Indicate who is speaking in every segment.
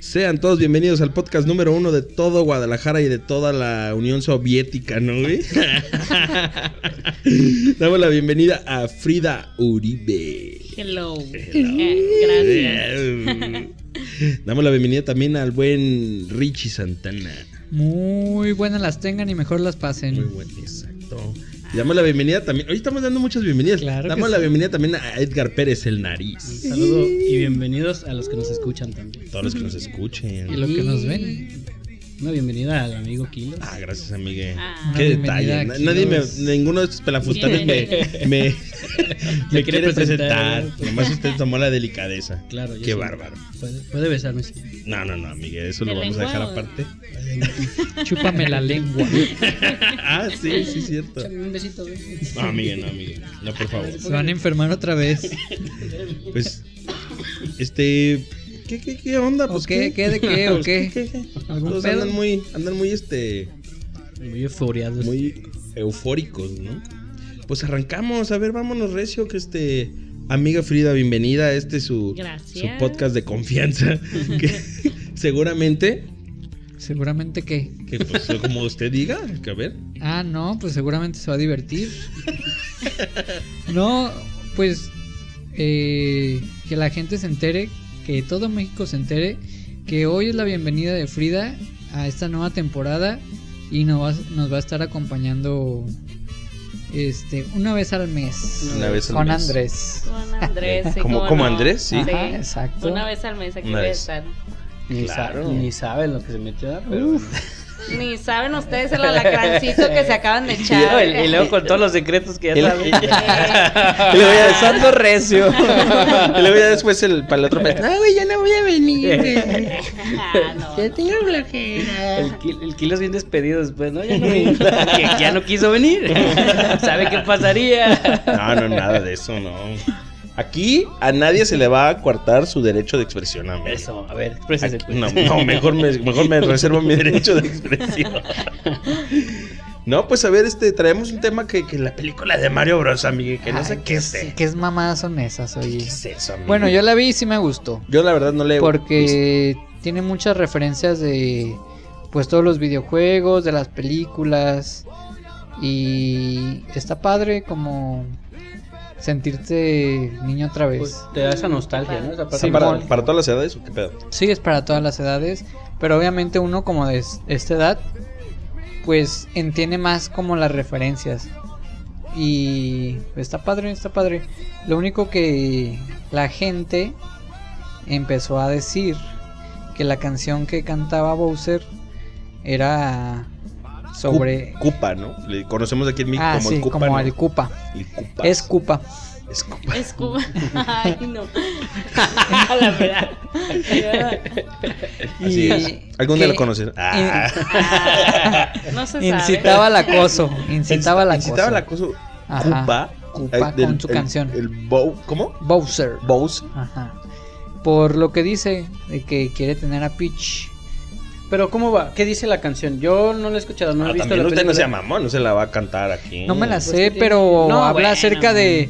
Speaker 1: Sean todos bienvenidos al podcast número uno de todo Guadalajara y de toda la Unión Soviética, ¿no, güey? Damos la bienvenida a Frida Uribe.
Speaker 2: Hello. Eh,
Speaker 1: gracias. Damos la bienvenida también al buen Richie Santana.
Speaker 3: Muy buenas las tengan y mejor las pasen.
Speaker 1: Muy buen, exacto. Y damos la bienvenida también. Hoy estamos dando muchas bienvenidas.
Speaker 3: Claro que
Speaker 1: damos la
Speaker 3: sí.
Speaker 1: bienvenida también a Edgar Pérez, el nariz.
Speaker 4: Saludo y bienvenidos a los que nos escuchan también.
Speaker 1: Todos los que nos
Speaker 3: Y
Speaker 1: escuchen.
Speaker 3: los que nos ven.
Speaker 4: Una bienvenida al amigo Kilo.
Speaker 1: Ah, gracias, amigue.
Speaker 2: Ah.
Speaker 1: Qué
Speaker 3: Bienvenida
Speaker 1: detalle. Na-
Speaker 3: aquí,
Speaker 1: Nadie me,
Speaker 3: los-
Speaker 1: ninguno de estos pelafustanes me,
Speaker 2: Bienvenida.
Speaker 1: me, me
Speaker 4: Me
Speaker 1: quiere
Speaker 4: quiere
Speaker 1: presentar.
Speaker 4: presentar.
Speaker 1: Nomás usted tomó la delicadeza.
Speaker 4: Claro, yo
Speaker 1: Qué
Speaker 4: soy-
Speaker 1: bárbaro.
Speaker 4: Puede, puede besarme. sí.
Speaker 1: No, no, no, amigue. Eso lo
Speaker 2: ¿De
Speaker 1: vamos a
Speaker 2: lengua
Speaker 1: dejar
Speaker 2: o-
Speaker 1: aparte.
Speaker 3: Chúpame la lengua.
Speaker 1: ah, sí, sí, cierto.
Speaker 4: Échame Un besito. güey.
Speaker 1: No, amigue, no, amigue. No, por favor.
Speaker 3: Se van a enfermar otra vez.
Speaker 1: Pues, este. ¿Qué, qué, qué onda?
Speaker 3: ¿O
Speaker 1: Pues,
Speaker 3: qué? ¿Qué de qué? ¿O
Speaker 1: Pues,
Speaker 3: qué? ¿Algún
Speaker 1: Todos
Speaker 3: pedo?
Speaker 1: andan muy, andan muy, este.
Speaker 4: Muy euforiados.
Speaker 1: muy eufóricos, ¿no? Pues arrancamos, a ver, vámonos recio, que este... Amiga Frida, bienvenida a este su, su
Speaker 2: Gracias.
Speaker 1: podcast de confianza, que seguramente,
Speaker 3: Seguramente que.
Speaker 1: que pues, como usted diga, que a ver,
Speaker 3: Ah, no, pues seguramente se va a divertir. No, pues eh, que la gente se entere, que todo México se entere, que hoy es la bienvenida de Frida a esta nueva temporada y nos va, nos va a estar acompañando este una vez al mes
Speaker 1: Una vez al
Speaker 3: con
Speaker 1: mes.
Speaker 3: Andrés.
Speaker 2: Con Andrés. sí,
Speaker 1: Como-
Speaker 2: cómo
Speaker 1: como
Speaker 2: no.
Speaker 1: Andrés, sí.
Speaker 3: Ajá, exacto.
Speaker 2: Una vez al mes aquí
Speaker 1: Una
Speaker 2: voy a
Speaker 1: vez.
Speaker 2: estar.
Speaker 4: Ni, sa-
Speaker 1: Claro.
Speaker 4: ni saben lo que se metió a dar, pero.
Speaker 2: Ni saben ustedes el alacrancito que se acaban de
Speaker 4: Y luego-
Speaker 2: echar.
Speaker 4: y luego con todos los secretos que
Speaker 1: Y
Speaker 4: ya
Speaker 1: la-
Speaker 4: saben.
Speaker 2: Eh,
Speaker 1: y luego ya-
Speaker 4: Pasando recio.
Speaker 1: y luego ya después el, para el otro mes, no, güey, ya no voy a venir, güey.
Speaker 2: Ah, no.
Speaker 1: tengo flojera.
Speaker 4: El, Ki- el Kilo es bien despedido después, ¿no? Ya no, vino. que ya no quiso venir. ¿Sabe qué pasaría?
Speaker 1: No, no, nada de eso, no. Aquí a nadie se le va a coartar su derecho de expresión, amigo.
Speaker 4: Eso, a ver, exprésese.
Speaker 1: Aquí-
Speaker 4: pues.
Speaker 1: no, no, mejor me, mejor me reservo mi derecho de expresión. No, pues a ver, este, traemos un tema que, que la película de Mario Bros, amigue, que no
Speaker 3: Ay,
Speaker 1: sé qué es. eh.
Speaker 3: ¿Qué es mamadas son esas, oye?
Speaker 1: ¿Qué es eso, amigue?
Speaker 3: Bueno, yo la vi y sí me gustó.
Speaker 1: Yo la verdad no le
Speaker 3: porque tiene muchas referencias de pues todos los videojuegos, de las películas y está padre como sentirte niño otra vez.
Speaker 4: Pues te da esa nostalgia, ¿no? Esa parte
Speaker 3: Sí,
Speaker 1: para,
Speaker 3: Simón.
Speaker 1: para todas las edades o qué pedo?
Speaker 3: Sí, es para todas las edades, pero obviamente uno como de es- esta edad pues entiende más como las referencias. Y está padre, está padre. Lo único que la gente empezó a decir que la canción que cantaba Bowser era sobre
Speaker 1: Cu- Cupa, ¿no? Le conocemos aquí en México
Speaker 3: ah,
Speaker 1: como
Speaker 3: sí,
Speaker 1: el Cupa.
Speaker 3: como
Speaker 1: ¿no?
Speaker 3: el Cupa.
Speaker 1: El Cupa.
Speaker 3: Es Cupa.
Speaker 1: Es Cupa.
Speaker 2: Es Cuba. Ay, no. La verdad.
Speaker 1: Así
Speaker 3: y
Speaker 1: es. Algún día
Speaker 3: que
Speaker 1: lo conocerán. Ah.
Speaker 2: Ah, no se sabe.
Speaker 3: Incitaba al acoso, incitaba al acoso.
Speaker 1: Incitaba al acoso.
Speaker 3: Ajá.
Speaker 1: Cupa.
Speaker 3: Cupa
Speaker 1: eh,
Speaker 3: con su canción.
Speaker 1: El Bow. ¿Cómo?
Speaker 3: Bowser.
Speaker 1: Bows.
Speaker 3: Ajá. Por lo que dice de que quiere tener a Peach.
Speaker 4: Pero ¿cómo va? ¿Qué dice la canción? Yo no la he escuchado, no
Speaker 1: Ah,
Speaker 4: he visto
Speaker 1: también
Speaker 4: la
Speaker 1: usted no
Speaker 4: película.
Speaker 1: sea mamón, no se la va a cantar aquí.
Speaker 3: No me la
Speaker 4: Pues
Speaker 3: sé,
Speaker 4: que tiene-
Speaker 3: pero
Speaker 4: No,
Speaker 3: habla
Speaker 4: bueno,
Speaker 3: acerca de,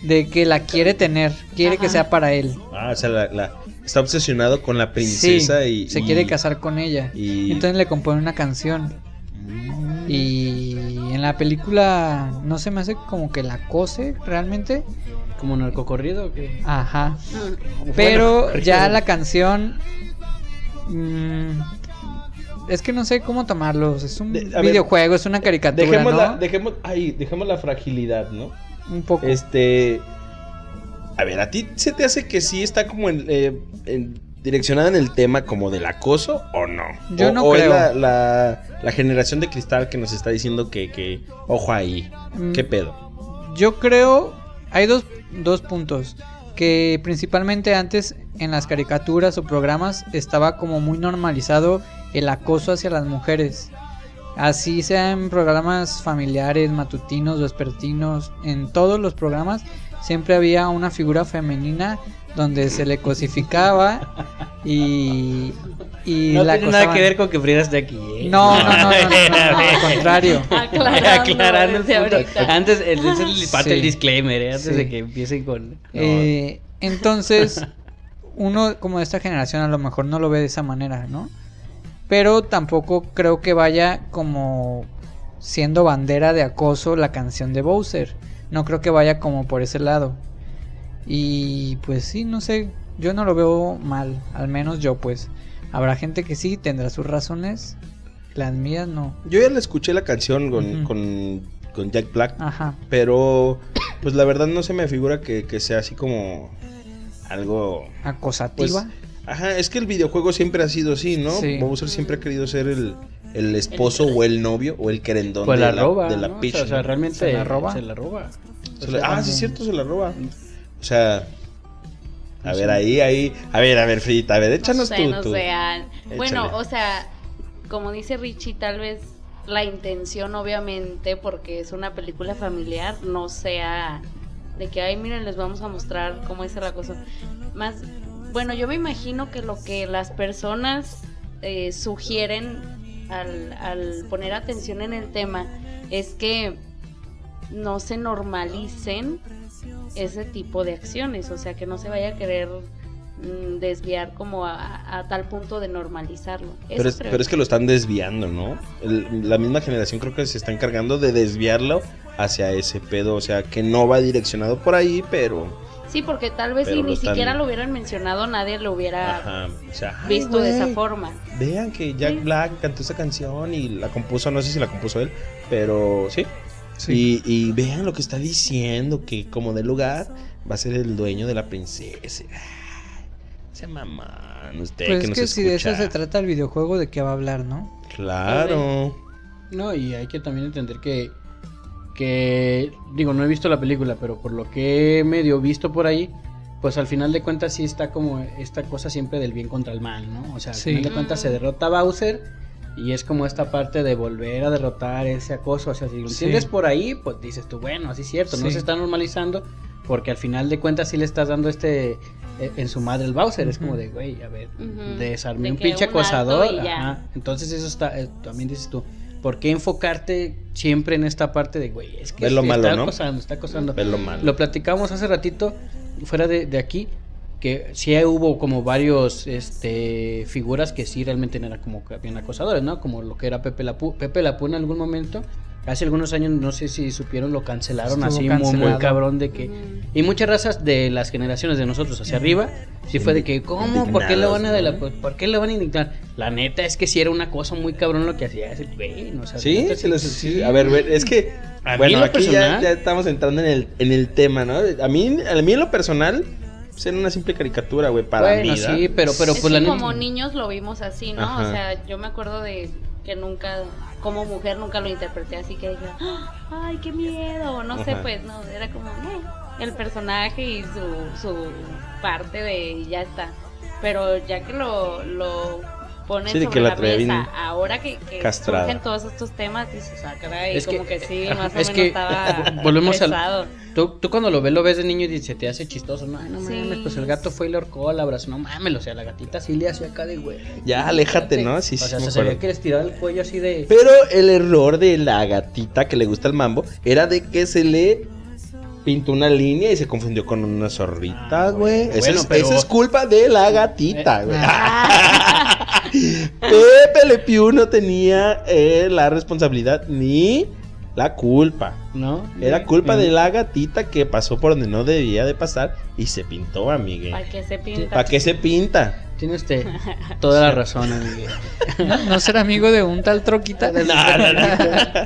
Speaker 3: de que la quiere tener. Quiere que
Speaker 2: Ajá.
Speaker 3: sea para él.
Speaker 1: Ah, o sea, la, la- está obsesionado con la princesa
Speaker 3: Sí,
Speaker 1: y.
Speaker 3: Se
Speaker 1: y-
Speaker 3: quiere casar con ella.
Speaker 1: y-
Speaker 3: Entonces le compone una canción. Y en la película no se me hace como que la cose realmente.
Speaker 4: ¿Como narcocorrido o qué?
Speaker 3: Ajá.
Speaker 4: Bueno,
Speaker 3: Pero
Speaker 4: corrido.
Speaker 3: ya la canción. mm, es que no sé cómo tomarlos. Es un
Speaker 1: De- a ver,
Speaker 3: videojuego, es una caricatura,
Speaker 1: Dejemos,
Speaker 3: ¿no?
Speaker 1: la, dejemos, ay, dejemos la fragilidad, ¿no?
Speaker 3: Un poco.
Speaker 1: Este. A ver, ¿a ti se te hace que sí está como en, eh, en- direccionada en el tema como del acoso o no?
Speaker 3: Yo
Speaker 1: O-
Speaker 3: no
Speaker 1: o es
Speaker 3: creo.
Speaker 1: la, la- la generación de cristal que nos está diciendo que, que ojo ahí,
Speaker 3: Mm,
Speaker 1: qué pedo.
Speaker 3: Yo creo. Hay dos, dos puntos. Que principalmente antes en las caricaturas o programas estaba como muy normalizado el acoso hacia las mujeres. Así sea en programas familiares, matutinos, vespertinos, en todos los programas siempre había una figura femenina donde se le cosificaba y, y
Speaker 4: No
Speaker 3: la
Speaker 4: tiene nada
Speaker 3: acosaban.
Speaker 4: que ver con que Frida esté aquí. ¿eh?
Speaker 3: No, no, no, no, no, no, no, al contrario.
Speaker 2: Aclarando,
Speaker 4: Aclarando el
Speaker 2: desde
Speaker 4: punto.
Speaker 2: ahorita.
Speaker 4: Antes, el, es el, parte
Speaker 3: Ah, Sí.
Speaker 4: el disclaimer, ¿eh? antes
Speaker 3: Sí.
Speaker 4: de que empiecen con.
Speaker 3: Eh, entonces, uno como de esta generación a lo mejor no lo ve de esa manera, ¿no? Pero tampoco creo que vaya como siendo bandera de acoso la canción de Bowser. No creo que vaya como por ese lado. Y pues sí, no sé, yo no lo veo mal, al menos yo pues. Habrá gente que sí, tendrá sus razones, las mías no.
Speaker 1: Yo ya le escuché la canción con,
Speaker 3: Ujú.
Speaker 1: con, con Jack Black,
Speaker 3: Ajá.
Speaker 1: pero pues la verdad no se me figura que, que sea así como algo...
Speaker 3: Acosativa.
Speaker 1: Ajá, es que el videojuego siempre ha sido así, ¿no?
Speaker 3: Sí.
Speaker 1: Bowser siempre ha querido ser el, el esposo o el novio o el querendón
Speaker 4: Pues la
Speaker 1: de la,
Speaker 4: roba.
Speaker 1: de la
Speaker 4: ¿no? O
Speaker 1: Peach,
Speaker 4: sea, o sea,
Speaker 1: ¿no?
Speaker 4: realmente
Speaker 3: ¿Se la roba?
Speaker 4: Se la roba.
Speaker 1: Se la- ah, sí, es cierto, se la roba.
Speaker 4: Mm.
Speaker 1: O sea, a ver, ahí, ahí. A ver, a ver, Frita, a ver, échanos
Speaker 2: no sé, ah,
Speaker 1: tú.
Speaker 2: no
Speaker 1: tú.
Speaker 2: sean.
Speaker 1: Échale.
Speaker 2: Bueno, o sea, como dice Richie, tal vez la intención, obviamente, porque es una película familiar, no sea de que, ay, miren, les vamos a mostrar cómo es la cosa. Más, bueno, yo me imagino que lo que las personas eh, sugieren al, al poner atención en el tema es que no se normalicen ese tipo de acciones, o sea, que no se vaya a querer mm, desviar como a- a, a tal punto de normalizarlo. Eso
Speaker 1: Pero es,
Speaker 2: creo
Speaker 1: pero
Speaker 2: yo.
Speaker 1: es que lo están desviando, ¿no? El- la misma generación creo que se está encargando de desviarlo hacia ese pedo. O sea, que no va direccionado por ahí, pero.
Speaker 2: Sí, porque tal vez
Speaker 1: Pero
Speaker 2: si
Speaker 1: lo
Speaker 2: ni
Speaker 1: están-
Speaker 2: siquiera lo hubieran mencionado, nadie lo hubiera
Speaker 1: Ajá. O sea, ay,
Speaker 2: visto de esa
Speaker 1: güey,
Speaker 2: forma.
Speaker 1: Vean que Jack
Speaker 2: Sí.
Speaker 1: Black cantó esa canción y la compuso, no sé si la compuso él, pero sí.
Speaker 3: Sí.
Speaker 1: Y, y vean lo que está diciendo, que como de lugar va a ser el dueño de la princesa. Ay, Se mamán, usted
Speaker 3: Pues
Speaker 1: que
Speaker 3: es
Speaker 1: nos
Speaker 3: que si de eso
Speaker 1: escucha.
Speaker 3: se trata el videojuego, ¿de qué va a hablar, no?
Speaker 1: Claro.
Speaker 4: No, y hay que también entender que, que, digo, no he visto la película, pero por lo que he medio visto por ahí, pues al final de cuentas sí está como esta cosa siempre del bien contra el mal, ¿no? O sea, al
Speaker 3: Sí.
Speaker 4: final de cuentas se derrota a Bowser y es como esta parte de volver a derrotar ese acoso, o sea, si lo
Speaker 3: Sí.
Speaker 4: entiendes por ahí, pues dices tú, bueno, así es cierto, no
Speaker 3: Sí.
Speaker 4: se está normalizando. Porque al final de cuentas sí le estás dando este eh, en su madre el Bowser, es como
Speaker 3: Ujú.
Speaker 4: de, güey, a ver,
Speaker 2: Ujú.
Speaker 4: desarmé
Speaker 2: De
Speaker 4: un
Speaker 2: que
Speaker 4: pinche
Speaker 2: un alto
Speaker 4: acosador.
Speaker 2: y ya.
Speaker 4: ajá. Entonces eso está, eh, también dices tú, ¿por qué enfocarte siempre en esta parte de, güey, es que
Speaker 1: Ve lo
Speaker 4: está
Speaker 1: malo, ¿no?
Speaker 4: acosando, está acosando?
Speaker 1: Ve lo malo.
Speaker 4: Lo platicamos hace ratito, fuera de, de aquí, que sí hubo como varios este, figuras que sí realmente eran como que bien acosadores, ¿no? Como lo que era Pepe Lapú. Pepe Lapú en algún momento, hace algunos años, no sé si supieron, lo cancelaron
Speaker 3: Estuvo
Speaker 4: así muy- muy,
Speaker 3: cancelado.
Speaker 4: cabrón de que...
Speaker 2: Ujú.
Speaker 4: Y muchas razas de las generaciones de nosotros hacia arriba, sí fue de que, ¿cómo? ¿Por qué lo van a, de la- ¿por qué lo van a indignar? La neta es que sí era una cosa muy cabrón lo que hacía ese güey. no, o sea,
Speaker 1: Sí,
Speaker 4: neta,
Speaker 1: se los- sí, A ver, ver, es que.
Speaker 4: A mí
Speaker 1: bueno,
Speaker 4: en lo
Speaker 1: aquí ya,
Speaker 4: personal-
Speaker 1: ya estamos entrando en el, en el tema, ¿no? A mí, a mí en lo personal, ser una simple caricatura, güey, para
Speaker 4: bueno,
Speaker 1: mí. ¿verdad?
Speaker 4: sí, pero, pero
Speaker 2: Es
Speaker 4: pues la
Speaker 2: que
Speaker 4: neta.
Speaker 2: como niños lo vimos así, ¿no?
Speaker 1: Ajá.
Speaker 2: O sea, yo me acuerdo de que nunca, como mujer nunca lo interpreté así que dije, "Ah, ay, qué miedo, o no sé,
Speaker 1: Ajá.
Speaker 2: pues no, era como "Eh", el personaje y su, su parte de y ya está. Pero ya que lo, lo ponen
Speaker 1: Sí, de
Speaker 2: sobre
Speaker 1: que la
Speaker 2: la
Speaker 1: traía bien
Speaker 2: mesa, ahora que, que
Speaker 1: castrada.
Speaker 2: surgen todos estos temas, dices, ah, caray,
Speaker 4: Es
Speaker 2: como
Speaker 4: que-
Speaker 2: que, sí, más o
Speaker 4: es
Speaker 2: menos
Speaker 4: que
Speaker 2: estaba
Speaker 4: volvemos al-
Speaker 2: pesado.
Speaker 4: Tú, tú cuando lo ves, lo ves de niño y se te hace chistoso. No, Ay, no
Speaker 2: Sí.
Speaker 4: mames, pues el gato fue y le horcó, la abrazó. No mames, o sea, la gatita sí le hacía acá de güey.
Speaker 1: Ya, aléjate, ¿no? Sí,
Speaker 4: o
Speaker 1: sí,
Speaker 4: sea,
Speaker 1: me
Speaker 4: se
Speaker 1: acuerdo.
Speaker 4: sabía que les tiraba el cuello así de.
Speaker 1: Pero el error de la gatita que le gusta el mambo era de que se le pintó una línea y se confundió con una zorrita,
Speaker 4: Ah,
Speaker 1: güey.
Speaker 4: bueno.
Speaker 1: Esa
Speaker 4: Bueno,
Speaker 1: es-
Speaker 4: pero-
Speaker 1: esa es culpa de la gatita,
Speaker 4: Eh,
Speaker 1: güey.
Speaker 2: Ah,
Speaker 1: Pepe Le Pew no tenía eh, la responsabilidad ni la culpa.
Speaker 4: ¿No?
Speaker 1: Era culpa
Speaker 4: Mm.
Speaker 1: de la gatita que pasó por donde no debía de pasar y se pintó, amigue.
Speaker 2: ¿Para que se pinta?
Speaker 1: ¿Para qué se pinta?
Speaker 4: Tiene usted Mm, este, toda la razón, amigo.
Speaker 3: No, no ser amigo de un tal troquita.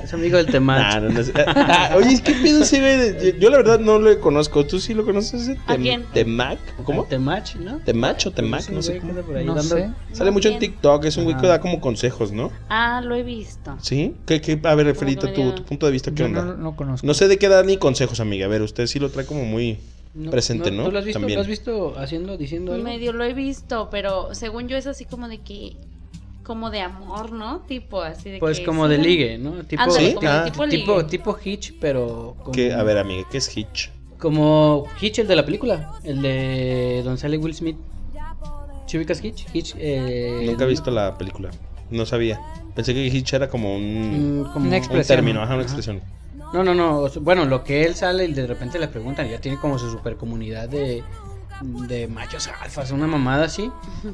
Speaker 4: Es amigo del tema.
Speaker 1: Nah, no, no sé. Ah, oye, ¿qué pedo ese güey? de- Yo la verdad no lo conozco. ¿Tú sí lo conoces? ese
Speaker 2: ¿A
Speaker 1: Tem-
Speaker 2: quién?
Speaker 1: Temac? ¿Cómo?
Speaker 4: Temach, ¿no?
Speaker 1: Temac o Temac,
Speaker 4: Es un
Speaker 1: no sé
Speaker 4: güey que
Speaker 1: cómo.
Speaker 4: anda por ahí
Speaker 3: No
Speaker 4: dando-
Speaker 3: sé.
Speaker 1: Sale mucho en
Speaker 2: También.
Speaker 1: TikTok, es un güey que
Speaker 4: Ajá.
Speaker 1: da como consejos, ¿no?
Speaker 2: Ah, lo he visto.
Speaker 1: ¿Sí? ¿Qué, qué? A ver, Frita,
Speaker 2: que
Speaker 1: tu,
Speaker 2: medio-
Speaker 1: tu punto de vista, ¿qué
Speaker 3: Yo no
Speaker 1: onda?
Speaker 3: lo conozco.
Speaker 1: No sé de qué da ni consejos, amiga. A ver, usted sí lo trae como muy... presente, ¿no?
Speaker 4: ¿Tú lo has visto,
Speaker 1: También.
Speaker 4: ¿Lo has visto haciendo, diciendo algo?
Speaker 2: Medio lo he visto, pero según yo es así como de que. Como de amor, ¿no? Tipo así de
Speaker 4: Pues
Speaker 2: que
Speaker 4: como
Speaker 2: sí,
Speaker 4: de
Speaker 2: ¿no?
Speaker 4: ligue, ¿no? Tipo,
Speaker 2: Ándale,
Speaker 1: Sí,
Speaker 2: como
Speaker 1: ah,
Speaker 2: de tipo ligue.
Speaker 4: tipo, tipo Hitch, pero... Como,
Speaker 1: ¿Qué? A ver, amiga, ¿qué es Hitch?
Speaker 4: Como Hitch, el de la película. El de Don sale Will Smith. ¿Sí ubicas Hitch? Hitch, eh...
Speaker 1: Nunca he visto la película. No sabía. Pensé que Hitch era como un,
Speaker 4: mm, como-
Speaker 3: Una
Speaker 1: un
Speaker 3: expresión.
Speaker 1: término, ajá, una expresión.
Speaker 4: No, no, no. o sea, Bueno, lo que él sale y de repente le preguntan, ya tiene como su super comunidad de, de machos alfas, una mamada así.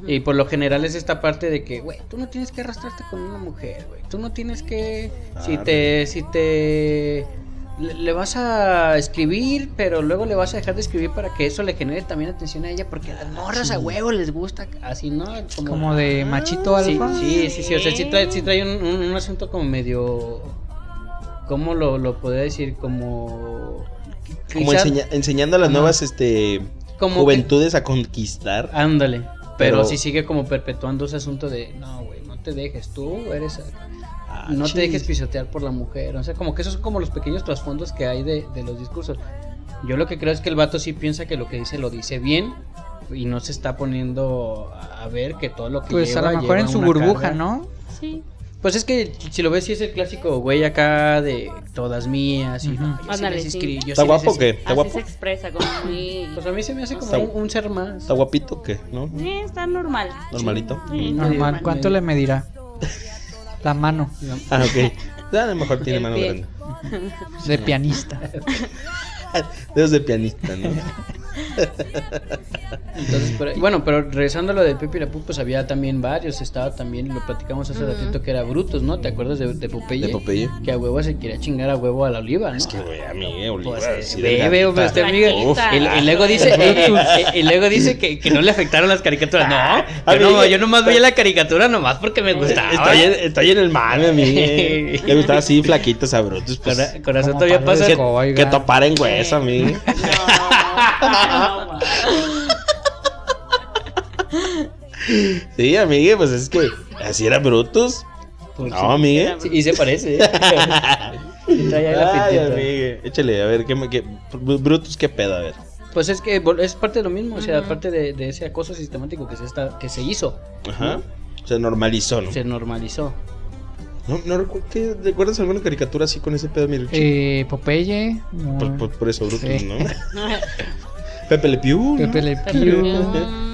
Speaker 4: Y por lo general es esta parte de que, güey, tú no tienes que arrastrarte con una mujer, güey. Tú no tienes que. Si
Speaker 1: Ah,
Speaker 4: te. Si te. Le, le vas a escribir, pero luego le vas a dejar de escribir para que eso le genere también atención a ella, porque a las morras a huevo les gusta así, ¿no?
Speaker 3: Como de machito
Speaker 4: Sí,
Speaker 3: alfa.
Speaker 4: sí, sí, sí, o sea, sí trae, sí trae un, un- un asunto como medio... ¿Cómo lo, lo podría decir? Como...
Speaker 1: Como
Speaker 4: quizá-
Speaker 1: enseña- enseñando a las
Speaker 4: Ajá.
Speaker 1: nuevas este,
Speaker 4: como que-
Speaker 1: juventudes a conquistar.
Speaker 4: Ándale. Pero,
Speaker 1: Pero-
Speaker 4: sí sigue como perpetuando ese asunto de, no, güey, no te dejes, tú eres...
Speaker 1: Ah,
Speaker 4: no te
Speaker 1: chis.
Speaker 4: dejes pisotear por la mujer. O sea, como que esos son como los pequeños trasfondos que hay de, de los discursos. Yo lo que creo es que el vato sí piensa que lo que dice lo dice bien y no se está poniendo a a ver que todo lo que
Speaker 3: Pues
Speaker 4: lleva,
Speaker 3: a lo mejor
Speaker 4: lleva
Speaker 3: en su
Speaker 4: una
Speaker 3: burbuja,
Speaker 4: carga.
Speaker 3: ¿no?
Speaker 2: Sí.
Speaker 4: Pues es que si lo ves, sí es el clásico güey acá de todas mías. Y,
Speaker 3: Ujú.
Speaker 4: no, yo sí
Speaker 2: Ándale,
Speaker 4: les
Speaker 2: sí.
Speaker 4: escribí, yo
Speaker 1: ¿Está
Speaker 4: sí
Speaker 1: guapo
Speaker 4: les
Speaker 1: o qué? ¿Está
Speaker 4: escribí.
Speaker 2: Así se
Speaker 1: guapo?
Speaker 2: expresa, como muy.
Speaker 4: Pues a mí se me hace como
Speaker 1: Está-
Speaker 4: un, un ser más.
Speaker 1: ¿Está guapito o qué? ¿No?
Speaker 2: Sí, está normal.
Speaker 1: ¿Normalito?
Speaker 2: Sí,
Speaker 3: Normal. ¿Cuánto le medirá? La mano
Speaker 1: Ah, ok. Ya, A lo mejor tiene
Speaker 2: El
Speaker 1: mano
Speaker 2: pie.
Speaker 1: grande.
Speaker 3: de pianista.
Speaker 1: Dedos de pianista, ¿no?
Speaker 4: Entonces, por ahí- bueno, pero regresando a lo de Pepe y la Pu, pues había también varios. Estaba también, lo platicamos hace
Speaker 2: Ujú.
Speaker 4: ratito, que era Brutus, ¿no? ¿Te acuerdas de, de Popeye?
Speaker 1: De Popeye.
Speaker 4: Que a huevo se quería chingar a huevo a la oliva, ¿no?
Speaker 1: Es que, güey, a mí, eh, Oliva.
Speaker 4: Pues,
Speaker 1: así
Speaker 4: eh, ve, ve,
Speaker 1: delgadita.
Speaker 4: ve, este amigo.
Speaker 2: Uf.
Speaker 4: Y,
Speaker 1: ah,
Speaker 4: y luego dice, eh, eh, y luego dice que, que no le afectaron las caricaturas.
Speaker 1: Ah,
Speaker 4: No, yo, no,
Speaker 1: Amigo.
Speaker 4: yo nomás veía la caricatura nomás porque me gustaba.
Speaker 1: Estoy en, estoy en el man, a mí. eh. Le gustaba así, flaquito, sabroso.
Speaker 4: Con-
Speaker 1: Pues,
Speaker 4: con razón
Speaker 3: como
Speaker 4: todavía
Speaker 3: Pablo
Speaker 4: pasa.
Speaker 1: que,
Speaker 3: Escobar. Oiga.
Speaker 1: que topar en hueso a mí.
Speaker 2: No, no, no.
Speaker 1: Sí, amigue, pues es que así era Brutus.
Speaker 4: Por
Speaker 1: No, amigue.
Speaker 4: Pues Sí, y se parece. ¿eh? Y trae ahí la
Speaker 1: Ay,
Speaker 4: pintita.
Speaker 1: amigue. Échale, a ver, ¿qué, me- qué- Brutus, qué pedo, a ver.
Speaker 4: Pues es que vol- es parte de lo mismo, o sea,
Speaker 2: Ujú.
Speaker 4: parte de, de ese acoso sistemático que se está, que se hizo,
Speaker 1: Ajá. Se normalizó, ¿no?
Speaker 4: se normalizó.
Speaker 1: No, no recu- ¿qué- ¿Recuerdas alguna caricatura así con ese pedo, mi Richie?
Speaker 3: Eh, Popeye. no.
Speaker 1: Pues por, por eso, Brutus,
Speaker 3: Sí.
Speaker 1: ¿no? Pepe Le Pew. ¿no?
Speaker 3: mm, Pepe Le
Speaker 2: Pero,
Speaker 3: Pew.
Speaker 2: mm,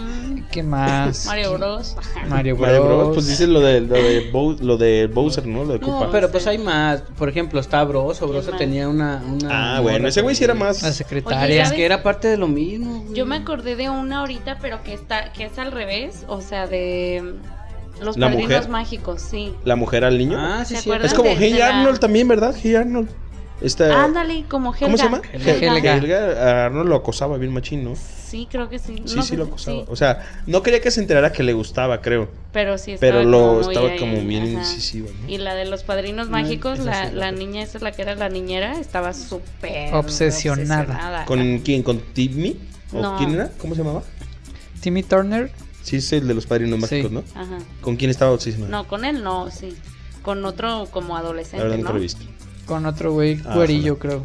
Speaker 3: ¿Qué más?
Speaker 2: Mario Bros.
Speaker 3: Mario Bros.
Speaker 1: Mario Bros. Pues dices lo de, lo de, Bow- lo de Bowser, ¿no? Lo de
Speaker 4: No,
Speaker 1: Koopa.
Speaker 4: pero pues hay más. Por ejemplo, está Broso,
Speaker 2: ¿Quién
Speaker 4: Broso
Speaker 2: más?
Speaker 4: tenía una, una
Speaker 1: Ah, bueno,
Speaker 4: morra
Speaker 1: ese güey sí era
Speaker 3: La
Speaker 1: más.
Speaker 3: secretaria.
Speaker 4: Es que era parte de lo mismo. güey.
Speaker 2: Yo me acordé de una ahorita, pero que está, que es al revés, o sea, de mm, los
Speaker 1: ¿La
Speaker 2: padrinos
Speaker 1: mujer?
Speaker 2: mágicos, sí.
Speaker 1: La mujer al niño.
Speaker 4: Ah, sí,
Speaker 2: ¿Se
Speaker 4: sí.
Speaker 2: acuerdan?
Speaker 1: es como
Speaker 2: de-
Speaker 1: Hey
Speaker 2: de la-
Speaker 1: Arnold también, ¿verdad? Hey Arnold. Esta,
Speaker 2: Ándale, como Helga.
Speaker 1: Eh, ¿Cómo se llama?
Speaker 4: Helga.
Speaker 1: Helga. a Arnold lo acosaba bien machín, ¿no?
Speaker 2: Sí, creo que sí.
Speaker 1: Sí,
Speaker 2: No
Speaker 1: sí
Speaker 2: sé,
Speaker 1: lo acosaba. O sea, no quería que se enterara que le gustaba, creo.
Speaker 2: Pero sí estaba
Speaker 1: Pero lo
Speaker 2: muy
Speaker 1: estaba
Speaker 2: ahí,
Speaker 1: como bien
Speaker 2: ajá.
Speaker 1: incisivo, ¿no?
Speaker 2: Y la de los padrinos
Speaker 4: No,
Speaker 2: mágicos,
Speaker 4: esa
Speaker 2: la,
Speaker 4: sí,
Speaker 2: la
Speaker 4: la-
Speaker 2: niña, esa es la que era la niñera, estaba súper
Speaker 3: Obsesionada.
Speaker 1: ¿Con quién? ¿Con Timmy? ¿O
Speaker 2: No.
Speaker 1: quién era? ¿Cómo se llamaba?
Speaker 3: Timmy Turner.
Speaker 1: Sí, es el de los padrinos mágicos,
Speaker 3: Sí.
Speaker 1: ¿no?
Speaker 2: Ajá.
Speaker 1: ¿Con quién estaba obsesionado?
Speaker 2: No, con él no, sí. Con otro como
Speaker 1: La
Speaker 2: adolescente,
Speaker 1: verdad nunca
Speaker 2: ¿no?
Speaker 1: lo he visto.
Speaker 3: Con otro güey,
Speaker 1: Ah,
Speaker 3: cuerillo, creo.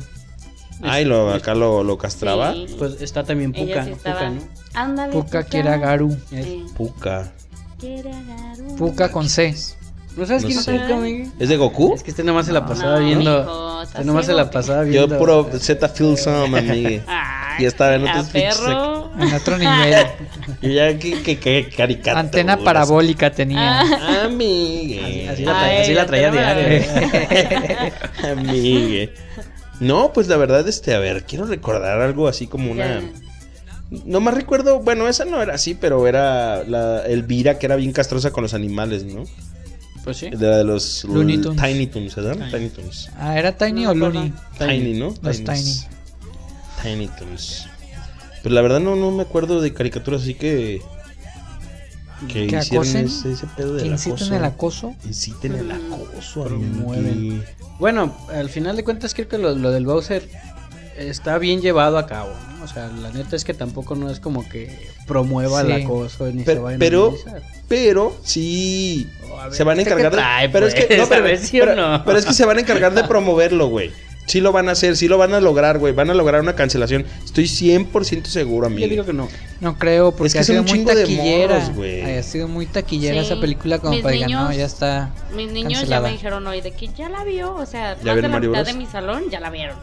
Speaker 1: Ay, lo, acá lo, lo castraba.
Speaker 2: Sí.
Speaker 4: Pues está también Puka,
Speaker 2: Ella sí
Speaker 4: ¿no?
Speaker 2: estaba.
Speaker 4: Puka, ¿no?
Speaker 2: Ándale.
Speaker 3: Puka Kiragaru.
Speaker 4: Es-
Speaker 2: Eh,
Speaker 1: Puka.
Speaker 2: Kiragaru.
Speaker 3: Puka con C.
Speaker 4: ¿No sabes
Speaker 1: No
Speaker 4: quién
Speaker 1: sé.
Speaker 4: es Puka, amigo?
Speaker 1: ¿Es de Goku?
Speaker 4: Es que este nomás se la
Speaker 1: No,
Speaker 4: pasaba
Speaker 2: no,
Speaker 4: viendo.
Speaker 2: hijo,
Speaker 4: este nomás se
Speaker 2: estás
Speaker 4: la
Speaker 2: ciego.
Speaker 4: pasaba
Speaker 1: Yo
Speaker 4: viendo.
Speaker 1: puro Z Feel Some, amigue.
Speaker 2: Ay,
Speaker 1: Ya estaba en
Speaker 2: a
Speaker 1: otros pinches
Speaker 2: perro.
Speaker 3: En otro nivel.
Speaker 1: Yo ya que, que, que caricatura.
Speaker 3: Antena parabólica tenía.
Speaker 2: Ah,
Speaker 1: Amigue.
Speaker 4: Así, así la traía,
Speaker 2: Ay,
Speaker 4: así la
Speaker 2: ya
Speaker 4: traía
Speaker 2: te la-
Speaker 4: diario. güey.
Speaker 1: Ah, Amigue. No, pues la verdad, este, a ver, quiero recordar algo así como una. No más recuerdo, bueno, esa no era así, pero era la Elvira que era bien castrosa con los animales, ¿no?
Speaker 4: Pues sí.
Speaker 1: De la de los
Speaker 3: Looney
Speaker 1: l-
Speaker 3: Tunes.
Speaker 1: Tiny Toons, ¿verdad? Tiny Toons.
Speaker 3: Ah, ¿era Tiny
Speaker 2: No
Speaker 3: o
Speaker 2: me acuerdo.
Speaker 3: Looney?
Speaker 1: Tiny,
Speaker 4: Tiny.
Speaker 1: ¿no?
Speaker 3: Los
Speaker 1: Tiny. Tiny Toons. Pero la verdad no, no me acuerdo de caricaturas así que. Que,
Speaker 3: Que
Speaker 1: hicieron
Speaker 3: acosen,
Speaker 1: ese, ese pedo
Speaker 3: ¿Que
Speaker 1: del
Speaker 3: incitan
Speaker 1: acoso.
Speaker 3: el acoso?
Speaker 1: Inciten el acoso,
Speaker 4: Promueven.
Speaker 1: amigue.
Speaker 4: Bueno, al final de cuentas creo que lo, lo del Bowser está bien llevado a cabo. ¿no? O sea, la neta es que tampoco no es como que promueva
Speaker 3: Sí.
Speaker 4: el acoso ni se
Speaker 1: Pero-
Speaker 4: vayan
Speaker 1: pero-
Speaker 4: a analizar.
Speaker 1: Pero sí.
Speaker 4: Oh, a ver,
Speaker 1: se van a
Speaker 4: ¿este
Speaker 1: encargar
Speaker 4: qué
Speaker 1: de.
Speaker 4: trae,
Speaker 1: pero es
Speaker 4: pues?
Speaker 1: que. No,
Speaker 4: A
Speaker 1: pero,
Speaker 4: ver, ¿sí o
Speaker 1: pero-
Speaker 4: no?
Speaker 1: pero es que se van a encargar de promoverlo, güey. Sí lo van a hacer, sí lo van a lograr, güey. Van a lograr una cancelación. Estoy 100% seguro,
Speaker 4: Yo digo
Speaker 1: amigo.
Speaker 4: que no.
Speaker 3: No creo, porque
Speaker 1: Es que
Speaker 3: ha
Speaker 1: son
Speaker 3: sido
Speaker 1: un
Speaker 3: muy
Speaker 1: chingo de
Speaker 3: taquillera.
Speaker 1: morros, güey.
Speaker 3: ha sido muy taquillera
Speaker 2: Sí.
Speaker 3: esa película como
Speaker 2: Mis
Speaker 3: para digan, no,
Speaker 2: niños-
Speaker 3: ya está.
Speaker 2: Mis niños
Speaker 3: Cancelada.
Speaker 2: ya me dijeron hoy de que ya la vio, o sea,
Speaker 1: ¿Ya
Speaker 2: más de
Speaker 1: vieron
Speaker 2: la
Speaker 1: Mario
Speaker 2: mitad
Speaker 1: Bros?
Speaker 2: de mi salón ya la vieron.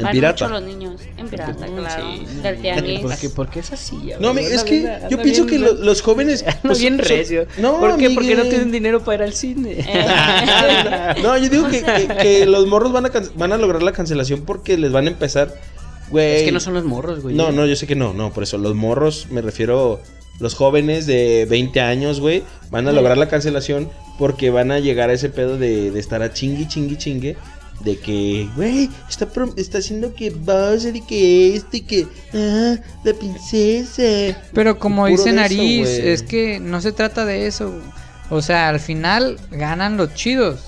Speaker 1: En
Speaker 4: ah,
Speaker 2: Van mucho
Speaker 1: pirata.
Speaker 2: los niños, en pirata,
Speaker 4: Mm,
Speaker 2: claro,
Speaker 4: sí.
Speaker 2: del
Speaker 4: ¿Por qué,
Speaker 2: tianguis.
Speaker 4: pues, por qué es así?
Speaker 1: No, amigo, es que yo pienso que lo- los jóvenes.
Speaker 4: No,
Speaker 1: pues,
Speaker 4: bien
Speaker 1: son-
Speaker 4: recio.
Speaker 1: No,
Speaker 4: ¿Por qué? Porque no
Speaker 1: amigue.
Speaker 4: tienen dinero para ir al cine.
Speaker 2: Eh,
Speaker 1: No, yo digo que, que- que los morros van a, can- van a lograr la cancelación porque les van a empezar Güey.
Speaker 4: Es que no son los morros, güey.
Speaker 1: No, no, yo sé que no, no, por eso. Los morros, me refiero. Los jóvenes de 20 años, güey, van a lograr la cancelación porque van a llegar a ese pedo de, de estar a chingui, chingui, chingue. De que, güey, está, prom- está haciendo que Bowser y que este y que. Ah, la princesa.
Speaker 3: Pero como
Speaker 1: Puro
Speaker 3: dice
Speaker 1: de eso,
Speaker 3: Nariz,
Speaker 1: güey.
Speaker 3: es que no se trata de eso. O sea, al final ganan los chidos.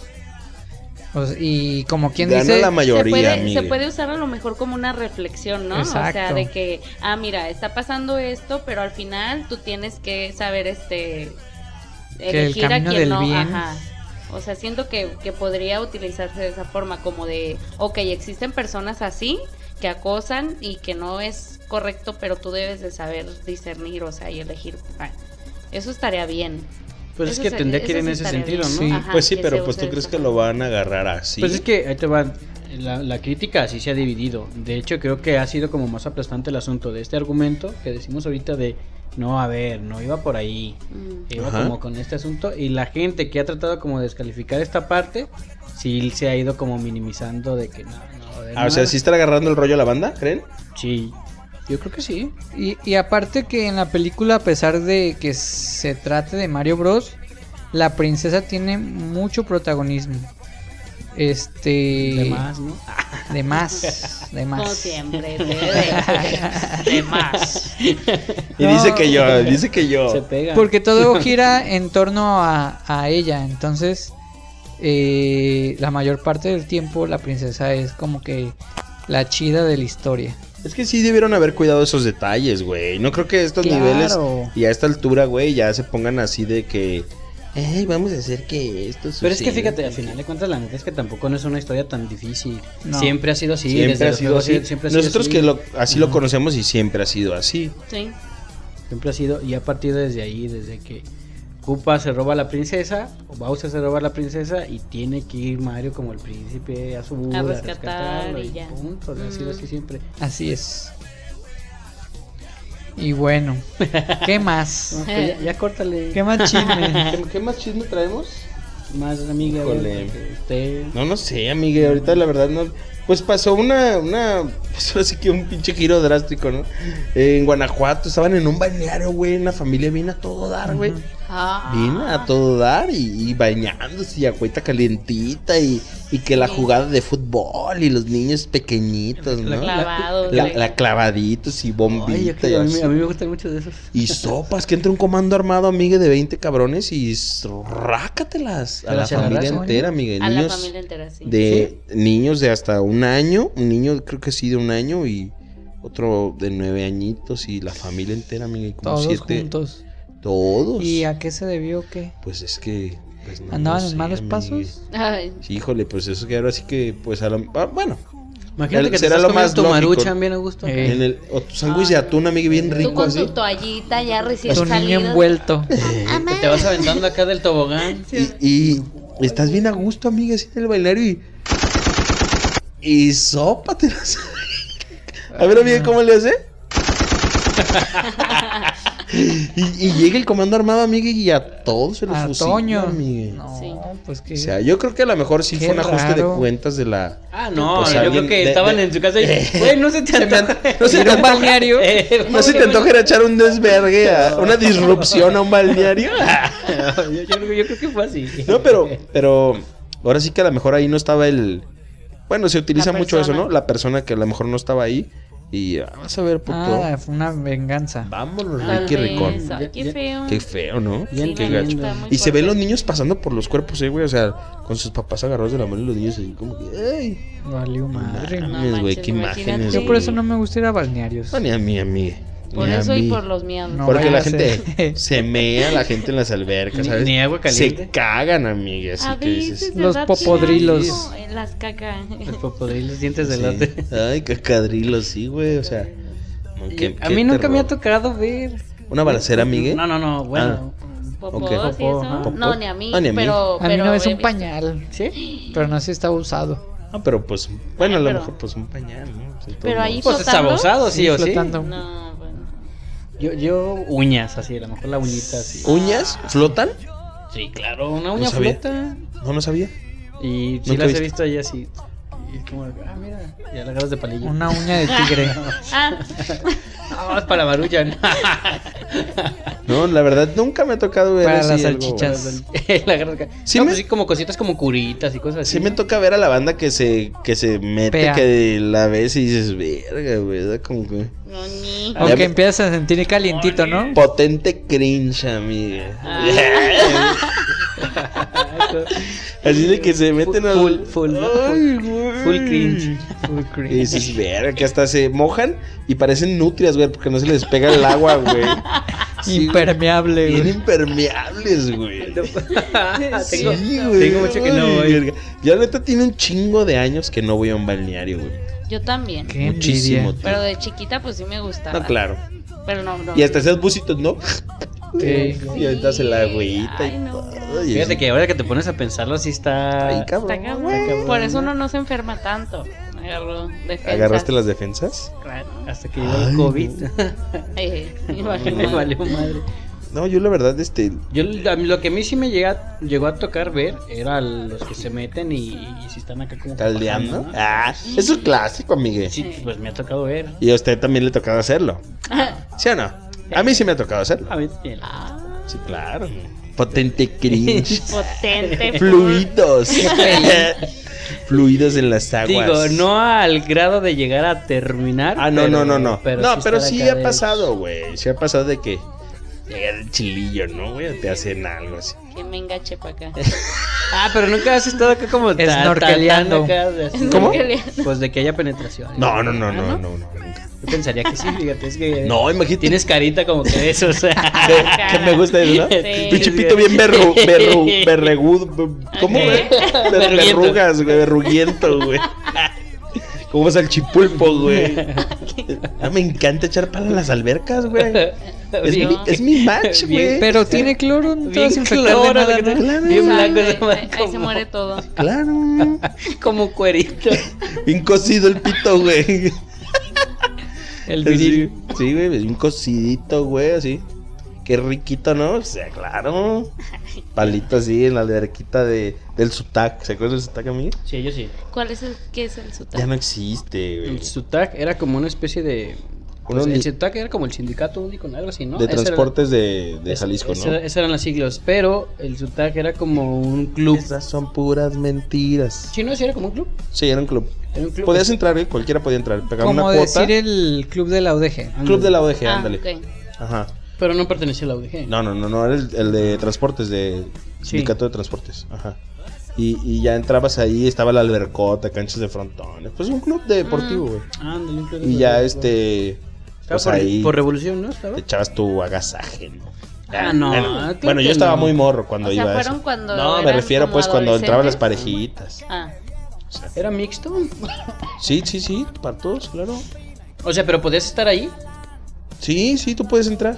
Speaker 3: O sea, y como quien
Speaker 1: Gana
Speaker 3: dice,
Speaker 1: la mayoría,
Speaker 2: se, puede, se
Speaker 1: Miguel.
Speaker 2: puede usar a lo mejor como una reflexión, ¿no? O sea,
Speaker 3: Exacto.
Speaker 2: de que, ah, mira, está pasando esto, pero al final tú tienes que saber, este,
Speaker 3: el camino del bien.
Speaker 2: O sea, siento que, que podría utilizarse de esa forma, como de, ok, existen personas así que acosan y que no es correcto, pero tú debes de saber discernir, o sea, y elegir. Ah, Eso estaría bien.
Speaker 4: Pues es
Speaker 2: Eso
Speaker 4: que
Speaker 2: se-
Speaker 4: tendría
Speaker 2: eso
Speaker 4: que ir en
Speaker 2: sí
Speaker 4: ese
Speaker 2: estaría
Speaker 4: sentido,
Speaker 2: bien.
Speaker 4: ¿no?
Speaker 3: Sí.
Speaker 2: Ajá,
Speaker 1: pues sí,
Speaker 2: que se
Speaker 1: pero pues
Speaker 2: use
Speaker 1: tú
Speaker 2: de
Speaker 1: crees
Speaker 2: esa
Speaker 1: que
Speaker 2: forma.
Speaker 1: lo van a agarrar así.
Speaker 4: Pues es que ahí te va. La, la crítica así se ha dividido. De hecho, creo que ha sido como más aplastante el asunto de este argumento que decimos ahorita de no, a ver, no iba por ahí.
Speaker 2: Mm.
Speaker 4: Iba
Speaker 1: Ajá.
Speaker 4: como con este asunto. Y la gente que ha tratado como de descalificar esta parte, sí se ha ido como minimizando de que no, no, a ver,
Speaker 1: Ah, o
Speaker 4: no".
Speaker 1: sea, ¿sí está agarrando el rollo a la banda, creen?
Speaker 4: Sí. Yo creo que sí.
Speaker 3: Y, y aparte que en la película, a pesar de que se trate de Mario Bros, la princesa tiene mucho protagonismo. Este...
Speaker 4: De más, ¿no? Ah,
Speaker 3: De más. de más.
Speaker 2: Como siempre, de, de- de más.
Speaker 1: Y
Speaker 3: No.
Speaker 1: dice que yo, dice que yo.
Speaker 4: Se pega.
Speaker 3: Porque todo gira en torno a, a ella. Entonces, eh, la mayor parte del tiempo la princesa es como que la chida de la historia.
Speaker 1: Es que sí debieron haber cuidado esos detalles, güey. No creo que estos
Speaker 3: Claro.
Speaker 1: niveles y a esta altura, güey, ya se pongan así de que... Ey, vamos a hacer que esto
Speaker 4: Pero es que
Speaker 1: suceda".
Speaker 4: fíjate, al final de cuentas, la neta es que tampoco no es una historia tan difícil.
Speaker 3: No.
Speaker 4: Siempre ha sido así. desde
Speaker 1: siempre ha
Speaker 4: los
Speaker 1: sido
Speaker 4: juegos
Speaker 1: así.
Speaker 4: siempre ha sido
Speaker 1: Nosotros
Speaker 4: así.
Speaker 1: que lo, así lo conocemos y siempre ha sido así.
Speaker 2: Sí.
Speaker 4: Siempre ha sido, y ha partido desde ahí, desde que Koopa se roba a la princesa, o Bowser se roba a la princesa, y tiene que ir Mario como el príncipe a su boda,
Speaker 2: rescatar y ya.
Speaker 4: punto, ha sido
Speaker 2: Mm.
Speaker 4: así siempre.
Speaker 3: Así es. Y bueno, ¿qué más?
Speaker 4: No, pues ya, ya córtale.
Speaker 3: ¿Qué más chisme?
Speaker 1: ¿Qué, más chisme traemos?
Speaker 4: más, amiga?
Speaker 1: Híjole.
Speaker 4: güey, porque usted-
Speaker 1: No, no sé, amiga. Ahorita la verdad no... Pues pasó una... una pues ahora sí que un pinche giro drástico, ¿no? en Guanajuato estaban en un balneario, güey. Una familia bien a todo dar, güey.
Speaker 3: Ujú.
Speaker 2: Ah.
Speaker 1: Bien a todo dar y, y bañándose y agüita calientita y, y que la
Speaker 2: Sí.
Speaker 1: jugada de fútbol y los niños pequeñitos, ¿no? La,
Speaker 2: Clavados.
Speaker 1: la-
Speaker 2: güey.
Speaker 1: la clavaditos y bombitas
Speaker 4: Ay, yo que-
Speaker 1: y,
Speaker 4: a, mí,
Speaker 1: así.
Speaker 4: a mí me gustan mucho de esos.
Speaker 1: Y sopas, que entra un comando armado, amiga, de 20 cabrones y s- rácatelas a la
Speaker 4: Gracias,
Speaker 1: familia
Speaker 4: abrazo,
Speaker 1: entera, amiga.
Speaker 2: a la
Speaker 1: Niños
Speaker 2: familia entera, sí.
Speaker 1: de niños de hasta un año, un niño creo que sí de un año y otro de nueve añitos y la familia entera, amiga, y como
Speaker 3: Todos
Speaker 1: siete.
Speaker 3: juntos.
Speaker 1: Todos.
Speaker 3: ¿Y a qué se debió que
Speaker 1: Pues es que. pues, no
Speaker 3: andaban
Speaker 1: lo sé,
Speaker 3: en malos
Speaker 1: amigue.
Speaker 3: pasos?
Speaker 2: Ay,
Speaker 1: Sí, híjole, pues eso que ahora sí que, pues a lo. ah, bueno,
Speaker 4: Imagínate que te
Speaker 1: será
Speaker 4: estás
Speaker 1: lo
Speaker 4: comiendo
Speaker 1: más
Speaker 4: tu
Speaker 1: lógico.
Speaker 4: maruchan bien a gusto.
Speaker 3: Eh.
Speaker 1: en el. O tu sándwich de atún, amigo, bien
Speaker 2: tú
Speaker 1: rico
Speaker 2: con
Speaker 1: así.
Speaker 2: tu toallita ya recién
Speaker 3: Tu niño
Speaker 2: salido.
Speaker 3: envuelto.
Speaker 4: Que te vas aventando acá del tobogán.
Speaker 1: Y, y estás bien a gusto, amiga, así en el bailario y. Y sópatelas. A ver, amiga, ¿cómo le hace? y, y llega el comando armado, amiga, y a todos se los
Speaker 3: A
Speaker 1: fusila,
Speaker 3: Toño.
Speaker 1: amiga.
Speaker 3: No,
Speaker 2: Sí.
Speaker 3: pues que...
Speaker 1: O sea, yo creo que a lo mejor sí
Speaker 3: Qué
Speaker 1: fue un ajuste
Speaker 3: raro.
Speaker 1: de cuentas de la.
Speaker 4: Ah, no,
Speaker 1: Pues
Speaker 4: yo
Speaker 1: alguien
Speaker 4: creo que
Speaker 1: de-
Speaker 4: estaban
Speaker 1: de-
Speaker 4: en su casa y, güey, no se te
Speaker 1: Se me
Speaker 4: antoja.
Speaker 1: an- no se
Speaker 3: Ir
Speaker 1: te
Speaker 3: a un
Speaker 1: antoja-
Speaker 3: balneario.
Speaker 4: Eh,
Speaker 1: ¿No se te antoja ir a echar un desvergue, a una disrupción a un balneario?
Speaker 4: yo, yo creo, yo creo que fue así.
Speaker 1: No, pero, pero ahora sí que a lo mejor ahí no estaba el... Bueno, se utiliza
Speaker 2: La
Speaker 1: mucho eso, ¿no?
Speaker 2: persona.
Speaker 1: La persona que a lo mejor no estaba ahí y ah, vas a ver, puto.
Speaker 3: Ah, fue una venganza.
Speaker 1: Vámonos,
Speaker 2: Tal
Speaker 1: Ricky
Speaker 2: vez.
Speaker 1: Ricón.
Speaker 2: Ay,
Speaker 4: Ya-
Speaker 2: qué
Speaker 4: ya-
Speaker 2: feo.
Speaker 1: Qué feo, ¿no?
Speaker 4: Ya
Speaker 2: Sí,
Speaker 1: Qué
Speaker 2: la neta
Speaker 1: gacho.
Speaker 2: está muy
Speaker 1: Y se ven
Speaker 2: fuerte.
Speaker 1: los niños pasando por los cuerpos, eh, güey. O sea, con sus papás agarrados de la mano y los niños así como que... ¡Ay!
Speaker 3: Valió madre.
Speaker 1: Mames,
Speaker 2: No
Speaker 1: güey,
Speaker 2: manches,
Speaker 1: qué imágenes.
Speaker 2: imagínate.
Speaker 1: güey.
Speaker 3: Yo por eso no me gusta ir a balnearios.
Speaker 1: No, ni a mí, a mí.
Speaker 2: Por
Speaker 1: Ni a
Speaker 2: eso y
Speaker 1: mí.
Speaker 2: por los miedos.
Speaker 3: No.
Speaker 1: Porque
Speaker 3: vaya
Speaker 1: la
Speaker 3: a
Speaker 1: gente
Speaker 3: ser.
Speaker 1: se mea la gente en las albercas,
Speaker 4: Ni-
Speaker 1: ¿sabes?
Speaker 4: ni agua caliente.
Speaker 1: Se cagan, amigas.
Speaker 2: A
Speaker 1: que dices.
Speaker 2: veces
Speaker 3: Los
Speaker 2: ¿verdad?
Speaker 3: popodrilos.
Speaker 2: Sí, en Las caca.
Speaker 4: El popodrilo, dientes de
Speaker 1: Sí.
Speaker 4: lote.
Speaker 1: Ay, cacadrilo, sí, güey. O sea, qué-
Speaker 4: A
Speaker 1: qué
Speaker 4: mí nunca me ha
Speaker 1: terror.
Speaker 4: tocado ver.
Speaker 1: ¿Una balacera, Ah. amigue?
Speaker 4: No, no, no, bueno.
Speaker 2: Popó,
Speaker 1: Ok.
Speaker 2: sí, eso.
Speaker 4: Popó, ajá.
Speaker 2: No, ni a mí.
Speaker 1: Ah, ni a mí.
Speaker 2: Pero,
Speaker 3: A mí
Speaker 2: pero
Speaker 3: no es
Speaker 2: he
Speaker 3: un
Speaker 2: visto.
Speaker 3: pañal,
Speaker 4: ¿Sí?
Speaker 3: pero no sé si está usado.
Speaker 1: Ah, pero pues, bueno, a lo
Speaker 2: Pero-
Speaker 1: mejor pues un pañal, ¿no? Pues, de todos
Speaker 2: Pero ahí-
Speaker 1: modos.
Speaker 4: Pues es
Speaker 2: ¿Flotando?
Speaker 4: abusado, sí, o sí.
Speaker 3: flotando.
Speaker 2: No, bueno.
Speaker 4: Yo, yo, uñas, así, a lo mejor la uñita, así.
Speaker 1: ¿Uñas? ¿Flotan?
Speaker 4: Sí, claro, una
Speaker 1: Uh. No
Speaker 4: uña
Speaker 1: sabía.
Speaker 4: flota.
Speaker 1: No, no sabía.
Speaker 4: Y sí
Speaker 1: Nunca
Speaker 4: las
Speaker 1: he
Speaker 4: he
Speaker 1: visto.
Speaker 4: visto ahí así. Y es como, ah, mira, ya la agarras de palillo.
Speaker 3: Una uña de tigre.
Speaker 2: Ah,
Speaker 4: No, es para Maruchan.
Speaker 1: No, la verdad nunca me ha tocado ver
Speaker 3: Para
Speaker 1: así
Speaker 3: las
Speaker 1: algo,
Speaker 3: salchichas.
Speaker 4: la agarras acá.
Speaker 1: Sí
Speaker 4: no,
Speaker 1: me-
Speaker 4: pues sí, como cositas como curitas y cosas así.
Speaker 1: Sí me toca ver a la banda que se, que se mete,
Speaker 3: Pea.
Speaker 1: que la ves y dices, verga, güey, da como que
Speaker 2: no, ni.
Speaker 1: Ah,
Speaker 3: O
Speaker 1: ya
Speaker 3: que
Speaker 1: me-
Speaker 3: empiezas a sentir calientito, ¿no?
Speaker 1: potente cringe, amiga. Así de que se meten al...
Speaker 4: Full- full-
Speaker 1: Ay, güey.
Speaker 4: full cringe.
Speaker 3: Full
Speaker 1: Y
Speaker 3: cream.
Speaker 1: dices, verga, que hasta se mojan y parecen nutrias, güey, porque no se les pega el agua, güey. Sí, güey.
Speaker 3: Impermeable,
Speaker 1: Bien
Speaker 3: güey.
Speaker 1: impermeables, güey.
Speaker 4: ah, tengo,
Speaker 1: Sí, güey.
Speaker 4: tengo mucho que no
Speaker 1: Ay,
Speaker 4: voy.
Speaker 1: verga. Yo neta tiene un chingo de años que no voy a un balneario, güey.
Speaker 2: Yo también.
Speaker 3: Qué envidia.
Speaker 1: Muchísimo.
Speaker 2: Pero
Speaker 1: tiempo.
Speaker 2: de chiquita, pues sí me gustaba.
Speaker 1: No, Ah, claro.
Speaker 2: Pero no, no.
Speaker 1: Y hasta esos busitos, ¿no?
Speaker 3: Sí.
Speaker 1: Y ahorita se la agüita
Speaker 2: Ay,
Speaker 1: y
Speaker 2: no.
Speaker 1: todo. y
Speaker 4: Fíjate
Speaker 1: es-
Speaker 4: que ahora que te pones a pensarlo, sí
Speaker 1: Ay,
Speaker 4: está.
Speaker 1: cabrón.
Speaker 2: Está cabrón. Por eso uno no se enferma tanto. Agarró defensa.
Speaker 1: ¿Agarraste las defensas?
Speaker 2: Claro.
Speaker 4: Hasta que llegó el COVID.
Speaker 2: Eh, y valió
Speaker 4: Me
Speaker 2: madre.
Speaker 4: valió madre.
Speaker 1: No, yo la verdad, este.
Speaker 4: Yo, a mí- lo que a mí sí me llega, llegó a tocar ver era los que se meten y, y si están acá como. que
Speaker 1: Caldeando.
Speaker 4: bajando, ¿no?
Speaker 1: Ah, es un clásico, amigue.
Speaker 4: Sí, pues me ha tocado ver.
Speaker 1: Y a usted también le ha tocado hacerlo. ¿Sí o no? A mí sí me ha tocado hacerlo.
Speaker 4: A mí sí.
Speaker 2: Ah,
Speaker 1: Sí, claro. Potente cringe.
Speaker 2: potente.
Speaker 1: Fluidos. Fluidos en las
Speaker 4: Digo,
Speaker 1: aguas.
Speaker 4: no al grado de llegar a terminar.
Speaker 1: Ah, no, no, no, no. no, pero
Speaker 4: estar
Speaker 1: sí
Speaker 4: acá
Speaker 1: ha
Speaker 4: de-
Speaker 1: pasado, güey. Sí ha pasado de que llega el chilillo, ¿no, güey? Te hacen algo así.
Speaker 2: Que me engache para acá.
Speaker 4: Ah, pero nunca has estado acá como ta- ta-
Speaker 3: Snorkeleando.
Speaker 4: tan acá de así.
Speaker 1: ¿Cómo?
Speaker 4: Pues de que haya penetración.
Speaker 1: No, no, no, no, no, no. nunca.
Speaker 4: Yo pensaría que sí, fíjate, es que.
Speaker 1: No, imagínate.
Speaker 4: Eh, Tienes carita como que de esos.
Speaker 1: que- que me gusta eso, ¿no?
Speaker 2: Sí.
Speaker 1: Pinche pito bien berru, berru, berregudo. ber- ¿Cómo, güey? Ber-
Speaker 4: Berruguiento.
Speaker 1: Berrugas, güey, berruguiento, güey. ¿Cómo es el chipulpo, güey? Ah, me encanta echar pala a las albercas, güey. Es,
Speaker 4: Bien-
Speaker 1: mi, es mi match,
Speaker 4: Bien-
Speaker 1: güey.
Speaker 3: Pero tiene cloro, no te vas a
Speaker 4: Bien
Speaker 3: infectar de
Speaker 4: cloro,
Speaker 3: nada,
Speaker 4: de que
Speaker 3: ¿no?
Speaker 4: te-
Speaker 1: Claro.
Speaker 4: bien
Speaker 2: Ay,
Speaker 4: blanco,
Speaker 2: ahí-
Speaker 4: se va
Speaker 2: ahí- ahí se
Speaker 4: como-
Speaker 2: muere todo.
Speaker 1: Claro.
Speaker 4: Como un cuerito.
Speaker 1: Bien cocido el pito, güey.
Speaker 4: El
Speaker 1: Así,
Speaker 4: viril.
Speaker 1: Sí, güey, un cocidito, güey, así. Qué riquito, ¿no? O sea, claro. Palito así en la alberquita de, del sutac. ¿Se acuerdan del sutac a mí?
Speaker 4: Sí, yo sí.
Speaker 2: ¿Cuál es el que es el sutac?
Speaker 1: Ya no existe, güey.
Speaker 4: El SUTAC era como una especie de. pues,
Speaker 1: Uno
Speaker 4: el
Speaker 1: ni-
Speaker 4: SUTAC era como el sindicato único, algo así, ¿no?
Speaker 1: de
Speaker 4: Ese era-
Speaker 1: transportes de, de
Speaker 4: es-
Speaker 1: Jalisco,
Speaker 4: ese-
Speaker 1: ¿no?
Speaker 4: Esas eran las siglas, pero el SUTAC era como un club.
Speaker 1: Esas son puras mentiras.
Speaker 4: Sí, no, sí, era como un club.
Speaker 1: Sí, era un club.
Speaker 4: Era un club.
Speaker 1: Podías entrar, güey, cualquiera podía entrar. Pegaba una
Speaker 3: Como
Speaker 1: cuota.
Speaker 3: decir el club de la UDG.
Speaker 1: Club de la ODG,
Speaker 2: Ah,
Speaker 1: ándale.
Speaker 2: ok.
Speaker 1: Ajá.
Speaker 4: Pero no pertenecía a la UDG.
Speaker 1: No, no, no, no, era el, el de transportes, de
Speaker 4: Sí.
Speaker 1: sindicato de transportes. Ajá. Y, y ya entrabas ahí, estaba la albercota, canchas de frontones. Pues un club deportivo, güey.
Speaker 4: Ándale, un club de
Speaker 1: Y
Speaker 4: la
Speaker 1: ya
Speaker 4: UDG.
Speaker 1: este.
Speaker 4: Mm. Estaba
Speaker 1: Pues
Speaker 4: por,
Speaker 1: ahí
Speaker 4: por revolución, ¿no? Estaba.
Speaker 1: te echabas tu agasaje, ¿no?
Speaker 4: Ah, no,
Speaker 1: Bueno,
Speaker 4: claro
Speaker 1: bueno,
Speaker 4: que
Speaker 1: yo estaba
Speaker 4: no.
Speaker 1: muy morro cuando
Speaker 2: O sea,
Speaker 1: iba a
Speaker 2: fueron
Speaker 1: eso.
Speaker 2: cuando
Speaker 1: No, me
Speaker 2: eran
Speaker 1: refiero
Speaker 2: como
Speaker 1: pues cuando entraban las
Speaker 2: adolescentes.
Speaker 1: parejitas.
Speaker 2: Ah,
Speaker 1: O sea,
Speaker 4: Era mixto.
Speaker 1: sí, sí, sí, para todos, claro.
Speaker 4: O sea, pero podías estar ahí,
Speaker 1: Sí, sí, tú puedes entrar.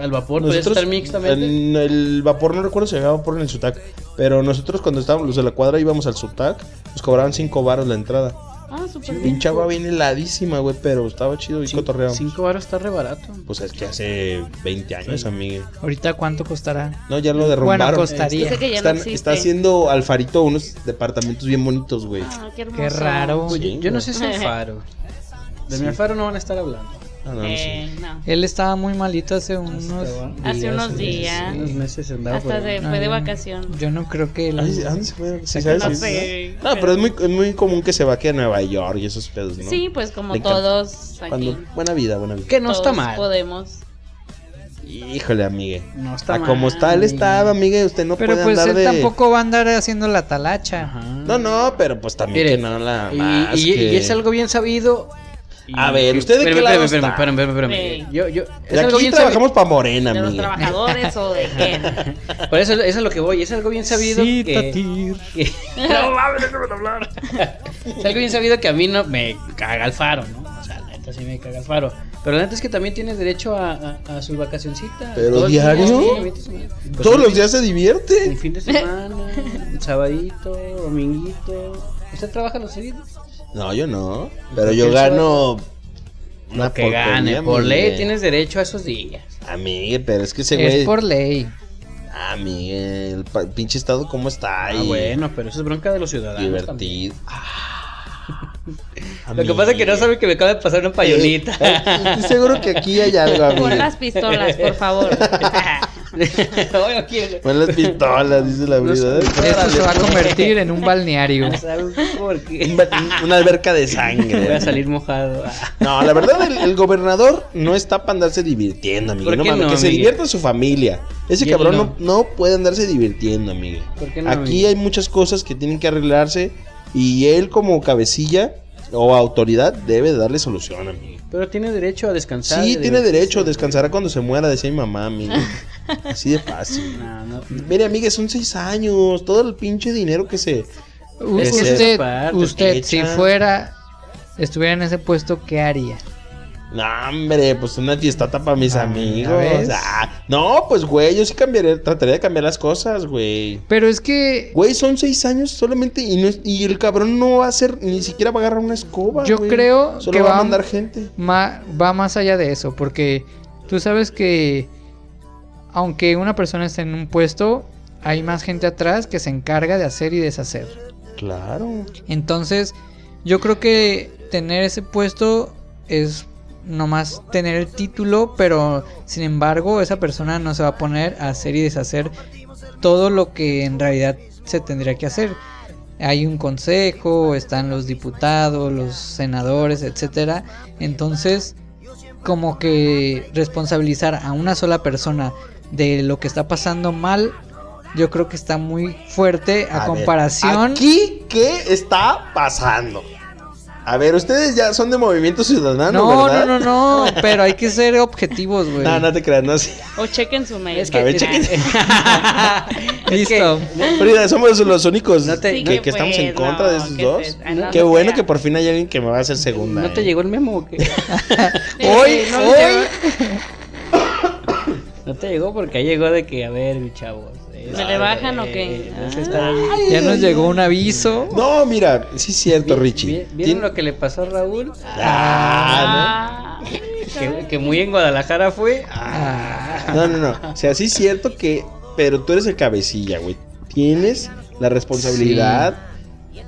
Speaker 4: al vapor, podías estar mixtamente.
Speaker 1: en el vapor, no recuerdo si había vapor en el Sutac, pero nosotros cuando estábamos los de la cuadra íbamos al Sutac, nos cobraban 5 baros la entrada.
Speaker 2: ah súper bien.
Speaker 1: Pinche agua bien heladísima, güey, pero estaba chido y
Speaker 4: Cin-
Speaker 1: cotorreo.
Speaker 4: Cinco baros está re barato.
Speaker 1: Pues es que hace 20 años, amigo.
Speaker 3: Ahorita cuánto costará.
Speaker 1: No, ya lo derrumbaron.
Speaker 3: Bueno, costaría.
Speaker 2: Dice que ya
Speaker 1: Están-
Speaker 2: no existe.
Speaker 1: está haciendo Alfarito unos departamentos bien bonitos, güey.
Speaker 2: Ah, qué,
Speaker 3: Qué
Speaker 2: hermoso.
Speaker 3: raro.
Speaker 2: pues
Speaker 4: Oye,
Speaker 1: Sí,
Speaker 4: yo no
Speaker 1: güey.
Speaker 4: sé si el faro. De
Speaker 1: Sí.
Speaker 4: mi faro no van a estar hablando.
Speaker 1: Ah, no, no sé.
Speaker 2: Eh, no.
Speaker 3: Él estaba muy malito
Speaker 4: Ah,
Speaker 3: hace unos.
Speaker 2: Hace unos
Speaker 4: unos
Speaker 2: días.
Speaker 4: Unos meses andaba
Speaker 2: Hasta
Speaker 4: por ahí.
Speaker 2: se fue de
Speaker 3: Ah,
Speaker 2: vacación.
Speaker 3: Yo no creo que él.
Speaker 1: Ay, ¿a dónde se fue? Sí,
Speaker 3: No
Speaker 1: ¿sabes?
Speaker 2: no
Speaker 1: Sí,
Speaker 2: sé.
Speaker 1: ¿no? No, pero es muy, es muy común que se va aquí a Nueva York y esos pedos, ¿no?
Speaker 2: Sí, pues como
Speaker 1: Me encanta.
Speaker 2: todos aquí.
Speaker 1: Cuando, buena vida, buena vida.
Speaker 4: Que no está
Speaker 2: todos
Speaker 4: mal.
Speaker 2: podemos.
Speaker 1: Híjole, amigue.
Speaker 4: No
Speaker 1: A
Speaker 4: está
Speaker 2: Ah,
Speaker 4: mal.
Speaker 1: como está el
Speaker 4: amigo.
Speaker 1: estado, amigue, usted no
Speaker 3: Pero
Speaker 1: puede
Speaker 3: pues
Speaker 1: andar
Speaker 3: él
Speaker 1: de...
Speaker 3: tampoco va a andar haciendo la talacha.
Speaker 4: Ajá.
Speaker 1: No, no, pero pues también
Speaker 4: Mire,
Speaker 1: que no la
Speaker 4: Y,
Speaker 1: más
Speaker 4: y-
Speaker 1: que-
Speaker 4: y es algo bien sabido.
Speaker 1: A ver, ¿usted de qué
Speaker 4: Espérame,
Speaker 1: lado
Speaker 4: espérame,
Speaker 1: está?
Speaker 4: espérame, espérame,
Speaker 2: Sí.
Speaker 4: espérame. Yo, yo,
Speaker 1: Pero
Speaker 4: es algo
Speaker 1: aquí
Speaker 4: bien
Speaker 1: trabajamos para Morena,
Speaker 2: ¿De los
Speaker 1: amigue.
Speaker 2: trabajadores o de quién?
Speaker 4: sabido. Por eso, eso es lo que voy. Es algo bien sabido.
Speaker 3: Sí,
Speaker 4: que-
Speaker 3: Tatir.
Speaker 4: que- es algo bien sabido que a mí no me caga el faro, ¿no? O sea, la neta sí me caga el faro. Pero la neta es que también tienes derecho a, a, a sus vacacioncitas.
Speaker 1: ¿Pero
Speaker 4: Todo el
Speaker 1: diario?
Speaker 4: fin de semana. Pues
Speaker 1: Todos
Speaker 4: un
Speaker 1: los
Speaker 4: fin-
Speaker 1: días se divierte.
Speaker 4: Un fin de semana, un sabadito, dominguito. ¿Usted trabaja los seguidos?
Speaker 1: No, yo no. Pero
Speaker 4: ¿Y
Speaker 1: yo
Speaker 4: quién
Speaker 1: gano.
Speaker 4: Lo que gane, por ley
Speaker 1: amigue. Ah,
Speaker 4: tienes derecho a esos días.
Speaker 1: Amigue, pero es que ese güey. Ah,
Speaker 3: Es por ley.
Speaker 1: Amigue, el pa- pinche estado, ¿cómo está?
Speaker 4: Ah,
Speaker 1: Y
Speaker 4: bueno, pero eso es bronca de los ciudadanos.
Speaker 1: Divertido. Ah,
Speaker 4: Lo que pasa es que no saben que me acaba de pasar
Speaker 1: Eh,
Speaker 4: una payolita.
Speaker 1: Estoy seguro que aquí hay algo,
Speaker 2: Pon las
Speaker 1: amiga.
Speaker 2: pistolas, por favor.
Speaker 4: Oye, aquí el-
Speaker 1: Pon las pistolas, dice la brida.
Speaker 3: Esto se va a convertir en un balneario.
Speaker 4: a saber por qué.
Speaker 1: Un ba- Una alberca de
Speaker 4: Voy
Speaker 1: sangre.
Speaker 4: a salir mojado.
Speaker 1: No, la verdad, el, el gobernador no está para andarse divirtiendo, amigo.
Speaker 4: ¿Por
Speaker 1: No,
Speaker 4: qué
Speaker 1: mames,
Speaker 4: no,
Speaker 1: que se
Speaker 4: amigo?
Speaker 1: divierta su familia. Ese
Speaker 4: Y él
Speaker 1: cabrón no.
Speaker 4: no.
Speaker 1: no puede andarse divirtiendo, amigo.
Speaker 4: ¿Por qué no,
Speaker 1: Aquí
Speaker 4: amigo?
Speaker 1: hay muchas cosas que tienen que arreglarse y él como cabecilla o autoridad debe darle solución, amigo.
Speaker 4: Pero tiene derecho a descansar.
Speaker 1: Sí,
Speaker 4: de
Speaker 1: tiene
Speaker 4: divertirse.
Speaker 1: derecho, descansará cuando se muera, decía mi mamá, amigo. Así de fácil.
Speaker 4: No, no.
Speaker 1: Mire, amiga, son seis años, todo el pinche dinero que se...
Speaker 3: U-
Speaker 1: Esa es
Speaker 3: Usted,
Speaker 4: parte,
Speaker 3: usted
Speaker 1: hecha.
Speaker 3: si fuera, estuviera en ese puesto, ¿qué haría?
Speaker 1: No, hombre, pues una fiestata para mis
Speaker 3: Ah,
Speaker 1: amigos.
Speaker 3: ¿ya ves?
Speaker 1: Ah, no, pues, güey, yo sí cambiaría, trataría de cambiar las cosas, güey.
Speaker 3: Pero es que
Speaker 1: Güey, son seis años solamente y, no es- y el cabrón no va a hacer, ni siquiera va a agarrar una escoba.
Speaker 3: Yo
Speaker 1: güey.
Speaker 3: creo
Speaker 1: Solo
Speaker 3: que
Speaker 1: va a
Speaker 3: va-
Speaker 1: mandar gente.
Speaker 3: ma- va más allá de eso, porque tú sabes que aunque una persona esté en un puesto, hay más gente atrás que se encarga de hacer y deshacer.
Speaker 1: Claro.
Speaker 3: Entonces, yo creo que tener ese puesto es nomás tener el título, pero sin embargo, esa persona no se va a poner a hacer y deshacer todo lo que en realidad se tendría que hacer. Hay un consejo, están los diputados, los senadores, etcétera. Entonces, como que responsabilizar a una sola persona de lo que está pasando mal, yo creo que está muy fuerte a,
Speaker 1: ver,
Speaker 3: comparación.
Speaker 1: ¿Aquí qué está pasando? A ver, ustedes ya son de Movimiento Ciudadano,
Speaker 3: No,
Speaker 1: ¿verdad?
Speaker 3: no, no, no, pero hay que ser objetivos, güey.
Speaker 1: No, no te creas, no sé.
Speaker 2: O chequen su mail.
Speaker 4: Es que-
Speaker 1: A ver,
Speaker 2: Ah,
Speaker 1: chequen.
Speaker 3: eh, Listo.
Speaker 1: Frida, somos los únicos
Speaker 4: No te-
Speaker 1: que,
Speaker 2: sí,
Speaker 1: que estamos en
Speaker 2: pues,
Speaker 1: contra
Speaker 2: no,
Speaker 1: de esos
Speaker 2: que
Speaker 1: dos.
Speaker 2: se- ah, no,
Speaker 1: Qué
Speaker 2: no
Speaker 1: bueno
Speaker 2: sea.
Speaker 1: que por fin hay alguien que me va a hacer segunda.
Speaker 4: ¿No te
Speaker 1: eh.
Speaker 4: llegó el memo o qué?
Speaker 1: Hoy,
Speaker 2: No, no,
Speaker 1: hoy.
Speaker 4: No te llegó porque ahí llegó de que, a ver, mi chavos. eh,
Speaker 2: ¿Me le bajan
Speaker 4: eh,
Speaker 2: o qué? Ah.
Speaker 4: no se está-
Speaker 3: Ya nos llegó un aviso.
Speaker 1: No, mira, sí es cierto, Richie.
Speaker 4: ¿Vieron
Speaker 1: Tien-
Speaker 4: lo que le pasó a Raúl?
Speaker 1: Ah,
Speaker 2: Ah,
Speaker 4: Que, que muy en Guadalajara fue.
Speaker 3: Ah,
Speaker 1: no. no, no, no. O sea, sí es cierto que. Pero tú eres el cabecilla, güey. Tienes la responsabilidad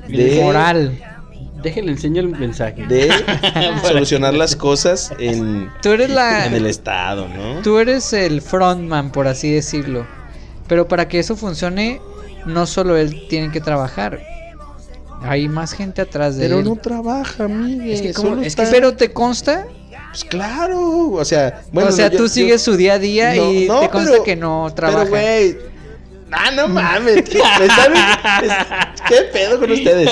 Speaker 1: de.
Speaker 3: moral.
Speaker 4: Déjenle enseño el mensaje.
Speaker 1: De solucionar las cosas en,
Speaker 3: Tú eres la
Speaker 1: en el estado, ¿no?
Speaker 3: tú eres el frontman, por así decirlo. Pero para que eso funcione, no solo él tiene que trabajar. Hay más gente atrás de
Speaker 1: Pero
Speaker 3: él.
Speaker 1: no trabaja, Miguel.
Speaker 3: es que como-
Speaker 1: solo
Speaker 3: es que-
Speaker 1: está-
Speaker 3: pero te consta?
Speaker 1: Pues claro, o sea, bueno,
Speaker 3: o sea,
Speaker 1: no, yo-
Speaker 3: tú
Speaker 1: yo-
Speaker 3: sigues su día a día
Speaker 1: No,
Speaker 3: y
Speaker 1: no,
Speaker 3: te consta
Speaker 1: pero-
Speaker 3: que no trabaja.
Speaker 1: Pero, güey. Ah, no mames. ¿Qué, me saben- es- ¿qué pedo con ustedes?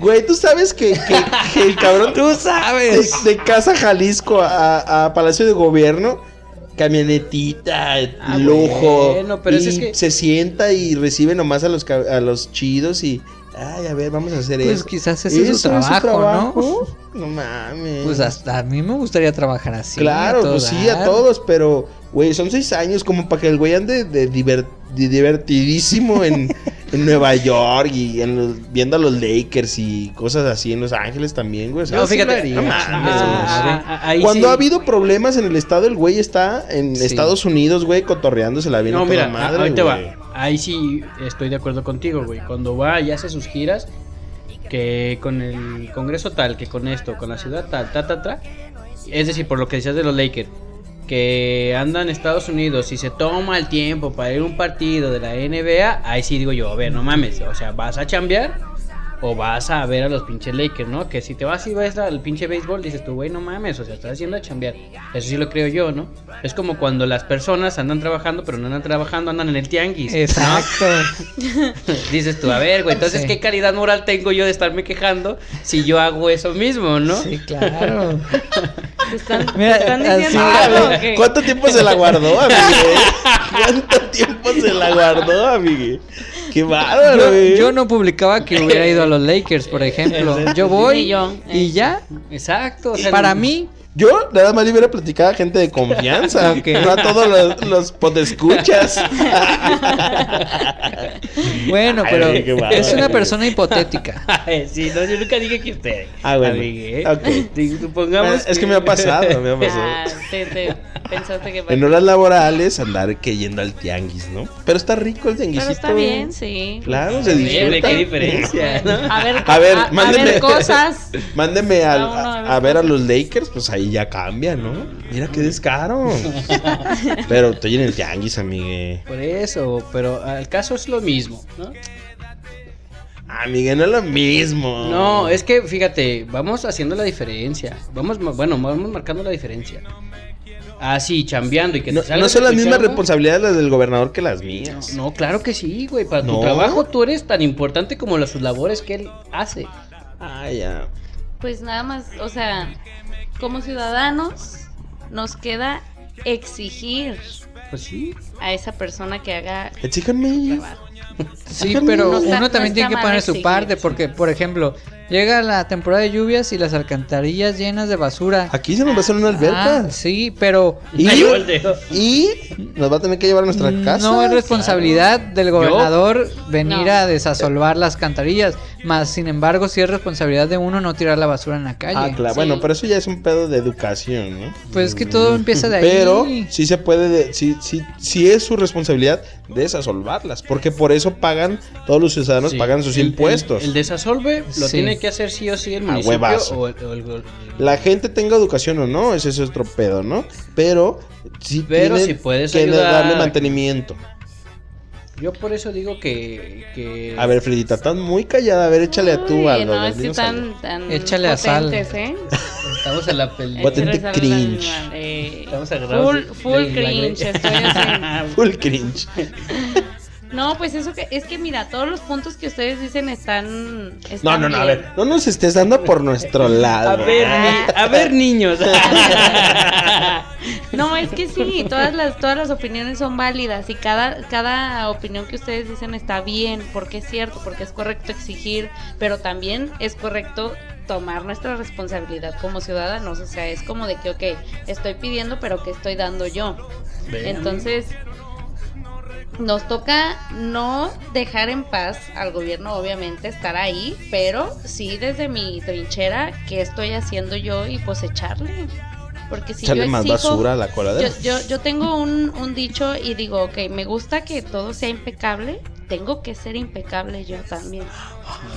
Speaker 1: Güey, tú sabes que, que- que el cabrón
Speaker 3: tú sabes.
Speaker 1: de, de Casa Jalisco a, a Palacio de Gobierno, camionetita,
Speaker 4: Ah,
Speaker 1: lujo.
Speaker 4: bueno, pero
Speaker 1: y
Speaker 4: es que-
Speaker 1: se sienta y recibe nomás a los, ca- a los chidos y. Ay, a ver, vamos a hacer
Speaker 3: Pues
Speaker 1: esto.
Speaker 3: quizás ese es su trabajo,
Speaker 1: ¿no? No mames.
Speaker 3: Pues hasta a mí me gustaría trabajar así.
Speaker 1: Claro,
Speaker 3: todo
Speaker 1: pues sí, a
Speaker 3: dar.
Speaker 1: todos, pero, güey, son seis años como para que el güey ande de, diver- de divertidísimo en, en Nueva York y en los- viendo a los Lakers y cosas así en Los Ángeles también, güey. o sea,
Speaker 3: No,
Speaker 1: sí
Speaker 3: fíjate,
Speaker 1: lo haría,
Speaker 3: no
Speaker 1: chingue
Speaker 3: mames,
Speaker 1: su
Speaker 3: ah,
Speaker 1: madre.
Speaker 3: madre.
Speaker 4: ah, ahí
Speaker 1: Cuando
Speaker 4: sí.
Speaker 1: ha habido problemas en el estado, el güey está en
Speaker 3: Sí.
Speaker 1: Estados Unidos, güey, cotorreándose la vida
Speaker 4: No, mira,
Speaker 1: madre,
Speaker 4: a- ahí te va.
Speaker 1: güey.
Speaker 4: Ahí sí estoy de acuerdo contigo, güey. Cuando va y hace sus giras, que con el congreso tal, que con esto, con la ciudad tal, ta, ta, ta. Es decir, por lo que decías de los Lakers, que andan en Estados Unidos y se toma el tiempo para ir a un partido de la NBA, ahí sí digo yo, a ver, no mames, o sea, vas a chambear o vas a ver a los pinches Lakers, ¿no? Que si te vas y ves al pinche béisbol, dices tú, güey, no mames, o sea, estás haciendo a chambear. Eso sí lo creo yo, ¿no? Es como cuando las personas andan trabajando, pero no andan trabajando, andan en el tianguis. ¿no?
Speaker 3: Exacto.
Speaker 4: Dices tú, a ver, güey, entonces,
Speaker 3: Sí.
Speaker 4: ¿qué calidad moral tengo yo de estarme quejando si yo hago eso mismo, no?
Speaker 3: Sí, claro.
Speaker 2: ¿te están, te
Speaker 3: Mira,
Speaker 2: están diciendo
Speaker 3: así-
Speaker 1: Ah,
Speaker 2: algo o
Speaker 1: güey,
Speaker 2: qué?
Speaker 1: ¿Cuánto tiempo se la guardó, amigue? ¿Cuánto tiempo se la guardó, amigue? Qué bárbaro,
Speaker 3: Yo,
Speaker 1: güey.
Speaker 3: yo no publicaba que hubiera ido a los Lakers, por ejemplo. Yo voy
Speaker 2: Ni yo, eh.
Speaker 3: y ya.
Speaker 4: Exacto. o sea,
Speaker 3: Para
Speaker 4: no-
Speaker 3: mí,
Speaker 1: Yo nada más le hubiera platicado a gente de confianza,
Speaker 3: Ok.
Speaker 1: no a todos los, los podescuchas.
Speaker 3: Bueno,
Speaker 1: Ay,
Speaker 3: pero
Speaker 1: qué bárbaro.
Speaker 3: es una persona hipotética.
Speaker 4: sí, no, yo nunca dije que usted.
Speaker 1: Ah, bueno.
Speaker 4: Amigué.
Speaker 1: Ok.
Speaker 4: Digo, Supongamos.
Speaker 1: Bueno, es que me ha pasado, me ha
Speaker 2: Ah,
Speaker 1: pasado.
Speaker 2: te, te- pensaste que
Speaker 1: En horas laborales andar que yendo al tianguis, ¿no? Pero está rico el tianguisito.
Speaker 2: Pero está bien, sí.
Speaker 1: Claro, se
Speaker 4: Híjole,
Speaker 1: disfruta.
Speaker 4: qué diferencia, ¿no?
Speaker 2: A ver,
Speaker 1: A ver,
Speaker 2: a- a
Speaker 1: mándenme-
Speaker 2: ver cosas.
Speaker 1: Mándeme al-
Speaker 2: No, no,
Speaker 1: a,
Speaker 2: a ver.
Speaker 1: a ver a los Lakers, pues ahí ya cambia, ¿no? Mira qué descaro. Pero estoy en el tianguis, amigue.
Speaker 4: Por eso, pero al caso es lo mismo, ¿no?
Speaker 1: Amigue, no es lo mismo.
Speaker 4: No, es que fíjate, vamos haciendo la diferencia. Vamos, ma- bueno, vamos marcando la diferencia. Así, chambeando y que te
Speaker 1: No,
Speaker 4: salgas
Speaker 1: no
Speaker 4: de
Speaker 1: son
Speaker 4: tu
Speaker 1: las mismas
Speaker 4: chamba.
Speaker 1: responsabilidades las del gobernador que las mías.
Speaker 4: No, claro que sí, güey. Para
Speaker 1: No.
Speaker 4: tu trabajo tú eres tan importante como las sus labores que él hace.
Speaker 1: Ah, ya.
Speaker 2: Pues nada más, o sea, como ciudadanos nos queda exigir
Speaker 4: Pues sí.
Speaker 2: a esa persona que haga el
Speaker 1: Exíjanme.
Speaker 2: trabajo.
Speaker 3: Sí,
Speaker 1: Ajá,
Speaker 3: pero
Speaker 1: no
Speaker 2: está-
Speaker 3: uno
Speaker 2: no
Speaker 3: también
Speaker 2: está
Speaker 3: tiene que
Speaker 2: mal
Speaker 3: poner su
Speaker 2: exigir.
Speaker 3: parte, porque, por ejemplo, llega la temporada de lluvias y las alcantarillas llenas de basura.
Speaker 1: Aquí se nos va a hacer una alberca.
Speaker 3: Ah, sí, pero
Speaker 1: Y,
Speaker 4: Ay, yo el dedo.
Speaker 1: y nos va a tener que llevar a nuestra casa.
Speaker 3: Mm, no es responsabilidad del gobernador venir
Speaker 2: No.
Speaker 3: a desasolvar las alcantarillas. Más, sin embargo, sí es responsabilidad de uno no tirar la basura en la calle.
Speaker 1: Ah, claro.
Speaker 2: Sí.
Speaker 1: Bueno, pero eso ya es un pedo de educación, ¿no?
Speaker 3: Pues es que todo empieza de ahí.
Speaker 1: Mm. Pero sí se puede, de- sí, sí, sí es su responsabilidad desasolvarlas, porque por eso pagan, todos los ciudadanos
Speaker 4: Sí,
Speaker 1: pagan sus
Speaker 4: el- el-
Speaker 1: impuestos.
Speaker 4: El, desasolve lo
Speaker 3: Sí.
Speaker 4: tiene que hacer sí o sí el municipio
Speaker 1: huevazo.
Speaker 4: o el- o el- o el-
Speaker 1: La gente tenga educación o no, ese es otro pedo, ¿no? Pero sí
Speaker 4: Pero
Speaker 1: tienen
Speaker 4: si puedes
Speaker 1: que
Speaker 4: ayudar.
Speaker 1: darle mantenimiento.
Speaker 4: Yo por eso digo que, que-
Speaker 1: A ver, Fridita, estás muy callada, a ver, échale a tú
Speaker 2: Uy,
Speaker 1: algo.
Speaker 2: No,
Speaker 1: a ver,
Speaker 2: es que
Speaker 1: dinos algo.
Speaker 2: tan, tan
Speaker 3: Échale a sal.
Speaker 2: potentes, ¿eh?
Speaker 4: estamos en la pelea.
Speaker 1: Potente
Speaker 2: Échale sal al
Speaker 1: cringe.
Speaker 2: animal, eh.
Speaker 4: Estamos
Speaker 2: Full,
Speaker 4: agarrados de-
Speaker 2: full
Speaker 4: del
Speaker 2: cringe,
Speaker 4: baile.
Speaker 2: estoy así.
Speaker 1: Full cringe.
Speaker 2: No, pues eso que es que mira, todos los puntos que ustedes dicen están,
Speaker 1: No,
Speaker 2: están
Speaker 1: no, no, a
Speaker 2: bien.
Speaker 1: ver, no nos estés dando por nuestro lado.
Speaker 4: A ver, ni- a ver niños.
Speaker 2: No, es que sí, todas las todas las opiniones son válidas y cada cada opinión que ustedes dicen está bien, porque es cierto, porque es correcto exigir, pero también es correcto tomar nuestra responsabilidad como ciudadanos, o sea, es como de que, ok, estoy pidiendo, pero ¿qué estoy dando yo? Entonces, nos toca no dejar en paz al gobierno, obviamente, estar ahí, pero sí desde mi trinchera, ¿qué estoy haciendo yo? Y pues echarle. Porque si
Speaker 1: Échale
Speaker 2: yo
Speaker 1: más
Speaker 2: exijo-
Speaker 1: basura a la coladera.
Speaker 2: yo, yo, yo tengo un, un dicho y digo, ok, me gusta que todo sea impecable, tengo que ser impecable yo también.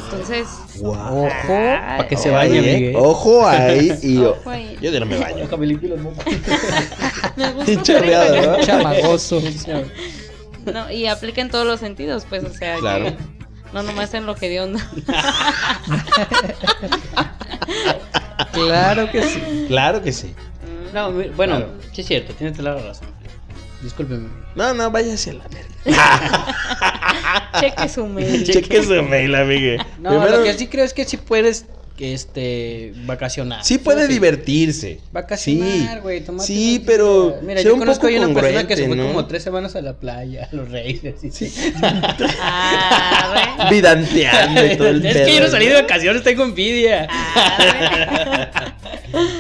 Speaker 2: Entonces,
Speaker 1: Guau.
Speaker 3: Ojo,
Speaker 2: Ay.
Speaker 3: para que se
Speaker 1: Ojo
Speaker 3: vaya.
Speaker 1: ahí, ¿eh?
Speaker 4: Miguel.
Speaker 1: Ojo ahí y yo.
Speaker 2: Ojo ahí.
Speaker 1: Yo ya no me baño.
Speaker 4: Déjame limpio los mocos.
Speaker 2: me gusta
Speaker 1: Pinche
Speaker 2: ser
Speaker 1: arreada,
Speaker 2: impecable.
Speaker 1: ¿no?
Speaker 3: Chamagoso.
Speaker 2: No, y aplica en todos los sentidos, pues, o sea,
Speaker 1: Claro.
Speaker 2: que no nomás en lo que dio onda.
Speaker 3: Claro que sí.
Speaker 1: Claro que sí.
Speaker 4: No, mi- bueno,
Speaker 1: Claro.
Speaker 4: sí es cierto, tienes toda la razón. Discúlpeme.
Speaker 1: No, no, vaya hacia la verga.
Speaker 2: Cheque su mail.
Speaker 1: Cheque su mail, amigue.
Speaker 4: No,
Speaker 1: Primero,
Speaker 4: lo que sí creo es que sí puedes este vacacionar.
Speaker 1: sí puede divertirse.
Speaker 4: Vacacionar, güey,
Speaker 1: sí.
Speaker 4: tomarte
Speaker 1: Sí,
Speaker 4: una-
Speaker 1: pero.
Speaker 4: Mira,
Speaker 1: sea
Speaker 4: yo
Speaker 1: un
Speaker 4: conozco
Speaker 1: poco
Speaker 4: a una persona que se fue
Speaker 1: congruente, ¿no?
Speaker 4: como tres semanas a la playa, a los reyes. y-
Speaker 2: Arre,
Speaker 1: Vidanteando y todo el
Speaker 4: es que
Speaker 1: pedo,
Speaker 4: yo no salí de vacaciones, tengo envidia.
Speaker 2: arre.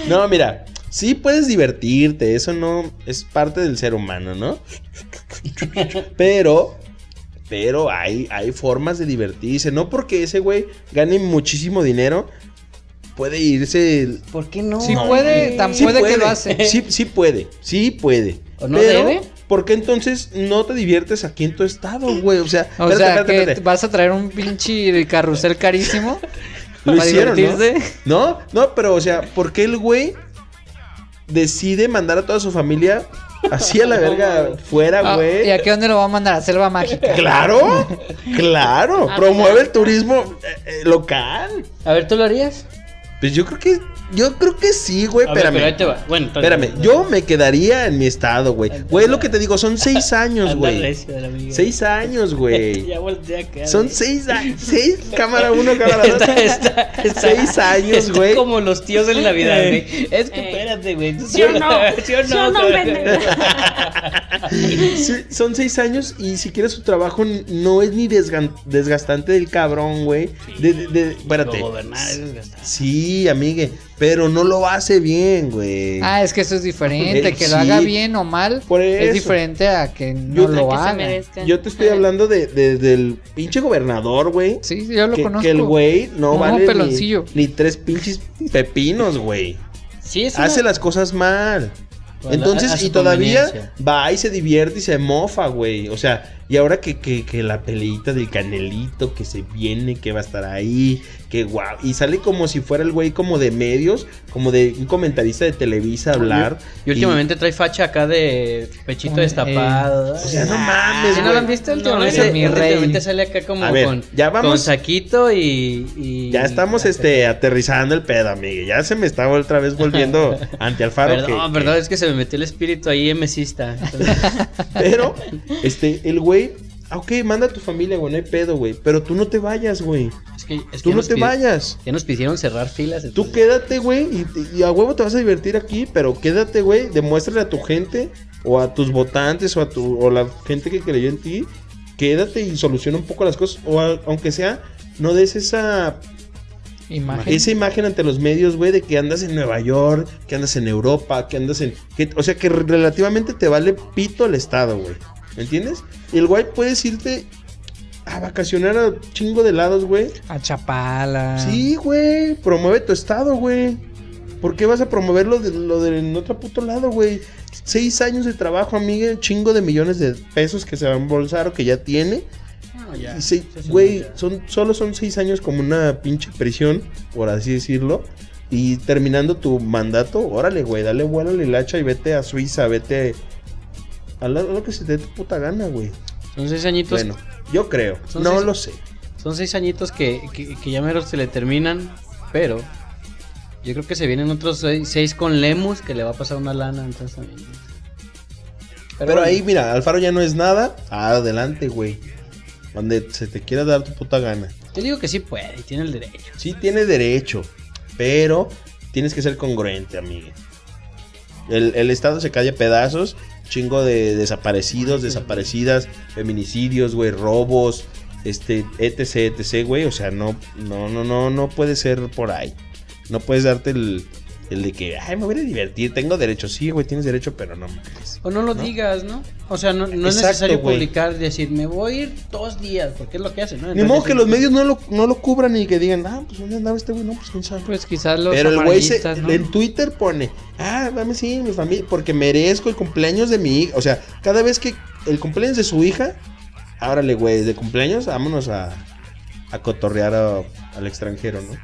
Speaker 1: No, mira, sí puedes divertirte, eso no es parte del ser humano, ¿no? Pero, pero hay, hay formas de divertirse, no porque ese güey gane muchísimo dinero, puede irse...
Speaker 4: ¿Por qué no?
Speaker 3: Sí puede, tan
Speaker 1: Sí
Speaker 3: puede, que lo hace.
Speaker 1: Sí, sí puede, sí puede.
Speaker 4: ¿O no
Speaker 1: pero,
Speaker 4: debe?
Speaker 1: ¿por qué entonces no te diviertes aquí en tu estado, güey? O sea,
Speaker 3: O
Speaker 1: espérate,
Speaker 3: sea,
Speaker 1: espérate,
Speaker 3: que
Speaker 1: espérate.
Speaker 3: vas a traer un pinche carrusel carísimo.
Speaker 1: Lo
Speaker 3: para
Speaker 1: hicieron, ¿no?
Speaker 3: divertirse.
Speaker 1: ¿no? No, pero, o sea, ¿por qué el güey decide mandar a toda su familia así a la verga fuera,
Speaker 3: Ah, ¿Y
Speaker 1: güey?
Speaker 3: a qué dónde lo va a mandar? A Selva Mágica.
Speaker 1: Claro, claro.
Speaker 2: Ah,
Speaker 1: Promueve el turismo eh, eh, local.
Speaker 4: A ver, ¿tú lo harías?
Speaker 1: Pues yo creo que, yo creo que sí, güey.
Speaker 4: A ver,
Speaker 1: Espérame.
Speaker 4: pero ahí te va. Bueno, entonces-
Speaker 1: Espérame, yo me quedaría en mi estado, güey. Güey, es lo que te digo, son seis años,
Speaker 4: Anda
Speaker 1: güey.
Speaker 4: recio de la amiga.
Speaker 1: Seis años, güey.
Speaker 4: Ya volteé acá,
Speaker 1: Son
Speaker 4: güey.
Speaker 1: seis años. Seis, cámara uno, cámara dos.
Speaker 4: Está- está- está-
Speaker 1: Seis años,
Speaker 4: está
Speaker 1: güey.
Speaker 4: como los tíos en Navidad, güey. Es que
Speaker 2: Eh.
Speaker 4: espérate, güey.
Speaker 2: ¿Sí o no?
Speaker 4: ¿Sí o no?
Speaker 2: ¿Sí o no,
Speaker 4: güey?
Speaker 2: pendejo?
Speaker 1: Sí, son seis años y si quieres su trabajo n- no es ni desgan- desgastante del cabrón, güey. De, de- de- espérate.
Speaker 4: Gobernar es desgastar.
Speaker 1: Sí, sí, amigue, pero no lo hace bien, güey.
Speaker 3: Ah, es que eso es diferente.
Speaker 1: Eh,
Speaker 3: que lo haga
Speaker 1: sí.
Speaker 3: bien o mal
Speaker 1: Por
Speaker 3: es
Speaker 1: eso.
Speaker 3: diferente a que no
Speaker 1: Yo-
Speaker 3: lo
Speaker 2: que se
Speaker 3: haga.
Speaker 2: merezca.
Speaker 1: Yo te estoy hablando de, de- del pinche gobernador, güey.
Speaker 3: Sí, sí, yo lo
Speaker 1: que,
Speaker 3: conozco.
Speaker 1: que el güey no,
Speaker 3: No,
Speaker 1: vale ni-
Speaker 3: peloncillo.
Speaker 1: ni tres pinches pepinos, güey.
Speaker 4: Sí, es una-
Speaker 1: hace las cosas mal.
Speaker 4: Bueno, a- a
Speaker 1: Entonces,
Speaker 4: su
Speaker 1: y todavía
Speaker 4: conveniencia.
Speaker 1: va y se divierte y se mofa, güey. O sea, y ahora que, que, que la peleita del canelito que se viene, que va a estar ahí, que guau. Y sale como si fuera el güey como de medios, como de un comentarista de Televisa a hablar.
Speaker 4: Y últimamente trae facha acá de pechito
Speaker 3: Un-
Speaker 4: destapado.
Speaker 1: eh, O sea, no mames,
Speaker 3: Ah,
Speaker 4: ¿Sí
Speaker 1: güey.
Speaker 4: no lo han visto
Speaker 2: No,
Speaker 4: últimamente?
Speaker 1: ese es mi
Speaker 4: últimamente
Speaker 3: rey.
Speaker 4: sale acá como
Speaker 1: A ver,
Speaker 4: con,
Speaker 1: ya vamos.
Speaker 4: con saquito y, y-
Speaker 1: Ya estamos este aterrizando el pedo, amigo. Ya se me está otra vez volviendo ante Alfaro.
Speaker 4: Perdón,
Speaker 1: que- que-
Speaker 4: perdón, es que se me metió el espíritu ahí MCista. Entonces,
Speaker 1: Pero, este, el güey, ah, ok, manda a tu familia, güey, no hay pedo, güey. Pero tú no te vayas, güey.
Speaker 4: es que, es que
Speaker 1: Tú
Speaker 4: ya
Speaker 1: no
Speaker 4: nos
Speaker 1: te
Speaker 4: pid-
Speaker 1: vayas.
Speaker 4: Ya nos pidieron cerrar filas.
Speaker 1: Tú
Speaker 4: entonces-
Speaker 1: quédate, güey, y, y a huevo te vas a divertir aquí, pero quédate, güey, demuéstrale a tu gente o a tus votantes o a tu o la gente que creyó en ti, quédate y soluciona un poco las cosas o a- aunque sea no des esa
Speaker 3: Imagen.
Speaker 1: esa imagen ante los medios, güey, de que andas en Nueva York, que andas en Europa, que andas en. que- o sea, que relativamente te vale pito el estado, güey. ¿Me entiendes? Y el güey puedes irte a vacacionar a chingo de lados, güey.
Speaker 3: A Chapala.
Speaker 1: Sí, güey. Promueve tu estado, güey. ¿Por qué vas a promover lo de, lo de en otro puto lado, güey? Seis años de trabajo, amiga, chingo de millones de pesos que se va a embolsar o que ya tiene.
Speaker 4: No, ya.
Speaker 1: Y se-
Speaker 4: Eso es
Speaker 1: güey,
Speaker 4: una-
Speaker 1: son, solo son seis años como una pinche prisión, por así decirlo. Y terminando tu mandato, órale, güey, dale vuelo al hacha y vete a Suiza, vete a lo, a lo que se te dé tu puta gana, güey.
Speaker 4: Son seis añitos.
Speaker 1: bueno, yo creo,
Speaker 4: son
Speaker 1: no
Speaker 4: seis-
Speaker 1: lo sé.
Speaker 4: Son seis añitos que, que, que ya mero se le terminan, pero yo creo que se vienen otros seis, seis con Lemus que le va a pasar una lana. Entonces, también.
Speaker 1: Pero, ahí, mira, Alfaro ya no es nada, adelante, güey. Donde se te quiera dar tu puta gana.
Speaker 4: Yo digo que sí puede y tiene el derecho.
Speaker 1: Sí tiene derecho, pero tienes que ser congruente, amiga. El, el Estado se cae a pedazos, chingo de desaparecidos, desaparecidas, feminicidios, güey, robos, este, etc, etc, güey. O sea, no, no, no, no, no puede ser por ahí. No puedes darte el, el de que, ay, me voy a divertir, tengo derecho. Sí, güey, tienes derecho, pero no mames.
Speaker 4: O no lo
Speaker 1: ¿No?
Speaker 4: digas, ¿no? O sea, no, no es
Speaker 1: Exacto,
Speaker 4: necesario
Speaker 1: güey.
Speaker 4: publicar, decir, me voy a ir dos días, porque es lo que hacen, ¿no?
Speaker 1: Ni
Speaker 4: Entonces, este,
Speaker 1: modo que los medios no lo, no lo cubran y que digan, ah, pues dónde andaba este güey, no, pues quién sabe.
Speaker 3: Pues quizás los
Speaker 1: Pero el güey se-
Speaker 3: amarillistas, ¿no?
Speaker 1: en Twitter pone, ah, dame sí, mi familia, porque merezco el cumpleaños de mi hija. O sea, cada vez que el cumpleaños de su hija, árale, güey, de cumpleaños, vámonos a, a cotorrear a- al extranjero, ¿no?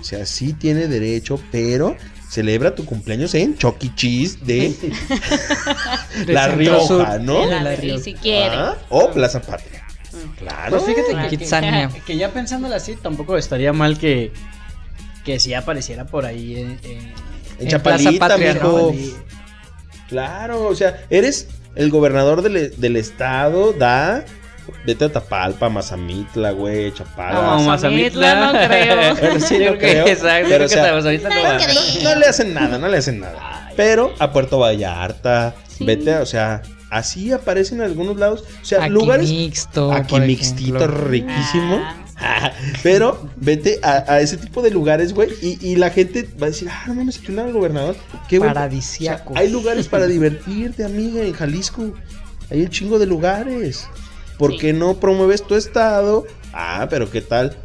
Speaker 1: O sea, sí tiene derecho, pero celebra tu cumpleaños en Chucky Cheese de
Speaker 3: De
Speaker 1: La
Speaker 3: Centro
Speaker 1: Rioja,
Speaker 3: Sur.
Speaker 1: ¿no?
Speaker 2: El
Speaker 3: la
Speaker 2: Adri,
Speaker 3: río.
Speaker 2: si quiere.
Speaker 1: Ah, O Plaza Patria. Claro.
Speaker 4: Pues fíjate que- que,
Speaker 3: Kitsania.
Speaker 4: que ya pensándolo así, tampoco estaría mal que, que si apareciera por ahí eh, en, en-
Speaker 1: en
Speaker 3: en
Speaker 1: Chapalita,
Speaker 3: Plaza Patria,
Speaker 1: mijo.
Speaker 3: ¿no?
Speaker 1: Claro, o sea, eres el gobernador del, e, del estado, da. Vete a Tapalpa, Mazamitla, güey, Chapala.
Speaker 2: No, Mazamitla, no
Speaker 4: Eh,
Speaker 2: creo.
Speaker 1: Bueno, sí,
Speaker 4: Yo
Speaker 1: no
Speaker 4: creo
Speaker 1: creo,
Speaker 4: que
Speaker 1: pero,
Speaker 4: exacto, creo
Speaker 1: o
Speaker 4: que
Speaker 1: sea,
Speaker 4: estamos ahorita no va.
Speaker 1: No, no le hacen nada, no le hacen nada. Pero a Puerto Vallarta,
Speaker 2: Sí.
Speaker 1: vete, a- o sea, así aparecen en algunos lados. O sea,
Speaker 3: Aquí
Speaker 1: lugares
Speaker 3: mixto.
Speaker 1: aquí
Speaker 3: por
Speaker 1: mixtito,
Speaker 3: ejemplo.
Speaker 1: riquísimo.
Speaker 2: Ah.
Speaker 1: Pero vete a, a ese tipo de lugares, güey, y, y la gente va a decir, ah, no mames, que el gobernador. Qué buen-
Speaker 3: Paradisiaco.
Speaker 1: o sea, hay lugares para divertirte, amiga, en Jalisco. Hay un chingo de lugares. ¿Por
Speaker 2: Sí.
Speaker 1: qué no promueves tu estado? Ah, pero ¿qué tal?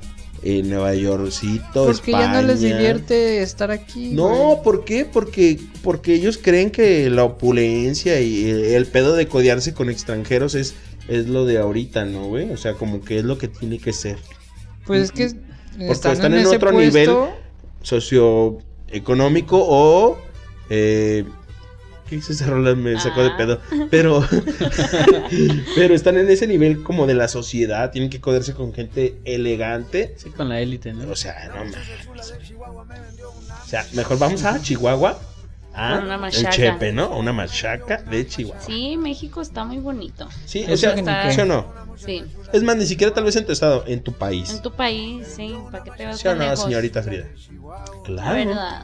Speaker 1: En Nueva Yorkcito,
Speaker 3: Porque ya no les
Speaker 1: España.
Speaker 3: divierte estar aquí.
Speaker 1: No,
Speaker 3: güey.
Speaker 1: ¿por qué? Porque, porque ellos creen que la opulencia y el, el pedo de codearse con extranjeros es, es lo de ahorita, ¿no, güey? O sea, como que es lo que tiene que ser.
Speaker 3: Pues es que están,
Speaker 1: están en
Speaker 3: en, ese
Speaker 1: otro
Speaker 3: puesto,
Speaker 1: nivel. Socioeconómico o... Eh, ¿Qué hice esa rola? Me sacó de
Speaker 2: Ah.
Speaker 1: pedo. Pero, pero están en ese nivel como de la sociedad. Tienen que codearse con gente elegante.
Speaker 4: Sí, con la élite, ¿no?
Speaker 1: O sea, no mames. O sea, mejor vamos a Chihuahua. A
Speaker 2: Con una
Speaker 1: el
Speaker 2: machaca.
Speaker 1: Chepe, ¿no? A Una machaca de Chihuahua. Sí,
Speaker 2: Sí, México está muy bonito.
Speaker 1: o
Speaker 3: Eso
Speaker 1: sea,
Speaker 3: que
Speaker 2: ni qué.
Speaker 1: ¿sí o no?
Speaker 2: Sí.
Speaker 1: Es más, ni siquiera tal vez en tu estado, en tu país.
Speaker 2: En tu pues. país, sí. ¿Para qué te vas
Speaker 1: ¿Sí o
Speaker 2: tan
Speaker 1: no,
Speaker 2: lejos?
Speaker 1: señorita Ah, Frida?
Speaker 2: La
Speaker 1: Claro.
Speaker 2: verdad.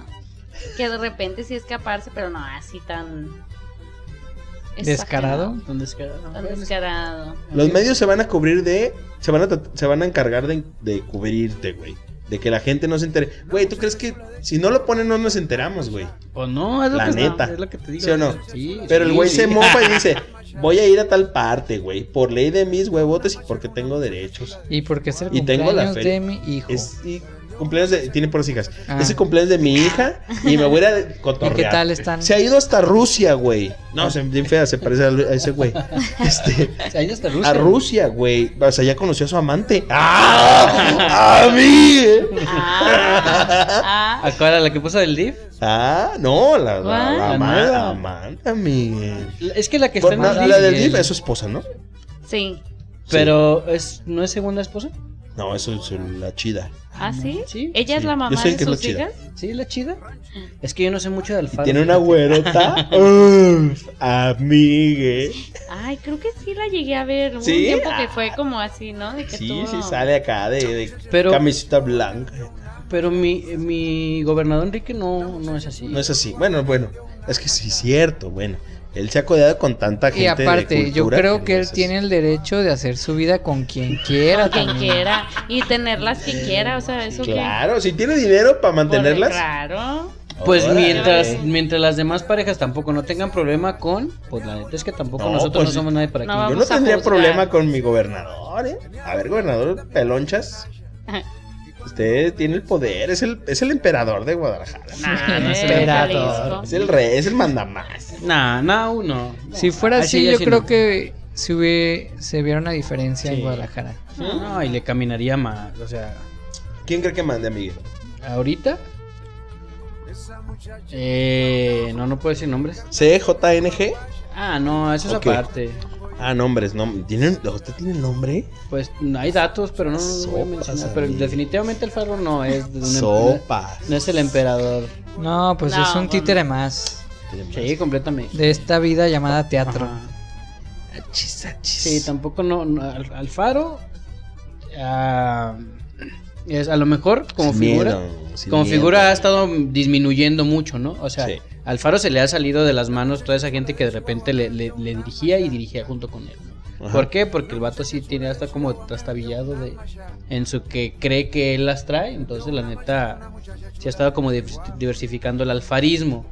Speaker 2: Que de repente sí escaparse, pero no así tan.
Speaker 3: Descarado.
Speaker 4: ¿Dónde se quedaron?
Speaker 2: Tan descarado.
Speaker 1: Los medios se van a cubrir de. Se van a, tra- se van a encargar de, de cubrirte, güey. De que la gente no se entere. Güey, ¿tú crees que si no lo ponen no nos enteramos, güey?
Speaker 4: O no, es lo,
Speaker 1: La
Speaker 4: que,
Speaker 1: neta.
Speaker 4: es lo que te digo.
Speaker 1: ¿Sí o no?
Speaker 4: Sí,
Speaker 1: Pero el
Speaker 4: sí,
Speaker 1: güey
Speaker 4: sí.
Speaker 1: se mofa y dice, voy a ir a tal parte, güey, por ley de mis huevotes y porque tengo derechos.
Speaker 3: Y porque es el
Speaker 1: Y tengo la
Speaker 3: cumpleaños
Speaker 1: feria.
Speaker 3: de mi hijo.
Speaker 1: Es y cumpleaños de... Tiene por hijas.
Speaker 3: Ah.
Speaker 1: Ese cumpleaños de mi hija y me voy a ir a
Speaker 3: ¿Y
Speaker 1: cotorrear.
Speaker 3: qué tal están?
Speaker 1: Se ha ido hasta Rusia, güey. No, se bien fea, se parece al- a ese güey. Este,
Speaker 4: Ahí está Rusia.
Speaker 1: a Rusia, güey. O sea, ya conoció a su amante. ¡Ah! ¡A mí!
Speaker 2: Ah, ah,
Speaker 4: ¿A cuál? ¿A la que puso del DIF?
Speaker 1: Ah, no, la, la, la
Speaker 4: ¿Cuál?
Speaker 1: ama-
Speaker 4: La nueva.
Speaker 1: amante, Miguel.
Speaker 4: La- Es que la que está
Speaker 1: Por-
Speaker 4: en
Speaker 1: no,
Speaker 4: el DIF.
Speaker 1: la del
Speaker 4: Miguel.
Speaker 1: DIF es su esposa, ¿no?
Speaker 2: sí.
Speaker 4: Pero es, ¿no es segunda esposa?
Speaker 1: No, eso es la chida.
Speaker 2: ¿Ah, sí?
Speaker 4: Sí,
Speaker 2: ¿Ella es
Speaker 1: sí.
Speaker 2: la
Speaker 1: Yo
Speaker 2: mamá
Speaker 1: sé
Speaker 2: de
Speaker 1: que es la
Speaker 2: sus
Speaker 1: chida.
Speaker 2: hijas?
Speaker 4: Sí, la chida. Es que yo no sé mucho de
Speaker 1: Y
Speaker 4: Alfaro.
Speaker 1: tiene una
Speaker 4: fíjate.
Speaker 1: güerota. Uf, amigue.
Speaker 2: Ay, creo que sí la llegué a ver. Hubo
Speaker 1: ¿Sí?
Speaker 2: un tiempo
Speaker 1: Ah.
Speaker 2: que fue como así, ¿no? De que
Speaker 1: Sí,
Speaker 2: estuvo-
Speaker 1: sí, sale acá de, de
Speaker 4: Pero-
Speaker 1: camiseta blanca.
Speaker 4: Pero mi, mi gobernador Enrique no, no es así.
Speaker 1: No es así. Bueno, bueno, es que sí es cierto, bueno. Él se ha codeado con tanta gente.
Speaker 3: Y aparte,
Speaker 1: de
Speaker 3: yo
Speaker 1: cultura
Speaker 3: creo que
Speaker 1: no
Speaker 3: él
Speaker 1: es así.
Speaker 3: tiene el derecho de hacer su vida con quien quiera.
Speaker 2: Con quien
Speaker 3: también.
Speaker 2: quiera. Y tenerlas que quiera, o sea, eso
Speaker 1: Claro, si tiene dinero para
Speaker 2: que.
Speaker 1: mantenerlas.
Speaker 2: Claro.
Speaker 4: Pues
Speaker 1: Órale.
Speaker 4: mientras, mientras las demás parejas tampoco no tengan problema con, pues la neta es que tampoco
Speaker 1: No,
Speaker 4: nosotros
Speaker 1: pues,
Speaker 4: no somos nadie para
Speaker 2: no
Speaker 4: aquí.
Speaker 1: Yo no
Speaker 2: Vamos a
Speaker 1: tendría
Speaker 2: juzgar.
Speaker 1: problema con mi gobernador, ¿eh? A ver, gobernador Pelonchas. Usted tiene el poder, es el, es el emperador de Guadalajara.
Speaker 2: Nah, no es
Speaker 3: Espera
Speaker 2: Jalisco.
Speaker 3: todo.
Speaker 1: Es el rey, es el mandamás.
Speaker 4: Nah, nah, uno.
Speaker 3: Si fuera
Speaker 4: Ay,
Speaker 3: así,
Speaker 4: ah, sí,
Speaker 3: yo
Speaker 4: sí,
Speaker 3: creo
Speaker 4: no.
Speaker 3: que se, hubie- se viera una diferencia en
Speaker 4: Sí.
Speaker 3: Guadalajara.
Speaker 4: No, y le caminaría más. O sea,
Speaker 1: ¿Quién cree que mande a Miguel?
Speaker 4: ahorita. Eh, no, no puedo decir nombres.
Speaker 1: ¿CJNG?
Speaker 4: Ah, no, eso es
Speaker 1: Ok.
Speaker 4: aparte.
Speaker 1: Ah, nombres, no. ¿Tiene, ¿Usted tiene nombre?
Speaker 4: Pues no, hay datos, pero no, no los voy a
Speaker 1: Sopas,
Speaker 4: mencionar. Pero
Speaker 1: amigo.
Speaker 4: definitivamente el Faro no es. de un em-
Speaker 1: Sopas.
Speaker 4: No es el emperador.
Speaker 3: No, pues
Speaker 2: No,
Speaker 3: es un
Speaker 2: bueno.
Speaker 3: títere más
Speaker 4: Sí, completamente.
Speaker 3: de esta vida llamada teatro.
Speaker 4: Ajá. Sí, tampoco no, no, Al- Alfaro ah, es a lo mejor como
Speaker 1: Sin
Speaker 4: figura
Speaker 1: miedo, sin
Speaker 4: como
Speaker 1: miedo.
Speaker 4: figura ha estado disminuyendo mucho, ¿no? O sea,
Speaker 1: Sí.
Speaker 4: Alfaro se le ha salido de las manos toda esa gente que de repente le, le- le dirigía y dirigía junto con él. ¿no?
Speaker 1: Ajá.
Speaker 4: ¿Por qué? Porque el vato sí tiene hasta como trastabillado de en su que cree que él las trae, entonces la neta sí ha estado como divers- diversificando el alfarismo.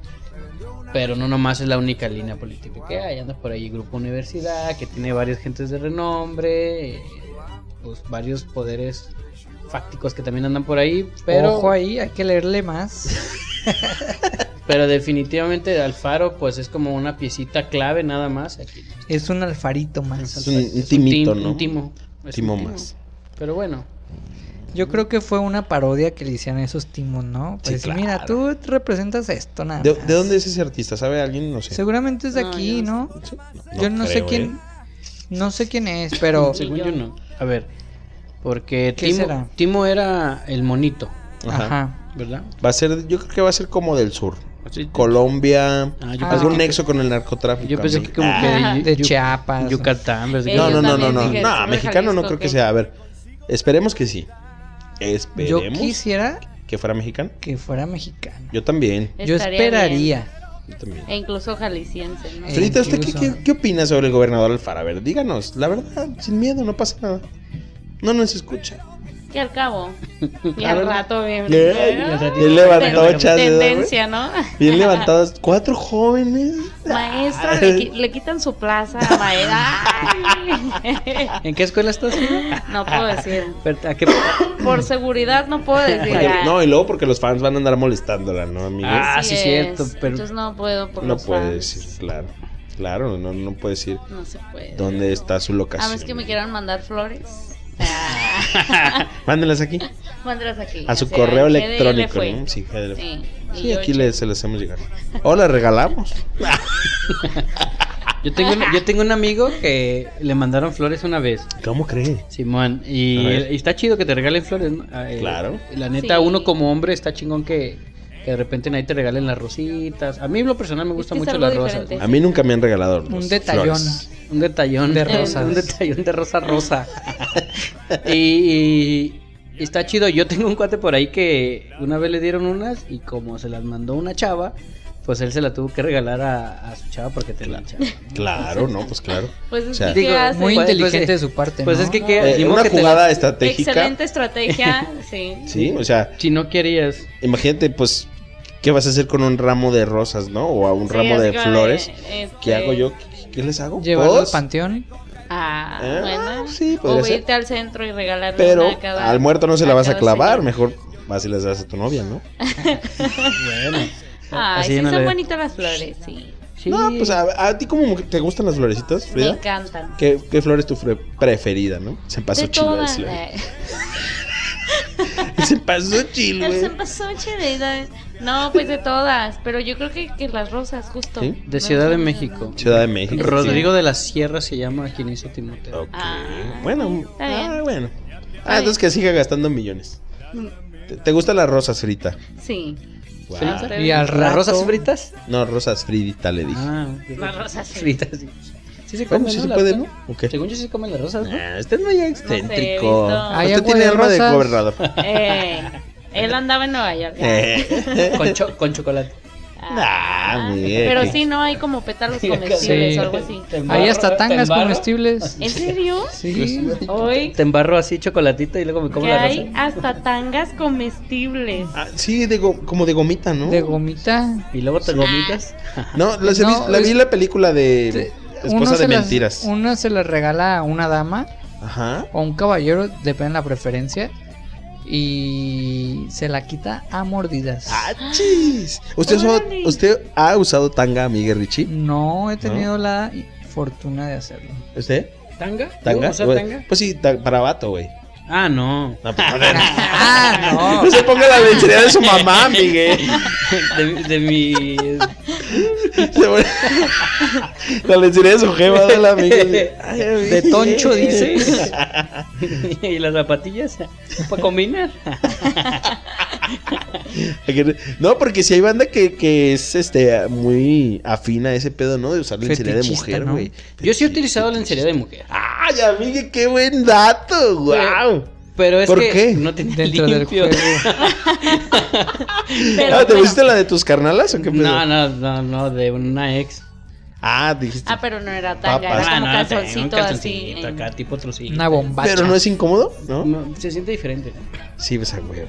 Speaker 4: Pero no nomás es la única línea política que hay, anda por ahí Grupo Universidad, que tiene varias gentes de renombre, eh, pues varios poderes fácticos que también andan por ahí, pero
Speaker 3: Ojo ahí, hay que leerle más.
Speaker 4: pero definitivamente Alfaro pues es como una piecita clave nada más. Aquí.
Speaker 3: Es un alfarito más.
Speaker 1: un- un timito, ¿no?
Speaker 4: Un timo. Es
Speaker 1: Timo
Speaker 4: un
Speaker 1: más.
Speaker 4: Pero bueno.
Speaker 3: Yo creo que fue una parodia que le hicieron a esos timos, ¿no?
Speaker 1: Sí,
Speaker 3: Pues
Speaker 1: claro.
Speaker 3: mira, tú representas esto, nada.
Speaker 1: ¿De,
Speaker 3: más.
Speaker 1: de dónde es ese artista? ¿Sabe alguien? No sé.
Speaker 3: Seguramente es de
Speaker 2: No,
Speaker 3: aquí,
Speaker 2: yo
Speaker 3: ¿no? Yo no sé
Speaker 1: creo,
Speaker 3: quién.
Speaker 1: ¿eh?
Speaker 3: No sé quién es, pero.
Speaker 4: Según yo no. A ver. Porque
Speaker 3: ¿Qué será?
Speaker 4: Timo, Timo era el monito,
Speaker 1: Ajá.
Speaker 3: Ajá.
Speaker 4: ¿verdad?
Speaker 1: Va a ser, yo creo que va a ser como del sur. Colombia.
Speaker 4: Ah, yo
Speaker 3: Ah.
Speaker 4: pensé
Speaker 1: algún
Speaker 4: que-
Speaker 1: nexo con el narcotráfico.
Speaker 4: Yo pensé
Speaker 1: amigo.
Speaker 4: que como que
Speaker 2: Ah.
Speaker 4: de,
Speaker 3: De
Speaker 4: Yu-
Speaker 3: Chiapas.
Speaker 4: Yucatán, ¿verdad?
Speaker 1: No, no, no, no, no.
Speaker 2: Ellos también dije,
Speaker 1: No,
Speaker 2: sur de
Speaker 1: mexicano no
Speaker 2: Jalisco,
Speaker 1: creo que
Speaker 2: ¿qué?
Speaker 1: sea. A ver, esperemos que sí.
Speaker 3: Yo
Speaker 1: Esperemos
Speaker 3: quisiera
Speaker 1: que fuera mexicano.
Speaker 3: que fuera mexicano.
Speaker 1: Yo también.
Speaker 3: Yo
Speaker 2: Estaría
Speaker 3: esperaría.
Speaker 1: Yo también.
Speaker 2: bien. E incluso jalisciense, ¿no?
Speaker 3: Eh,
Speaker 1: Frita, ¿usted qué,
Speaker 3: incluso-
Speaker 1: qué- qué opina sobre el gobernador Alfaro? A ver, díganos. La verdad, sin miedo, no pasa nada. No nos escucha.
Speaker 2: Que al cabo. Y al
Speaker 1: Ahora-
Speaker 2: rato, bien.
Speaker 1: Bien,
Speaker 2: ¿no?
Speaker 1: al ratito. Bien levantado,
Speaker 2: Ten-
Speaker 1: chas, ¿verdad, güey?
Speaker 2: Tendencia, ¿no?
Speaker 1: Bien levantadas. Cuatro jóvenes.
Speaker 2: Maestra, le, qui- le quitan su plaza a maestra.
Speaker 4: ¿En qué escuela estás? Timo?
Speaker 2: No puedo decir.
Speaker 4: Pero, ¿A qué?
Speaker 2: Por seguridad no puedo decir.
Speaker 1: Porque-
Speaker 2: ah,
Speaker 1: no, y luego porque los fans van a andar molestándola, ¿no, amigos?
Speaker 4: Ah,
Speaker 2: así
Speaker 4: sí, cierto,
Speaker 2: es.
Speaker 4: pero-
Speaker 2: Entonces no puedo por
Speaker 1: no
Speaker 2: los
Speaker 1: puede
Speaker 2: fans.
Speaker 1: decir, claro. Claro, no, no puede decir
Speaker 2: No se puede.
Speaker 1: dónde está su
Speaker 2: A
Speaker 1: locación.
Speaker 2: menos Ah, que me quieran mandar flores.
Speaker 1: Mándenlas aquí.
Speaker 2: Mándalas aquí.
Speaker 1: A su
Speaker 2: o sea,
Speaker 1: correo
Speaker 2: GDL
Speaker 1: electrónico,
Speaker 2: fue.
Speaker 1: ¿no? Sí, GDL.
Speaker 2: Sí, y
Speaker 1: Sí,
Speaker 2: yo
Speaker 1: aquí
Speaker 2: che-
Speaker 1: le, se las hacemos llegar. O las regalamos.
Speaker 4: Yo tengo, un- yo tengo un amigo que le mandaron flores una vez.
Speaker 1: ¿Cómo cree?
Speaker 4: Simón,
Speaker 1: A
Speaker 4: y,
Speaker 1: ver.
Speaker 4: y está chido que te regalen flores, ¿no? Ah, eh,
Speaker 1: Claro.
Speaker 4: La neta,
Speaker 2: Sí.
Speaker 4: uno como hombre está chingón que, que de repente nadie te regalen las rositas. A mí, en lo personal, me
Speaker 2: Es
Speaker 4: gustan
Speaker 2: que es
Speaker 4: mucho
Speaker 2: algo
Speaker 4: las rosas.
Speaker 2: diferente.
Speaker 1: A mí nunca me han regalado
Speaker 3: Un
Speaker 1: los
Speaker 3: detallón.
Speaker 1: flores.
Speaker 4: ¿no? Un detallón
Speaker 3: De rosas.
Speaker 4: Un detallón de rosa rosa. y, y está chido. Yo tengo un cuate por ahí que una vez le dieron unas y como se las mandó una chava, pues él se la tuvo que regalar a, a su chava porque te la chava.
Speaker 1: Claro, no, pues claro.
Speaker 2: Pues es
Speaker 1: O sea,
Speaker 2: que, ¿qué
Speaker 3: Digo,
Speaker 2: hace?
Speaker 3: muy
Speaker 4: Pues-
Speaker 3: inteligente
Speaker 4: pues,
Speaker 3: de su parte.
Speaker 4: Pues
Speaker 3: ¿no?
Speaker 4: es que, ¿qué?
Speaker 1: Eh,
Speaker 4: Ni modo
Speaker 1: una
Speaker 4: que te la-
Speaker 1: jugada estratégica.
Speaker 2: Excelente estrategia, sí.
Speaker 1: Sí, o sea,
Speaker 4: Si no querías.
Speaker 1: imagínate, pues, ¿qué vas a hacer con un ramo de rosas, no? O a un
Speaker 2: Sí,
Speaker 1: ramo
Speaker 2: así
Speaker 1: de
Speaker 2: como
Speaker 1: flores.
Speaker 2: este,
Speaker 1: ¿Qué hago yo? ¿Qué, qué les hago? Pues,
Speaker 3: Llevarlo al
Speaker 1: ¿Podos?
Speaker 3: panteón.
Speaker 2: Ah,
Speaker 1: Ah,
Speaker 2: bueno.
Speaker 1: sí, podría
Speaker 2: o
Speaker 1: ser.
Speaker 2: irte al centro y regalarle
Speaker 1: Pero
Speaker 2: una a cada-
Speaker 1: al muerto no se la vas a
Speaker 2: cada
Speaker 1: clavar,
Speaker 2: señor.
Speaker 1: mejor vas y les das a tu novia, ¿no?
Speaker 4: Bueno.
Speaker 2: Ay,
Speaker 4: Así
Speaker 2: sí,
Speaker 4: ya no
Speaker 2: son
Speaker 4: le-
Speaker 2: bonitas las flores, sí.
Speaker 4: Sí.
Speaker 1: No, pues a, a ti como mujer, te gustan las florecitas,
Speaker 2: Me
Speaker 1: Frida.
Speaker 2: encantan.
Speaker 1: ¿Qué, qué flor es tu fre- preferida, no? Se pasó
Speaker 2: De
Speaker 1: chido
Speaker 2: todas.
Speaker 1: decirlo.
Speaker 2: eh.
Speaker 1: Se pasó chido,
Speaker 2: Se
Speaker 1: güey.
Speaker 2: pasó chida. No, pues de todas. Pero yo creo que, que las rosas, justo.
Speaker 1: ¿Sí?
Speaker 4: De Ciudad de México.
Speaker 1: Ciudad de México.
Speaker 4: Rodrigo de la Sierra se llama quien hizo Timoteo.
Speaker 1: Ok.
Speaker 2: Ah,
Speaker 1: bueno,
Speaker 2: está bien.
Speaker 1: ah, bueno. Ah,
Speaker 2: bien.
Speaker 1: entonces que siga gastando millones. ¿Te, te gustan las rosas frita?
Speaker 2: Sí.
Speaker 1: Wow.
Speaker 2: ¿A ustedes?
Speaker 3: Y al
Speaker 4: ¿Las
Speaker 3: rato.
Speaker 4: rosas fritas?
Speaker 1: No, rosas frita le dije.
Speaker 4: Ah,
Speaker 2: Las rosas
Speaker 4: fritas. sí. Sí se
Speaker 1: ¿Cómo?
Speaker 4: comen,
Speaker 1: ¿Sí
Speaker 4: ¿no?
Speaker 1: se
Speaker 4: Las-
Speaker 1: puede, no? ¿O qué?
Speaker 4: Según yo sí se comen las rosas, ¿no?
Speaker 1: Ah, usted es muy excéntrico.
Speaker 2: visto.
Speaker 3: Hay
Speaker 1: usted
Speaker 3: agua
Speaker 1: tiene
Speaker 3: de
Speaker 1: alma de
Speaker 3: rosas.
Speaker 1: gobernador.
Speaker 2: Eh, él andaba en Nueva York.
Speaker 1: Eh.
Speaker 4: Con, cho- con chocolate.
Speaker 1: Ah, muy bien.
Speaker 2: Pero sí, no hay como pétalos comestibles
Speaker 3: Sí.
Speaker 2: o algo así.
Speaker 4: Te embarro-
Speaker 3: Ahí hasta
Speaker 4: te
Speaker 3: tangas
Speaker 4: embarro-
Speaker 3: comestibles.
Speaker 2: ¿En serio?
Speaker 3: Sí.
Speaker 1: Pues,
Speaker 2: Hoy
Speaker 4: Te embarro así chocolatito y luego me como
Speaker 2: que
Speaker 4: la rosa.
Speaker 2: hay hasta tangas comestibles.
Speaker 1: Ah, sí, de go- como de gomita, ¿no?
Speaker 3: De gomita.
Speaker 4: Y luego te gomitas.
Speaker 1: No, las he
Speaker 3: No,
Speaker 1: visto- la
Speaker 3: es-
Speaker 1: vi en la película de
Speaker 3: Uno
Speaker 1: Esposa de
Speaker 3: se las-
Speaker 1: Mentiras.
Speaker 3: Una se la regala a una dama
Speaker 1: Ajá.
Speaker 3: o un caballero, depende de la preferencia. Y se la quita a mordidas.
Speaker 1: ¡Ah, chis! ¿Usted, ha usado-
Speaker 2: Órale.
Speaker 1: ¿Usted ha usado tanga, Miguel Richie?
Speaker 3: No he tenido la fortuna de hacerlo.
Speaker 1: ¿Usted?
Speaker 4: ¿Tanga?
Speaker 1: ¿Tanga?
Speaker 4: ¿Yo? ¿O sea,
Speaker 1: Bueno,
Speaker 4: tanga?
Speaker 1: Pues sí, ta- para vato, güey.
Speaker 4: Ah, no.
Speaker 1: No, pues, joder.
Speaker 3: Ah,
Speaker 1: No se ponga la lencería de su mamá, Miguel.
Speaker 4: De, de mi.
Speaker 1: Se pone- la lencería de su jeva de la Miguel. Ay,
Speaker 4: De
Speaker 1: Miguel.
Speaker 4: toncho, dices. y las zapatillas. ¿eh? Para combinar.
Speaker 1: No, porque si hay banda que, que es este muy afina a ese pedo, ¿no? De usar lencería de
Speaker 3: Fetichista,
Speaker 1: mujer,
Speaker 3: ¿no?
Speaker 1: güey.
Speaker 4: Yo sí he utilizado lencería de mujer.
Speaker 1: ¡Ay, amigue, qué buen dato! ¡Wow!
Speaker 4: Pero es
Speaker 1: ¿Por
Speaker 4: que
Speaker 1: qué?
Speaker 4: no tenía
Speaker 3: Dentro del
Speaker 4: limpio.
Speaker 3: juego.
Speaker 2: Pero,
Speaker 1: Ah, ¿Te
Speaker 2: bueno.
Speaker 1: pusiste la de tus carnalas o qué pedo?
Speaker 4: No, no, no, no, de una ex.
Speaker 1: Ah, dijiste.
Speaker 2: Ah, pero no era tanga,
Speaker 1: Papas.
Speaker 2: era
Speaker 4: Ah,
Speaker 2: como
Speaker 4: no, tenía un
Speaker 2: calzoncito así.
Speaker 4: calzoncito acá, tipo trocito.
Speaker 3: Una bombacha.
Speaker 1: Pero no es incómodo, ¿no?
Speaker 4: No, se siente diferente.
Speaker 1: Sí, pues a huevo.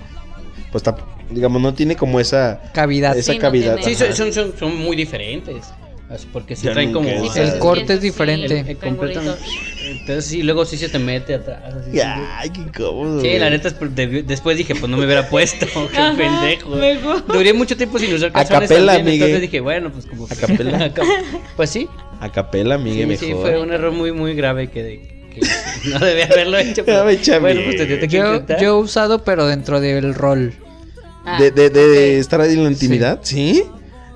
Speaker 1: Pues tap- digamos, no tiene como esa,
Speaker 3: Cavidad.
Speaker 1: esa
Speaker 2: Sí, no
Speaker 1: cavidad.
Speaker 2: tiene.
Speaker 4: Sí,
Speaker 1: Ajá.
Speaker 4: son, son, son, son muy diferentes. Así, Porque se
Speaker 1: Yo
Speaker 4: traen como.
Speaker 1: nunca he
Speaker 4: así,
Speaker 1: usado.
Speaker 3: El corte es diferente.
Speaker 4: eh, completamente.
Speaker 2: triangulitos.
Speaker 4: Entonces, sí, luego sí se te mete atrás. así,
Speaker 1: Ay, qué incómodo.
Speaker 4: Sí,
Speaker 1: güey.
Speaker 4: la neta, es por- debió- después dije, pues no me hubiera puesto, qué
Speaker 2: Ajá,
Speaker 4: pendejo.
Speaker 2: luego.
Speaker 4: Duré mucho tiempo sin usar
Speaker 1: A
Speaker 4: calzones
Speaker 1: capela,
Speaker 4: también,
Speaker 1: Miguel.
Speaker 4: entonces dije, bueno, pues como...
Speaker 1: A capela.
Speaker 4: A cap- pues sí,
Speaker 1: A capela,
Speaker 4: sí,
Speaker 1: Miguel,
Speaker 4: sí,
Speaker 1: mejor.
Speaker 4: fue un error muy, muy grave que, de- que no debía haberlo hecho. pero-
Speaker 1: Ay, chame.
Speaker 4: bueno, pues te, te, te
Speaker 3: Yo,
Speaker 4: que
Speaker 3: yo he usado, pero dentro del rol.
Speaker 2: Ah,
Speaker 1: de, de, de estar ahí en la intimidad, ¿sí?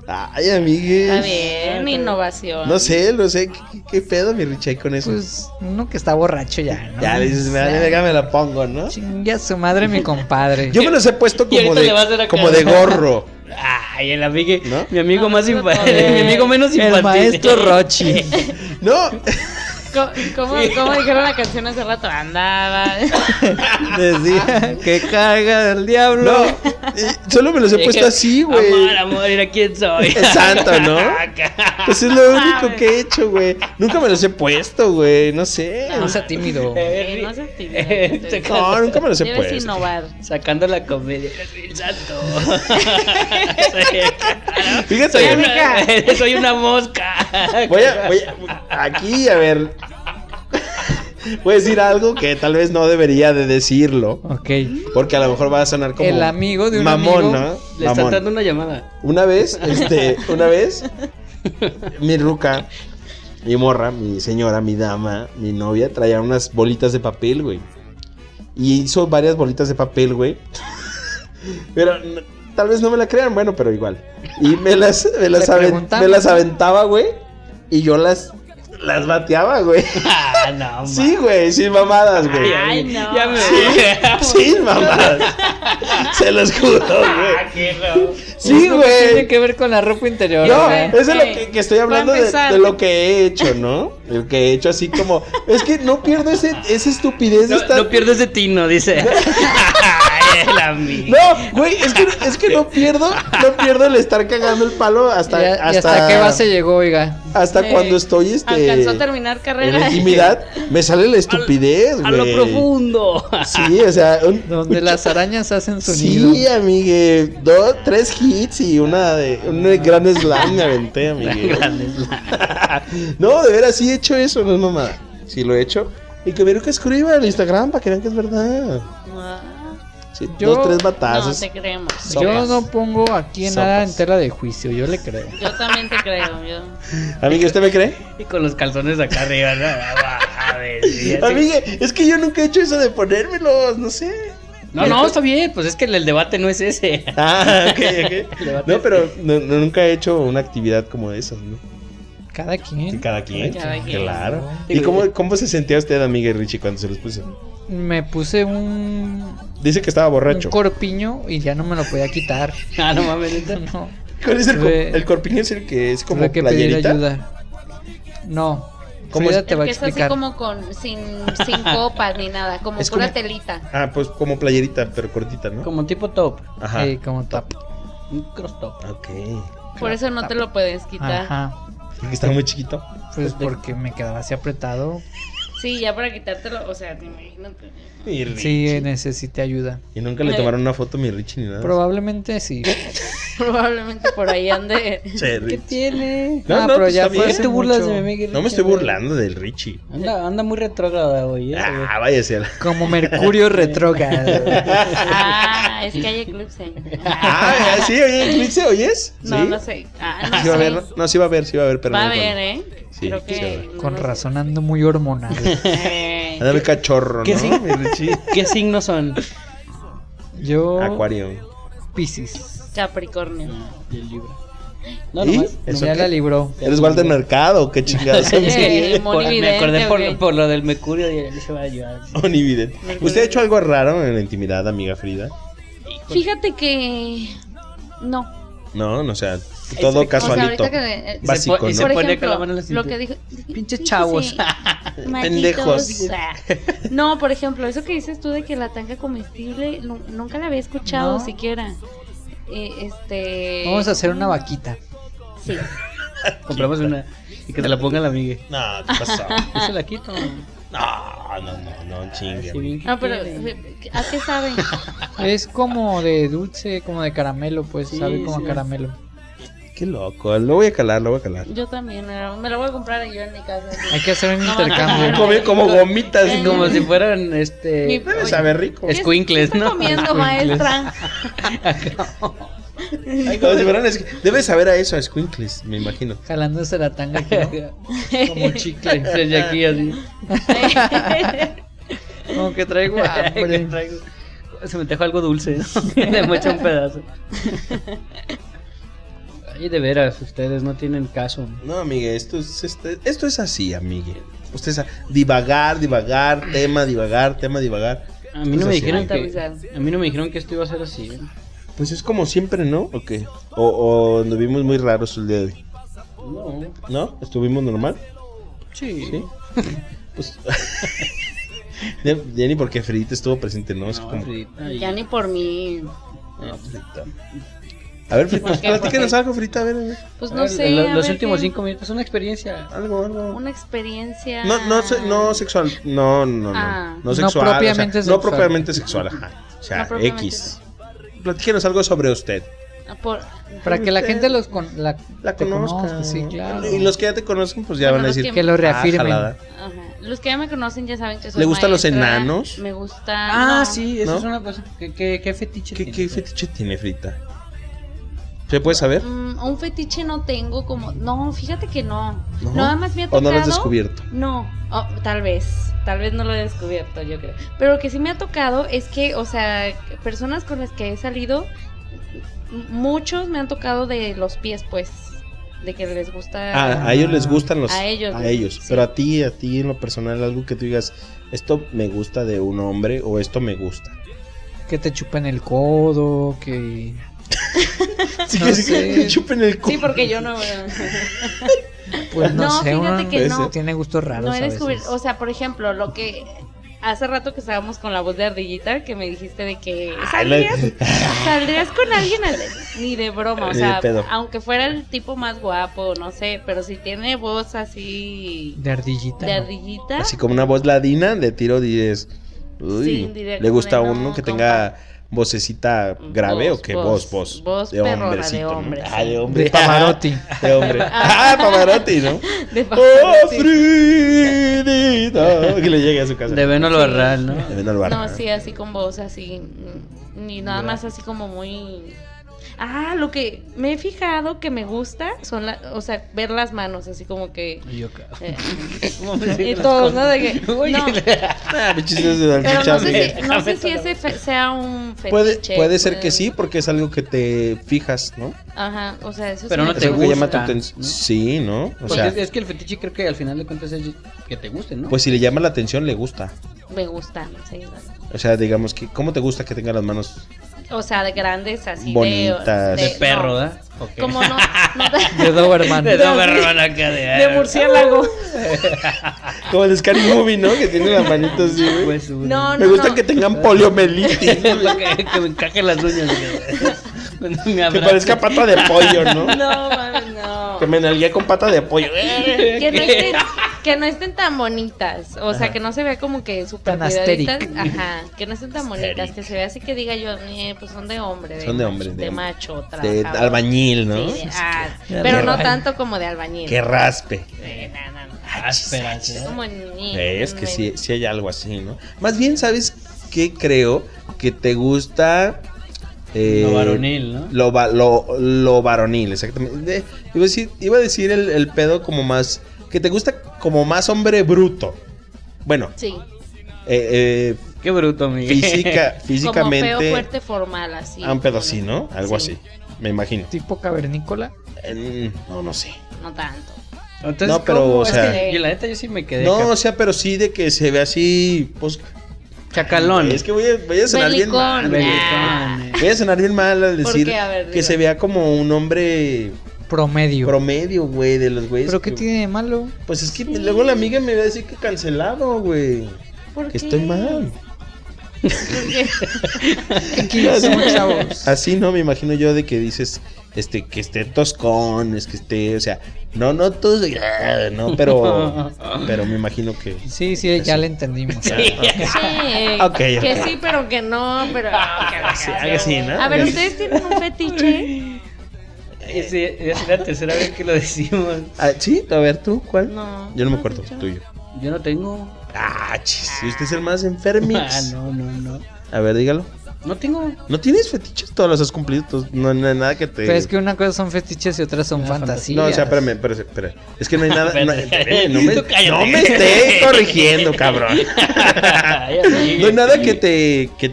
Speaker 1: Ay, amigue.
Speaker 2: Está bien, innovación.
Speaker 1: No sé, no sé. ¿Qué, qué- qué pedo, mi Richie, con eso?
Speaker 3: Pues uno que está borracho ya. ¿no?
Speaker 1: ya dices, me vale, verga, me la pongo, ¿no?
Speaker 3: Chingue a su madre, mi compadre.
Speaker 1: Yo me los he puesto
Speaker 4: Y
Speaker 1: como
Speaker 4: ahorita
Speaker 1: de,
Speaker 4: le vas a hacer acá.
Speaker 1: como de gorro.
Speaker 4: Ay, el amigo,
Speaker 1: ¿No?
Speaker 4: mi amigo
Speaker 2: No,
Speaker 4: más
Speaker 2: Ah, no,
Speaker 4: infantil,
Speaker 2: no, no.
Speaker 4: mi amigo menos infantil.
Speaker 3: el maestro Rochi.
Speaker 1: No,
Speaker 2: Co- ¿Cómo, cómo dijeron la canción hace rato? Andaba.
Speaker 3: Decía que carga del diablo.
Speaker 1: no. eh, Solo me los he puesto así, güey.
Speaker 4: Amor, amor, mira quién soy.
Speaker 1: Es santo, ¿no?
Speaker 4: Acá.
Speaker 1: Eso Pues es lo único que he hecho, güey. Nunca me los he puesto, güey. No sé.
Speaker 3: No sea tímido.
Speaker 2: Eh, no seas tímido.
Speaker 4: Eh,
Speaker 2: Te-
Speaker 4: saca-
Speaker 1: No, nunca me los he
Speaker 2: Debes
Speaker 1: puesto.
Speaker 2: innovar.
Speaker 4: Sacando la comedia. Soy el santo. soy,
Speaker 1: Fíjate,
Speaker 4: una, soy una mosca.
Speaker 1: voy a, voy a- aquí, a ver. Voy a decir algo que tal vez no debería de decirlo.
Speaker 3: Ok.
Speaker 1: Porque a lo mejor va a sonar como.
Speaker 3: El amigo de un
Speaker 1: mamón,
Speaker 3: amigo.
Speaker 1: ¿no?
Speaker 4: Le están
Speaker 1: Mamón.
Speaker 4: dando una llamada.
Speaker 1: Una vez, este, una vez, mi ruca, mi morra, mi señora, mi dama, mi novia, traía unas bolitas de papel, güey. Y hizo varias bolitas de papel, güey. Pero no- tal vez no me la crean, bueno, pero igual. Y me las, me las, aven-
Speaker 3: preguntamos.
Speaker 1: me las aventaba, güey. Y yo las, las bateaba, güey.
Speaker 4: Ah, no,
Speaker 1: Sí, güey, sin mamadas, güey.
Speaker 2: Ay, no.
Speaker 4: Ya me
Speaker 1: Sin mamadas. Se los juro,
Speaker 4: Ah,
Speaker 1: güey.
Speaker 4: qué raro.
Speaker 1: Sí,
Speaker 3: Eso no
Speaker 1: güey.
Speaker 3: Tiene que ver con la ropa interior.
Speaker 1: No,
Speaker 3: ¿eh?
Speaker 1: eso es lo
Speaker 2: Ey,
Speaker 1: que, que estoy
Speaker 2: va a
Speaker 1: hablando de,
Speaker 2: empezar.
Speaker 1: de lo que he hecho, ¿no? El que he hecho así como. Es que no pierdo ese, esa estupidez de
Speaker 4: No,
Speaker 1: estar.
Speaker 4: no pierdes de tino, dice. el amigo.
Speaker 1: No, güey, es que, es que no pierdo, no pierdo el estar cagando el palo hasta,
Speaker 3: y, a- y
Speaker 1: hasta,
Speaker 3: hasta, qué base llegó, oiga.
Speaker 1: hasta
Speaker 2: Eh,
Speaker 1: cuando estoy este,
Speaker 2: Alcanzó a
Speaker 1: en
Speaker 2: terminar
Speaker 1: la
Speaker 2: carrera.
Speaker 1: intimidad, me sale la estupidez,
Speaker 4: A lo
Speaker 1: güey.
Speaker 4: profundo.
Speaker 1: Sí, o sea, un-
Speaker 3: Donde
Speaker 1: un
Speaker 3: las arañas hacen su
Speaker 1: Sí,
Speaker 3: nido.
Speaker 1: amigue, dos, tres hits y una de un gran slam me aventé, amigue. no, de veras sí he hecho eso, no es mamada. Sí lo he hecho. Y que vieron que escriba en Instagram para que vean que es verdad.
Speaker 2: Ah,
Speaker 1: Sí,
Speaker 3: Yo-
Speaker 1: dos, tres
Speaker 2: No,
Speaker 1: batazos.
Speaker 2: te creemos.
Speaker 3: Yo
Speaker 1: Sopas.
Speaker 3: no pongo aquí
Speaker 1: Sopas.
Speaker 3: nada en tela de juicio, yo le creo.
Speaker 2: Yo también te creo. Yo.
Speaker 1: Amigue, ¿usted me cree?
Speaker 4: Y con los calzones acá arriba, ¿no? Ah, A ver, sí, ya sé.
Speaker 1: Amigue, es que yo nunca he hecho eso de ponérmelos, no sé.
Speaker 4: No, no, está bien, pues es que el, el debate no es ese.
Speaker 1: Ah, ok, ok. No, pero no- no, nunca he hecho una actividad como esas, ¿no?
Speaker 3: Cada quien.
Speaker 1: Sí, cada quien.
Speaker 2: Cada quien.
Speaker 1: Claro.
Speaker 4: Sí,
Speaker 1: ¿Y
Speaker 4: güey.
Speaker 1: cómo, cómo se sentía usted, amigue Richie, cuando se los puso?
Speaker 3: Me puse un,
Speaker 1: Dice que estaba
Speaker 3: un
Speaker 1: borracho.
Speaker 3: corpiño y ya no me lo podía quitar.
Speaker 4: Ah, no mames, neta.
Speaker 3: No,
Speaker 1: ¿Cuál es el, cor-
Speaker 3: Tuve-
Speaker 1: el corpiño? ¿Es el que es como
Speaker 3: tuve que pedir
Speaker 1: playerita?
Speaker 3: ayuda. No.
Speaker 1: ¿Cómo
Speaker 3: Frida
Speaker 1: es?
Speaker 3: te va a
Speaker 2: que es así
Speaker 3: explicar.
Speaker 2: como con sin, sin copas ni nada, como
Speaker 1: Es
Speaker 2: pura
Speaker 1: como-
Speaker 2: telita.
Speaker 1: Ah, pues como playerita, pero cortita, ¿no?
Speaker 4: Como tipo top.
Speaker 1: Ajá.
Speaker 3: Sí, como tap.
Speaker 4: Un cross top.
Speaker 1: Ok.
Speaker 2: Por eso no te lo puedes quitar.
Speaker 3: Ajá.
Speaker 1: Porque está muy chiquito.
Speaker 3: Pues porque me quedaba así apretado.
Speaker 2: Sí, ya para quitártelo, o sea, te imagínate.
Speaker 1: Y
Speaker 3: Sí, Eh,
Speaker 1: Richie.
Speaker 3: necesité ayuda.
Speaker 1: Y nunca le tomaron una foto a mi Richie ni nada.
Speaker 3: Probablemente sí.
Speaker 2: Probablemente por ahí ande.
Speaker 1: Sí,
Speaker 3: ¿Qué
Speaker 1: Richie.
Speaker 3: tiene?
Speaker 1: No,
Speaker 3: ah,
Speaker 1: no,
Speaker 3: pero
Speaker 1: pues
Speaker 3: ya
Speaker 1: está
Speaker 3: fue
Speaker 1: bien.
Speaker 3: hace
Speaker 4: te burlas
Speaker 3: mucho.
Speaker 4: de mi amigo
Speaker 1: No me
Speaker 4: Richie,
Speaker 1: estoy
Speaker 4: güey.
Speaker 1: burlando del Richie.
Speaker 4: Anda, anda muy retrógrada, güey. ese güey.
Speaker 1: Ah, váyase. a la-
Speaker 3: Como Mercurio retrógrado.
Speaker 2: Ah, es que hay eclipse.
Speaker 1: Ah, sí, oye, Eclipse, ¿oyes?
Speaker 2: No,
Speaker 1: ¿Sí?
Speaker 2: no sé. Ah,
Speaker 1: Sí va a
Speaker 2: no
Speaker 1: haber,
Speaker 2: sé.
Speaker 1: ¿no? No, sí va a haber, sí va a haber, pero
Speaker 2: Va
Speaker 1: no
Speaker 2: a
Speaker 1: me
Speaker 2: ver,
Speaker 1: acuerdo.
Speaker 2: ¿eh?
Speaker 1: Sí,
Speaker 2: Creo
Speaker 1: sí va a
Speaker 2: que.
Speaker 1: haber.
Speaker 2: no
Speaker 3: Con
Speaker 2: sé.
Speaker 3: razón ando muy hormonal.
Speaker 2: Eh,
Speaker 1: Ándame cachorro,
Speaker 4: ¿Qué
Speaker 1: ¿no?
Speaker 4: sí?
Speaker 1: Mi Richie.
Speaker 4: ¿Qué signos son?
Speaker 3: Yo.
Speaker 1: Acuario.
Speaker 3: Piscis.
Speaker 2: Capricornio.
Speaker 4: Y el Ah, libro. No,
Speaker 1: ¿Y?
Speaker 4: nomás.
Speaker 1: ¿Eso
Speaker 3: Ya
Speaker 1: qué?
Speaker 3: la libró.
Speaker 1: ¿Eres Walter Mercado? ¿Qué chingados?
Speaker 2: Eh,
Speaker 4: Por- me
Speaker 2: monividente,
Speaker 4: acordé
Speaker 2: güey.
Speaker 4: por, por lo del mercurio y él se va a ayudar.
Speaker 1: Onividente.
Speaker 2: Mercurio.
Speaker 1: ¿Usted ha hecho algo raro en la intimidad, amiga Frida?
Speaker 2: Fíjate que. No.
Speaker 1: No, no, o sea, todo
Speaker 4: que- o sea,
Speaker 1: casualito.
Speaker 2: ahorita que-
Speaker 1: Básico,
Speaker 4: po- y
Speaker 1: ¿no?
Speaker 4: se
Speaker 2: Por
Speaker 4: pone
Speaker 2: ejemplo,
Speaker 4: con la mano en la
Speaker 2: lo
Speaker 4: cintura.
Speaker 2: que dijo.
Speaker 4: Pinches
Speaker 2: dijo,
Speaker 4: chavos.
Speaker 2: sí,
Speaker 1: Pendejos.
Speaker 2: malditos. No, por ejemplo, eso que dices tú de que la tanga comestible, nu- nunca la había escuchado
Speaker 3: No.
Speaker 2: siquiera. Eh, este.
Speaker 3: Vamos a hacer una vaquita.
Speaker 2: Sí.
Speaker 4: Compramos una y que te la ponga la amiga.
Speaker 1: No, ¿qué pasó?
Speaker 4: Yo se la quito.
Speaker 1: No, no, no, no, chingue.
Speaker 4: Así bien que
Speaker 2: No, Ah, pero
Speaker 4: quiere.
Speaker 2: ¿a qué sabe?
Speaker 3: Es como de dulce, como de caramelo, pues
Speaker 4: Sí,
Speaker 3: sabe como
Speaker 4: sí.
Speaker 3: a caramelo.
Speaker 1: Qué loco, lo voy a calar, lo voy a calar.
Speaker 2: Yo también, me la, me la voy a comprar yo en mi casa.
Speaker 3: Hay que hacer un
Speaker 2: No,
Speaker 3: intercambio.
Speaker 2: no,
Speaker 1: Come como gomitas.
Speaker 2: Eh,
Speaker 4: Como
Speaker 1: como
Speaker 4: si fueran
Speaker 2: Mi-
Speaker 4: este.
Speaker 1: Debe saber rico.
Speaker 4: Es- escuincles,
Speaker 2: ¿Qué está
Speaker 4: ¿no?
Speaker 2: comiendo,
Speaker 4: Escuincles.
Speaker 2: maestra?
Speaker 1: Como si fueran es- Debe saber a eso, a Squinkles, me imagino.
Speaker 3: Jalándose la tanga aquí, ¿no?
Speaker 4: Como chicle. Desde aquí así.
Speaker 3: Como que traigo
Speaker 4: Que
Speaker 3: hambre.
Speaker 4: traigo. Se me dejó algo dulce. ¿no? Le mocha un pedazo. Ay, de veras, ustedes no tienen caso.
Speaker 1: No, amigue, esto es, este- esto es así, amigue. Usted es a- divagar, divagar, tema, divagar, tema, divagar.
Speaker 4: A mí no
Speaker 1: Es
Speaker 4: me
Speaker 1: así.
Speaker 4: dijeron
Speaker 2: Aterrizar.
Speaker 4: que. A mí no me dijeron que esto iba a ser así. ¿eh?
Speaker 1: Pues es como siempre, ¿no? ¿O qué? O, o nos vimos muy raros el día de hoy.
Speaker 4: No.
Speaker 1: ¿No? ¿Estuvimos normal?
Speaker 4: Sí.
Speaker 1: Sí. Pues. ya, ya ni porque Fridita estuvo presente, ¿no? Es
Speaker 4: No,
Speaker 1: como-
Speaker 4: Fridita, y-
Speaker 2: ya ni por mí.
Speaker 1: No, Fridita. A ver, Fridita, pues,
Speaker 2: qué? ¿Por
Speaker 1: platíquenos
Speaker 2: qué?
Speaker 1: algo, Fridita, a ver, a ver,
Speaker 2: Pues
Speaker 4: A
Speaker 2: no
Speaker 4: ver,
Speaker 2: sé.
Speaker 4: lo-
Speaker 2: a
Speaker 4: los
Speaker 2: ver
Speaker 4: últimos
Speaker 2: qué-
Speaker 4: cinco minutos, una experiencia.
Speaker 1: algo, algo.
Speaker 2: Una experiencia.
Speaker 1: No, no, se- no sexual, no, no, no,
Speaker 2: Ah.
Speaker 1: no
Speaker 3: No
Speaker 1: sexual,
Speaker 3: propiamente
Speaker 1: o sea,
Speaker 3: sexual.
Speaker 1: no propiamente sexual, ajá, o sea,
Speaker 2: No propiamente
Speaker 1: X. Platíquenos algo sobre usted,
Speaker 2: Ah, Por-
Speaker 3: Para que la gente los con, la,
Speaker 1: la
Speaker 3: te
Speaker 1: conozca,
Speaker 3: sí, claro.
Speaker 1: y los que ya te conocen, pues ya
Speaker 2: Bueno,
Speaker 1: van a
Speaker 2: los
Speaker 1: decir,
Speaker 2: que
Speaker 3: Que lo
Speaker 1: "Ah,
Speaker 3: reafirmen.
Speaker 1: jalada".
Speaker 2: ajá. Los que ya me conocen ya saben que soy
Speaker 1: ¿Le gustan los
Speaker 2: maestra,
Speaker 1: enanos?
Speaker 2: Me gusta.
Speaker 4: Ah,
Speaker 2: no.
Speaker 4: sí, eso
Speaker 1: ¿No?
Speaker 4: es una cosa. ¿Qué, qué, qué fetiche
Speaker 1: ¿Qué,
Speaker 4: tiene?
Speaker 1: qué fetiche tiene Frita? ¿Se puede saber?
Speaker 2: Mm, un fetiche no tengo como. No, fíjate que no.
Speaker 1: ¿No?
Speaker 2: Nada más me ha
Speaker 1: ¿O
Speaker 2: tocado.
Speaker 1: no lo has descubierto?
Speaker 2: No, oh, tal vez, tal vez no lo he descubierto, yo creo. Pero lo que sí me ha tocado es que, o sea, personas con las que he salido, m- muchos me han tocado de los pies, pues, de que les gusta...
Speaker 1: Ah, a ellos les gustan los.
Speaker 2: A ellos,
Speaker 1: A
Speaker 2: ¿no?
Speaker 1: ellos.
Speaker 2: Sí.
Speaker 1: Pero a ti, a ti en lo personal, algo que tú digas, esto me gusta de un hombre o esto me gusta.
Speaker 3: Que te chupen el codo, que...
Speaker 1: Sí,
Speaker 3: No
Speaker 1: que- sí,
Speaker 3: sé.
Speaker 1: que te chupen el cu-
Speaker 2: Sí, porque yo no...
Speaker 3: Pues no,
Speaker 2: No,
Speaker 3: sé,
Speaker 2: fíjate
Speaker 3: uno
Speaker 2: que
Speaker 1: no.
Speaker 3: tiene gustos raros
Speaker 2: No he
Speaker 3: a veces.
Speaker 2: descubierto, o sea, por ejemplo, lo que Hace rato que estábamos con la voz de ardillita que me dijiste de que
Speaker 1: Ay, Ah, la-
Speaker 2: saldrías, saldrías con alguien al- ni de broma, o
Speaker 1: Ni de
Speaker 2: sea,
Speaker 1: pedo.
Speaker 2: aunque fuera el tipo más guapo, no sé, pero si tiene voz así
Speaker 3: De ardillita.
Speaker 2: de
Speaker 3: ¿no?
Speaker 2: ardillita,
Speaker 1: Así como una voz ladina de tiro 10.
Speaker 2: Sí,
Speaker 1: Uy,
Speaker 2: indirecto,
Speaker 1: le gusta a
Speaker 2: de no,
Speaker 1: uno que
Speaker 2: compa.
Speaker 1: tenga vocecita grave
Speaker 2: Voz,
Speaker 1: o que
Speaker 2: voz,
Speaker 1: voz, voz.
Speaker 2: voz perrona de
Speaker 1: ¿no?
Speaker 2: hombre, sí.
Speaker 1: Ah, de hombre.
Speaker 3: De Pavarotti.
Speaker 1: De hombre. Ah, Pavarotti, ¿no?
Speaker 4: Ah,
Speaker 2: de
Speaker 1: Oh,
Speaker 2: Pavarotti.
Speaker 1: Fridita. Que le llegue a su casa.
Speaker 4: De Venolo Barral, ¿no?
Speaker 1: De ven al bar.
Speaker 2: No, sí, así con voz, así. mm, Ni nada más así como muy. Ah, lo que me he fijado que me gusta son las. O sea, ver las manos, así como que.
Speaker 4: Y yo, cabrón.
Speaker 2: eh,
Speaker 4: ¿Cómo me
Speaker 2: y
Speaker 4: siguen las
Speaker 2: todos, ¿no?
Speaker 4: cosas?
Speaker 2: De que.
Speaker 4: Oye,
Speaker 2: No,
Speaker 1: Ah, pinches ideas de Don
Speaker 2: pero no
Speaker 1: Charlie.
Speaker 2: sé si, no sé si ese fe- sea un fetiche.
Speaker 1: Puede, puede ser que
Speaker 2: puede-
Speaker 1: sí, porque es algo que te fijas, ¿no?
Speaker 2: Ajá, o sea, eso
Speaker 4: Pero
Speaker 2: sí
Speaker 4: no
Speaker 2: me-
Speaker 1: Es
Speaker 4: te
Speaker 1: algo que llama tu
Speaker 4: gusta,
Speaker 1: atención.
Speaker 4: ¿no?
Speaker 1: Sí, ¿no? O
Speaker 4: Pues
Speaker 1: sea,
Speaker 4: es, es que el fetiche creo que al final de cuentas es que te guste, ¿no?
Speaker 1: pues si le llama la atención, le gusta.
Speaker 2: me gusta. sí.
Speaker 1: O sea, digamos que, ¿cómo te gusta que tenga las manos?
Speaker 2: O sea, de grandes, así. de-
Speaker 1: Bonitas.
Speaker 4: de
Speaker 1: no.
Speaker 4: perro,
Speaker 2: no,
Speaker 4: ¿verdad? Ok.
Speaker 2: Como no. no
Speaker 3: De Doberman.
Speaker 4: De Doberman acá de...
Speaker 2: de murciélago.
Speaker 1: Como el Scary Movie, ¿no? Que tiene las manitas así, güey.
Speaker 4: Pues, un-
Speaker 2: No,
Speaker 1: Me
Speaker 2: no,
Speaker 1: gusta
Speaker 2: no.
Speaker 1: que tengan poliomielitis, ¿no?
Speaker 4: que, que me encajen las uñas. que- Cuando me
Speaker 1: que
Speaker 4: abrace.
Speaker 1: parezca pata de pollo, ¿no?
Speaker 2: No, mames, no.
Speaker 1: Que me nalgué con pata de pollo.
Speaker 2: que no estén, que no estén tan bonitas, o sea, que no se vea como que súper
Speaker 3: Tan
Speaker 2: cuidaditas,
Speaker 3: asteric.
Speaker 2: ajá, que no estén tan bonitas, que se vea así que diga yo, "Eh, pues son de hombre,
Speaker 1: Son de hombre,
Speaker 2: macho,
Speaker 1: de-
Speaker 2: de macho,
Speaker 1: De
Speaker 2: trabajador".
Speaker 1: albañil, ¿no?
Speaker 2: Sí, de- ah,
Speaker 3: De
Speaker 2: pero no
Speaker 3: albañil.
Speaker 2: tanto como de albañil.
Speaker 1: Que raspe.
Speaker 2: Eh, na, na, na.
Speaker 4: Ásperas,
Speaker 2: Es
Speaker 4: ¿eh?
Speaker 2: como ni-
Speaker 1: Eh, es que
Speaker 2: ni-
Speaker 1: sí, sí hay algo así, ¿no? Más bien, ¿sabes qué creo? Que te gusta... eh,
Speaker 4: Lo varonil, ¿no?
Speaker 1: Lo, va- lo, lo varonil, exactamente. De- iba a decir, iba a decir el, el pedo como más... Que te gusta como más hombre bruto. Bueno,
Speaker 2: Sí,
Speaker 1: eh, eh,
Speaker 4: Qué bruto, Miguel.
Speaker 1: física,
Speaker 2: como feo,
Speaker 1: físicamente...
Speaker 2: fuerte, formal, así.
Speaker 1: Ah, un pedo
Speaker 2: como-
Speaker 1: así, ¿no? Algo
Speaker 2: Sí,
Speaker 1: así, me imagino.
Speaker 3: Tipo cavernícola.
Speaker 1: Eh, no, no sé.
Speaker 2: No tanto.
Speaker 4: Entonces,
Speaker 1: No, pero,
Speaker 4: ¿cómo?
Speaker 1: o
Speaker 4: Es
Speaker 1: sea-
Speaker 4: que yo, la neta, yo sí me quedé.
Speaker 1: No,
Speaker 4: ca-
Speaker 1: o sea, pero sí de que se ve así, pues...
Speaker 4: Chacalón.
Speaker 1: Es que voy a, voy a sonar bien
Speaker 2: Belicón.
Speaker 1: mal.
Speaker 4: Belicón,
Speaker 2: Ah.
Speaker 4: eh.
Speaker 1: Voy a sonar bien mal al
Speaker 2: ¿Por
Speaker 1: decir
Speaker 2: qué? A ver,
Speaker 1: que
Speaker 2: diga.
Speaker 1: se vea como un hombre
Speaker 3: Promedio.
Speaker 1: promedio, güey, de los güeyes.
Speaker 3: ¿Pero qué
Speaker 1: que-
Speaker 3: tiene de malo?
Speaker 1: Pues es que luego la amiga me va a decir que cancelado, güey.
Speaker 2: ¿Por
Speaker 1: Que
Speaker 2: qué?
Speaker 1: estoy mal.
Speaker 2: ¿Por qué?
Speaker 3: Aquí somos chavos.
Speaker 1: Así no me imagino yo de que dices este que esté toscón, es que esté, o sea, no no tos, ah, no, pero pero me imagino que
Speaker 3: Sí, sí, ya le entendimos.
Speaker 2: Sí,
Speaker 1: Ok,
Speaker 2: que
Speaker 1: ok.
Speaker 2: sí, pero que no, pero... ah, que la
Speaker 1: Sí,
Speaker 2: cara.
Speaker 1: algo así, ¿no?
Speaker 2: A ver, ¿ustedes tienen un fetiche?
Speaker 4: Ese- es la tercera vez que lo decimos.
Speaker 1: Ah, sí, a ver tú, ¿cuál?
Speaker 2: No.
Speaker 1: Yo no me
Speaker 2: has
Speaker 1: acuerdo,
Speaker 2: dicho?
Speaker 1: tuyo.
Speaker 4: Yo no tengo.
Speaker 1: Ah, chis, y usted es el más
Speaker 4: Ah,
Speaker 1: enfermix.
Speaker 4: no, no, no.
Speaker 1: A ver, dígalo.
Speaker 4: No tengo.
Speaker 1: ¿No tienes fetiches? Todos los has cumplido, todos- no, no hay nada que te
Speaker 3: Pero
Speaker 4: Pues
Speaker 3: es que una cosa son fetiches y otras son fantasías.
Speaker 1: No, o sea, espérame, espérame, espérame. Es que no hay nada. no, hay-
Speaker 4: Espérate.
Speaker 1: no me,
Speaker 4: Tú cállate.
Speaker 1: no me estés corrigiendo, cabrón. No hay nada que te. que,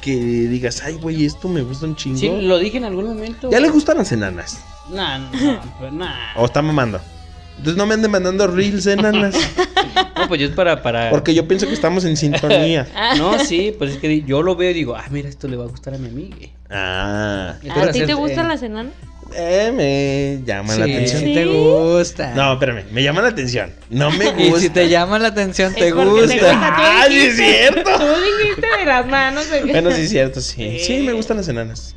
Speaker 1: que digas, ay, güey, esto me gusta un chingo.
Speaker 4: Sí, lo dije en algún momento.
Speaker 1: Ya le gustan las enanas.
Speaker 4: Nah, no, no, pues, nah.
Speaker 1: O está mamando. Entonces no me anden mandando reels de enanas.
Speaker 4: No, pues yo es para. para...
Speaker 1: Porque yo pienso que estamos en sintonía.
Speaker 4: No, sí, pues es que di- yo lo veo y digo, ah, mira, esto le va a gustar a mi amiga.
Speaker 1: Ah.
Speaker 4: Es para
Speaker 2: ¿A ti
Speaker 4: hacer,
Speaker 2: te gustan
Speaker 4: eh,
Speaker 2: las enanas?
Speaker 1: Eh, me llama la
Speaker 3: Sí,
Speaker 1: atención.
Speaker 3: sí te gusta.
Speaker 1: No, espérame, me llama la atención. No me
Speaker 3: Y
Speaker 1: gusta.
Speaker 3: si te llama la atención, te
Speaker 2: Es porque te
Speaker 3: gusta.
Speaker 2: gusta.
Speaker 1: Ah, sí es cierto.
Speaker 2: Tú dijiste de las manos. de que-
Speaker 1: Bueno, sí, cierto, sí.
Speaker 2: Sí.
Speaker 1: Sí, me gustan las enanas.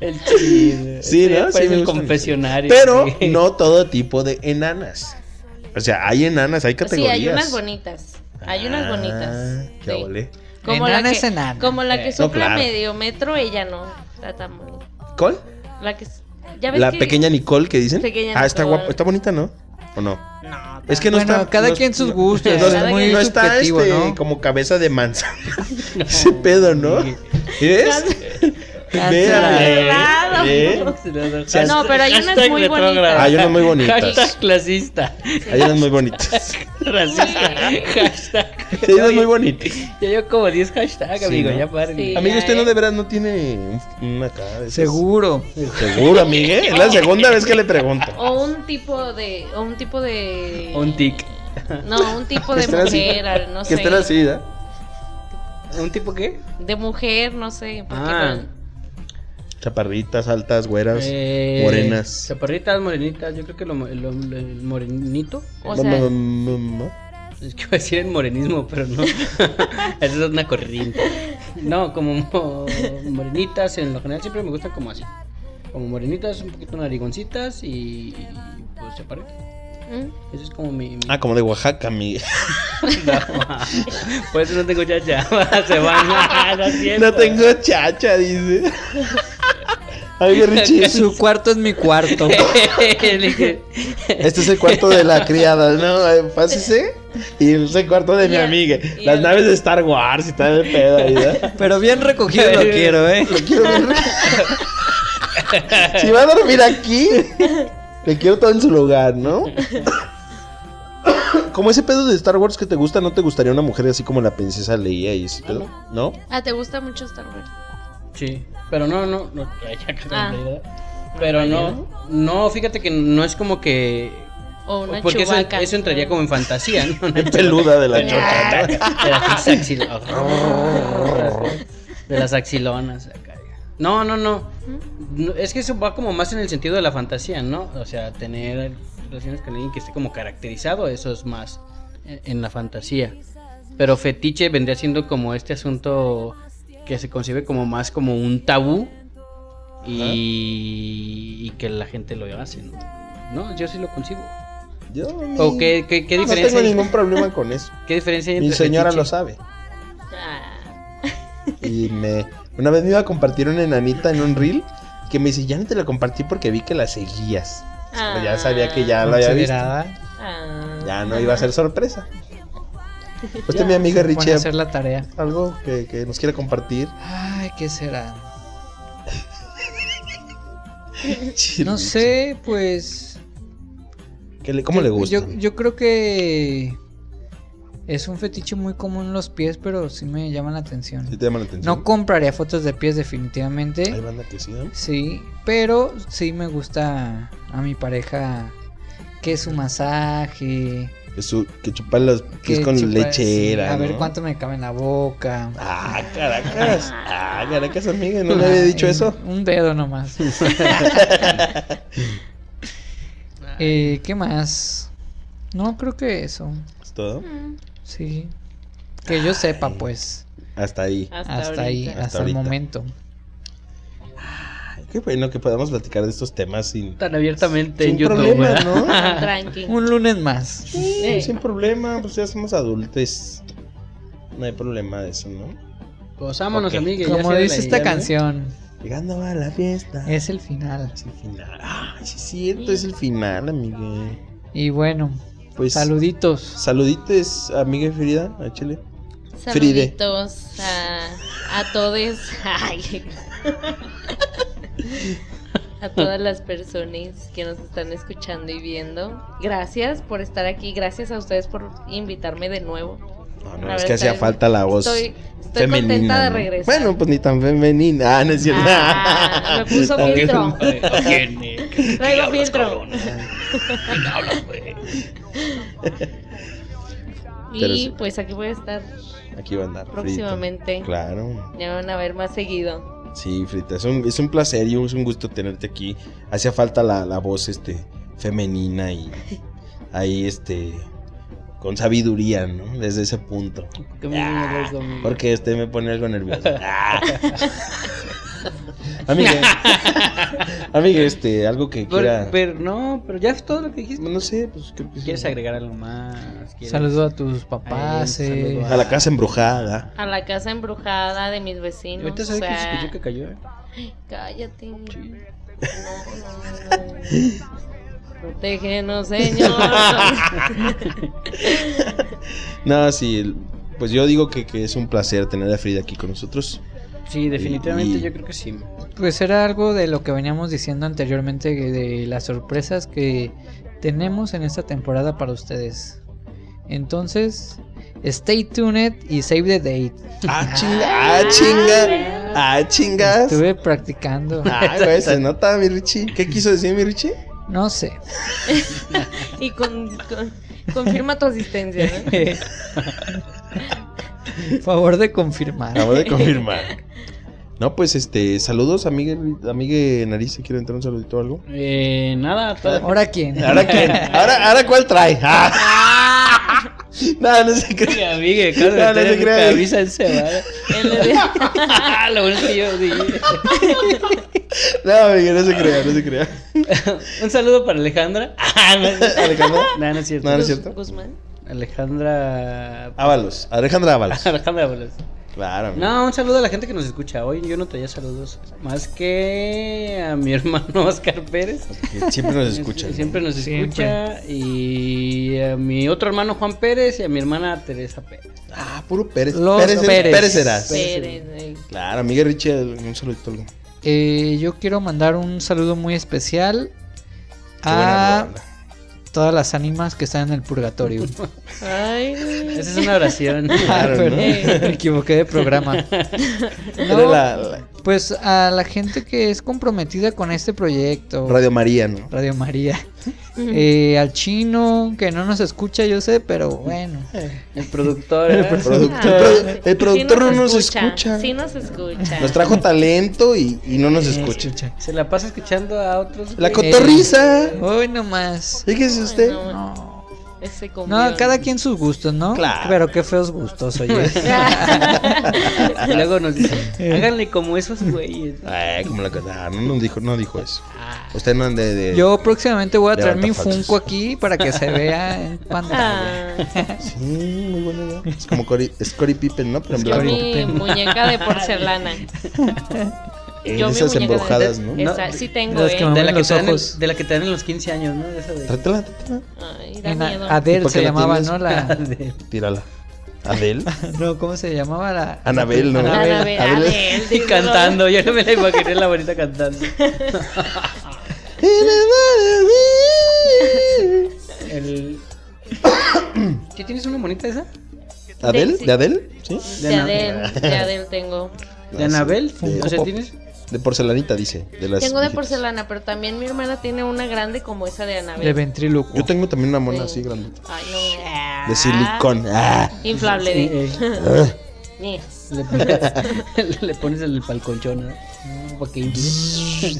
Speaker 4: El chido.
Speaker 1: Sí, ¿no? Sí,
Speaker 4: Parece
Speaker 1: me
Speaker 4: el
Speaker 1: gustan.
Speaker 4: confesionario.
Speaker 1: Pero
Speaker 4: sí.
Speaker 1: no todo tipo de enanas. O sea, hay enanas, hay
Speaker 2: Sí,
Speaker 1: categorías.
Speaker 2: hay unas bonitas. Hay unas
Speaker 1: Ah,
Speaker 2: bonitas.
Speaker 1: Qué
Speaker 2: sí.
Speaker 1: ole.
Speaker 2: la
Speaker 3: Enana
Speaker 2: que,
Speaker 3: es enana.
Speaker 2: Como la
Speaker 4: Eh,
Speaker 2: que
Speaker 1: no,
Speaker 2: sopla
Speaker 1: claro.
Speaker 2: medio metro, ella no. Está tan bonita.
Speaker 1: ¿Cuál?
Speaker 2: La que. es- ¿ya ves
Speaker 1: La
Speaker 2: que-
Speaker 1: pequeña Nicole que dicen.
Speaker 2: Pequeña
Speaker 1: ah, está
Speaker 2: Nicole.
Speaker 1: guapa, está bonita, ¿no? ¿O no?
Speaker 2: No,
Speaker 1: Es que no
Speaker 3: Bueno,
Speaker 1: está.
Speaker 3: cada
Speaker 1: no-
Speaker 3: quien sus
Speaker 1: no-
Speaker 3: gustos,
Speaker 1: No,
Speaker 2: cada
Speaker 1: no
Speaker 2: quien
Speaker 1: no
Speaker 2: es
Speaker 1: está
Speaker 3: subjetivo,
Speaker 1: este,
Speaker 3: ¿no?
Speaker 1: como cabeza de mansa. Ese pedo, ¿no? ¿Ves? Ve,
Speaker 2: Cancelado.
Speaker 1: ve.
Speaker 4: Se
Speaker 2: No, pero hay unas
Speaker 4: Hashtag
Speaker 2: muy
Speaker 4: retrógrado.
Speaker 2: bonitas.
Speaker 1: Hay unas muy bonitas.
Speaker 4: Hashtag clasista.
Speaker 1: Hay unas muy bonitas.
Speaker 4: Racista. Hashtag.
Speaker 1: Sí, Hay unas muy bonitas.
Speaker 4: Ya yo como 10 hashtags,
Speaker 1: Sí,
Speaker 4: amigo.
Speaker 1: ¿no?
Speaker 4: Ya paren.
Speaker 2: Sí.
Speaker 1: Amigo,
Speaker 2: Ya,
Speaker 1: usted no
Speaker 2: eh.
Speaker 1: de veras no tiene un- una cara de esas?
Speaker 3: Seguro.
Speaker 1: Seguro, amigo. ¿eh? Es la segunda vez que le pregunto.
Speaker 2: O un tipo de. O un tipo de.
Speaker 4: Un tic.
Speaker 2: No, un tipo
Speaker 1: Que
Speaker 2: de
Speaker 1: estén así.
Speaker 2: mujer, al- no
Speaker 1: que
Speaker 2: sé.
Speaker 1: estén así, ¿verdad?
Speaker 4: ¿Un tipo qué?
Speaker 2: De mujer, no sé. porque
Speaker 4: Ah.
Speaker 2: no-
Speaker 1: Chaparritas, altas, güeras,
Speaker 4: Eh,
Speaker 1: morenas.
Speaker 4: Chaparritas, morenitas, yo creo que lo, mo- lo- lo- el morenito.
Speaker 2: O
Speaker 1: Ma-
Speaker 2: sea-
Speaker 1: ma- ma- ma-
Speaker 4: Es que iba a decir el morenismo, pero no. Esa es una corriente. No, como mo- morenitas, en lo general siempre me gustan como así. Como morenitas, un poquito narigoncitas y, y, pues chaparritas.
Speaker 2: ¿Mm?
Speaker 4: Eso es como mi... mi-
Speaker 1: Ah, como de Oaxaca, mi. Ah.
Speaker 4: Por eso no tengo chacha. Se van. No, es cierto.
Speaker 1: No tengo chacha, dice. Ay,
Speaker 2: Este
Speaker 1: Richie, su-
Speaker 3: Su cuarto es mi cuarto.
Speaker 4: Le dije,
Speaker 1: este es el cuarto de la criada, ¿no? Eh, Pásese. Y es el cuarto de mi
Speaker 2: Y el-
Speaker 1: amiga.
Speaker 2: y
Speaker 1: Las
Speaker 2: el-
Speaker 1: naves de Star Wars y tal de pedo ahí, ¿verdad?
Speaker 3: Pero bien recogido lo quiero, ¿eh?
Speaker 1: Lo quiero ver. si va a dormir aquí, le quiero todo en su lugar, ¿no? Como ese pedo de Star Wars que te gusta, ¿no te gustaría una mujer así como la princesa Leia y ese pedo? ¿No?
Speaker 2: Ah, ¿te gusta mucho Star Wars?
Speaker 4: Sí, pero no, no, no. Ay, ya que
Speaker 2: Ah.
Speaker 4: me olvidé. Pero no, no, fíjate que no es como que.
Speaker 2: O una
Speaker 4: porque eso,
Speaker 2: Chewbacca.
Speaker 4: eso entraría como en fantasía, ¿no? Una
Speaker 1: Peluda de la chocha.
Speaker 4: chota, ¿no? De las axil- De las axilonas. acá. No, no, no. No, Es que eso va como más en el sentido de la fantasía, ¿no? O sea, tener relaciones con alguien que esté como caracterizado, eso es más en- en la fantasía. Pero fetiche vendría siendo como este asunto que se concibe como más como un tabú y, y que la gente lo hace, ¿no? No, yo sí lo concibo.
Speaker 1: Yo
Speaker 4: ¿O qué, qué- qué
Speaker 1: no
Speaker 4: diferencia
Speaker 1: tengo
Speaker 4: hay?
Speaker 1: ningún problema con eso.
Speaker 4: ¿Qué diferencia hay
Speaker 1: Mi
Speaker 4: entre
Speaker 1: señora
Speaker 4: fetiche?
Speaker 1: lo sabe.
Speaker 2: Ah,
Speaker 1: Y me. Una vez me iba a compartir una enanita en un reel que me dice, ya no te la compartí porque vi que la seguías. Pero ya sabía que ya la había visto.
Speaker 3: Considerada.
Speaker 2: ah.
Speaker 1: Ya no iba a ser sorpresa. Usted,
Speaker 3: Ya,
Speaker 1: mi amiga
Speaker 3: se pone a
Speaker 1: Richie,
Speaker 3: hacer la tarea.
Speaker 1: algo que, que nos quiera compartir.
Speaker 3: Ay, ¿qué será? No sé, pues.
Speaker 1: ¿Qué le- ¿Cómo le gusta?
Speaker 3: Yo, yo creo que. Es un fetiche muy común los pies, pero sí me llaman la atención.
Speaker 1: ¿Sí te llama la atención?
Speaker 3: No compraría fotos de pies,
Speaker 1: Hay
Speaker 3: definitivamente.
Speaker 1: banda que sí, ¿no?
Speaker 3: Sí, pero sí me gusta a mi pareja que su masaje,
Speaker 1: Que su- que chupar los pies
Speaker 3: que
Speaker 1: Pues con
Speaker 3: chupa-
Speaker 1: lechera.
Speaker 3: sí, a ver
Speaker 1: ¿no?
Speaker 3: cuánto me cabe en la boca.
Speaker 1: Ah, caracas. Ah, caracas, amiga. No le había
Speaker 3: Ay,
Speaker 1: dicho eso.
Speaker 3: Un dedo nomás. Eh, ¿Qué más? No, creo que eso.
Speaker 1: Es todo.
Speaker 2: Mm,
Speaker 3: Sí. Que yo sepa, pues.
Speaker 1: Hasta ahí.
Speaker 2: Hasta,
Speaker 3: Hasta, ahí,
Speaker 2: ahorita.
Speaker 3: hasta,
Speaker 1: Hasta
Speaker 3: el
Speaker 1: ahorita.
Speaker 3: momento.
Speaker 1: Ay, Qué bueno que podamos platicar de estos temas sin,
Speaker 4: tan abiertamente
Speaker 1: sin
Speaker 4: en YouTube,
Speaker 1: problema,
Speaker 4: ¿verdad?
Speaker 1: ¿no?
Speaker 2: Tranqui.
Speaker 3: Un lunes más.
Speaker 1: Sí, sin problema, pues ya somos adultos. No hay problema de eso, ¿no?
Speaker 4: Gozámonos,
Speaker 1: Ok.
Speaker 4: amigues, ya ¿eh?
Speaker 3: Como
Speaker 4: sea de
Speaker 3: dice
Speaker 4: la-
Speaker 3: esta
Speaker 4: ya, ¿no?
Speaker 3: canción,
Speaker 1: Llegando a la fiesta.
Speaker 3: es el final.
Speaker 1: Es el final. Ah, sí, es cierto, es el final, amiga.
Speaker 3: Y bueno,
Speaker 1: Pues.
Speaker 3: saluditos.
Speaker 1: Saludites, amiga Frida, a Chile. Fride.
Speaker 2: Saluditos a, a todos. A todas las personas que nos están escuchando y viendo. Gracias por estar aquí. Gracias a ustedes por invitarme de nuevo.
Speaker 1: No,
Speaker 2: La
Speaker 1: no, es
Speaker 2: verdad,
Speaker 1: que hacía
Speaker 2: estoy-
Speaker 1: falta la voz
Speaker 2: Estoy, estoy
Speaker 1: femenina.
Speaker 2: contenta de
Speaker 1: ¿no?
Speaker 2: regresar.
Speaker 1: Bueno, pues ni tan femenina. Ah, no es cierto.
Speaker 2: Ah, me puso
Speaker 1: También-
Speaker 2: filtro.
Speaker 4: Ojene, ¿qué- qué
Speaker 2: Traigo
Speaker 4: hablas,
Speaker 2: filtro.
Speaker 4: cabrón? ¿Qué hablas, güey?
Speaker 1: Pero
Speaker 2: y
Speaker 1: sí.
Speaker 2: pues aquí voy a estar.
Speaker 1: Aquí va a andar. Frita.
Speaker 2: Próximamente.
Speaker 1: Claro.
Speaker 2: Ya me van a ver más seguido.
Speaker 1: Sí, Frita, es un, es un placer y es un gusto tenerte aquí. Hacía falta la, la voz este, femenina y ahí este con sabiduría, ¿no? Desde ese punto.
Speaker 4: ¿Qué me
Speaker 1: Ah,
Speaker 4: dices, amigo?
Speaker 1: Porque este me pone algo nervioso. Ah. Amiga, amiga, este, algo que quiera.
Speaker 4: Pero, pero no, pero ya es todo lo que dijiste.
Speaker 1: No sé, pues que
Speaker 4: pues. ¿Quieres agregar algo más? ¿Quieres-
Speaker 3: Saludos a tus papás.
Speaker 4: Ahí, un
Speaker 3: eh,
Speaker 4: saludo
Speaker 1: a la casa embrujada.
Speaker 2: A la casa embrujada de mis vecinos.
Speaker 4: Ahorita
Speaker 2: o
Speaker 4: sabes que se
Speaker 2: sea,
Speaker 4: escuchó que cayó, ¿eh?
Speaker 2: Cállate. No, no, no. Protégenos, Señor.
Speaker 1: No, sí, el- pues yo digo que, que es un placer tener a Frida aquí con nosotros.
Speaker 4: Sí, definitivamente
Speaker 1: Y-
Speaker 4: yo creo que sí.
Speaker 3: Pues era algo de lo que veníamos diciendo anteriormente que de las sorpresas que tenemos en esta temporada para ustedes. Entonces, stay tuned y save the date.
Speaker 1: Ah, chinga, ah, chinga, ah, chingas.
Speaker 3: Estuve practicando.
Speaker 1: Ah, güey, se nota, mi Richie. ¿Qué quiso decir, mi Richie?
Speaker 3: No sé.
Speaker 2: y con, con- confirma tu asistencia, ¿no?
Speaker 3: Favor de confirmar.
Speaker 1: Acabo de confirmar. No, pues este, saludos, amigue, amigue nariz, si quiere entrar un saludito o algo.
Speaker 4: Eh, nada, todo-
Speaker 3: ¿Ahora quién?
Speaker 1: ¿Ahora quién? ¿Ahora, ahora cuál trae? Ah. no, no se
Speaker 4: Mi
Speaker 1: crea.
Speaker 4: amiga, claro,
Speaker 1: No, no
Speaker 4: está
Speaker 1: se
Speaker 4: en mi
Speaker 1: crea.
Speaker 4: cabeza encebada.
Speaker 2: Él le dijo,
Speaker 4: Lo bueno es que yo dije.
Speaker 1: No, amigue, no se crea, no se crea.
Speaker 4: Un saludo para Alejandra. Ah, no,
Speaker 1: Alejandra.
Speaker 4: no, no es cierto.
Speaker 1: Ah, No, no es
Speaker 2: "Gus-
Speaker 1: cierto?
Speaker 2: Guzmán.
Speaker 4: Alejandra.
Speaker 1: Ábalos, Alejandra Ábalos.
Speaker 4: Alejandra Bolas.
Speaker 1: Claro, amigo.
Speaker 4: No, un saludo a la gente que nos escucha. Hoy yo no traía saludos más que a mi hermano Oscar Pérez.
Speaker 1: Siempre nos escuchan.
Speaker 4: Siempre nos escucha. Y a mi otro hermano Juan Pérez y a mi hermana Teresa Pérez.
Speaker 1: Ah, puro Pérez.
Speaker 3: Los
Speaker 1: Pérez,
Speaker 3: Pérez.
Speaker 1: Pérez serás.
Speaker 2: Pérez, eh.
Speaker 1: Claro, amigue Richie, un saludito. algo.
Speaker 3: Eh, yo quiero mandar un saludo muy especial
Speaker 1: Qué buena
Speaker 3: a
Speaker 1: onda.
Speaker 3: todas las ánimas que están en el purgatorio.
Speaker 2: Ay,
Speaker 4: Esa es una oración.
Speaker 3: Ah,
Speaker 1: Claro, ¿no?
Speaker 3: perdón, me equivoqué de programa.
Speaker 1: Era
Speaker 3: No,
Speaker 1: la, la
Speaker 3: Pues a la gente que es comprometida con este proyecto.
Speaker 1: Radio María, ¿no?
Speaker 3: Radio María. Eh, al chino, que no nos escucha, yo sé, pero bueno.
Speaker 4: El productor. ¿eh?
Speaker 1: El productor, el
Speaker 2: Ah, sí.
Speaker 1: produ- el productor
Speaker 2: Sí
Speaker 1: no nos escucha.
Speaker 2: Sí nos escucha.
Speaker 1: Nos trajo talento y, y no nos escucha.
Speaker 4: Se la pasa escuchando a otros.
Speaker 1: La
Speaker 4: güey.
Speaker 1: cotorriza.
Speaker 3: Hoy nomás.
Speaker 1: Fíjese usted.
Speaker 2: Ay, no,
Speaker 3: Oh. No.
Speaker 2: ese
Speaker 3: No,
Speaker 2: combión.
Speaker 3: cada quien sus gustos, ¿no?
Speaker 1: Claro.
Speaker 3: Pero qué feos gustos, oye.
Speaker 4: Y luego nos
Speaker 3: Eh.
Speaker 4: dice: háganle como esos güeyes.
Speaker 1: Ay, como la cosa. ah, No nos dijo, no dijo eso.
Speaker 2: Ah.
Speaker 1: Usted no ande de.
Speaker 3: Yo próximamente voy a
Speaker 1: De
Speaker 3: traer mi
Speaker 1: artefactos.
Speaker 3: Funko aquí para que se vea en pantalla.
Speaker 2: Ah,
Speaker 1: Sí, muy buena idea. Es como Cory, es Cory Pippen, ¿no? Pero en
Speaker 3: Es
Speaker 1: blanco.
Speaker 3: Cory-
Speaker 2: mi muñeca de porcelana.
Speaker 1: Eh,
Speaker 2: Yo mi
Speaker 1: esas
Speaker 2: muñeca de-
Speaker 1: embrujadas, ¿no?
Speaker 4: No.
Speaker 2: Esa, sí tengo,
Speaker 3: Las que
Speaker 2: eh.
Speaker 3: me
Speaker 4: De la,
Speaker 3: mueven
Speaker 4: que
Speaker 3: los
Speaker 4: te dan en,
Speaker 3: ojos.
Speaker 4: de la que te dan en los 15 años, ¿no? Esa de-
Speaker 1: Trátela, trátela.
Speaker 2: Ay, da
Speaker 3: En a-
Speaker 2: miedo.
Speaker 1: ¿Y
Speaker 3: Adele
Speaker 1: por qué
Speaker 3: se
Speaker 1: la
Speaker 3: llamaba,
Speaker 1: tienes?
Speaker 3: ¿no? La...
Speaker 4: de-
Speaker 1: Tírala. Adel.
Speaker 3: No, ¿cómo se llamaba la?
Speaker 1: Anabel, ¿no?
Speaker 3: Anabel.
Speaker 2: Anabel,
Speaker 1: Adele.
Speaker 2: Adele,
Speaker 4: Y
Speaker 2: digo,
Speaker 4: cantando, yo no me la imaginé la bonita cantando. El... ¿Qué tienes una bonita esa?
Speaker 1: ¿Adel? ¿De Adel? Sí. Ah,
Speaker 2: De Adele, de Adele tengo.
Speaker 4: ¿De Anabel?
Speaker 1: De,
Speaker 4: O sea, tienes.
Speaker 1: de porcelanita, dice. De las
Speaker 2: Tengo de
Speaker 1: viejitas.
Speaker 2: porcelana, pero también mi hermana tiene una grande como esa de Anabel.
Speaker 3: De ventrílocuo.
Speaker 1: Yo tengo también una mona
Speaker 2: Sí.
Speaker 1: así grandota.
Speaker 2: Ay, no.
Speaker 1: De silicón. Ah.
Speaker 2: Inflable.
Speaker 4: Sí,
Speaker 2: de-
Speaker 4: eh,
Speaker 1: Ah.
Speaker 2: Eh.
Speaker 4: le, pones, le pones el palconchón, ¿no? Mm, Para que infle.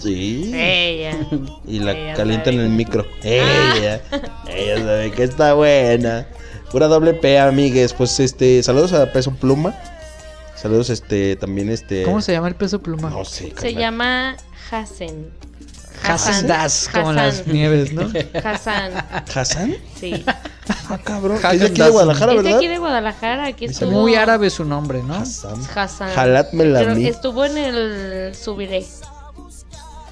Speaker 1: Sí.
Speaker 2: Ella.
Speaker 1: Y la
Speaker 2: Ella
Speaker 1: calientan en
Speaker 2: sabe. Ah.
Speaker 1: el micro. Ella. Ella sabe que está buena. Pura doble P, amigues. Pues este, saludos a Peso Pluma. Saludos, este, también este.
Speaker 3: ¿Cómo se llama el peso pluma?
Speaker 1: No sé.
Speaker 2: Se
Speaker 1: carnal.
Speaker 2: llama Hassen.
Speaker 3: Hassan Das, como las
Speaker 2: Hassan.
Speaker 3: nieves, ¿no?
Speaker 2: Hassan.
Speaker 1: ¿Hassan?
Speaker 2: Sí.
Speaker 1: Ah, cabrón.
Speaker 3: Hassan
Speaker 1: es de aquí de
Speaker 3: Dazn.
Speaker 1: Guadalajara,
Speaker 2: Es de
Speaker 1: ¿verdad?
Speaker 2: aquí de Guadalajara. Aquí
Speaker 1: Es
Speaker 2: estuvo.
Speaker 3: Muy árabe su nombre, ¿no?
Speaker 1: Hassan.
Speaker 2: Hassan.
Speaker 1: Jalátmela a
Speaker 2: Creo-
Speaker 1: mí.
Speaker 2: Estuvo en el Subiré.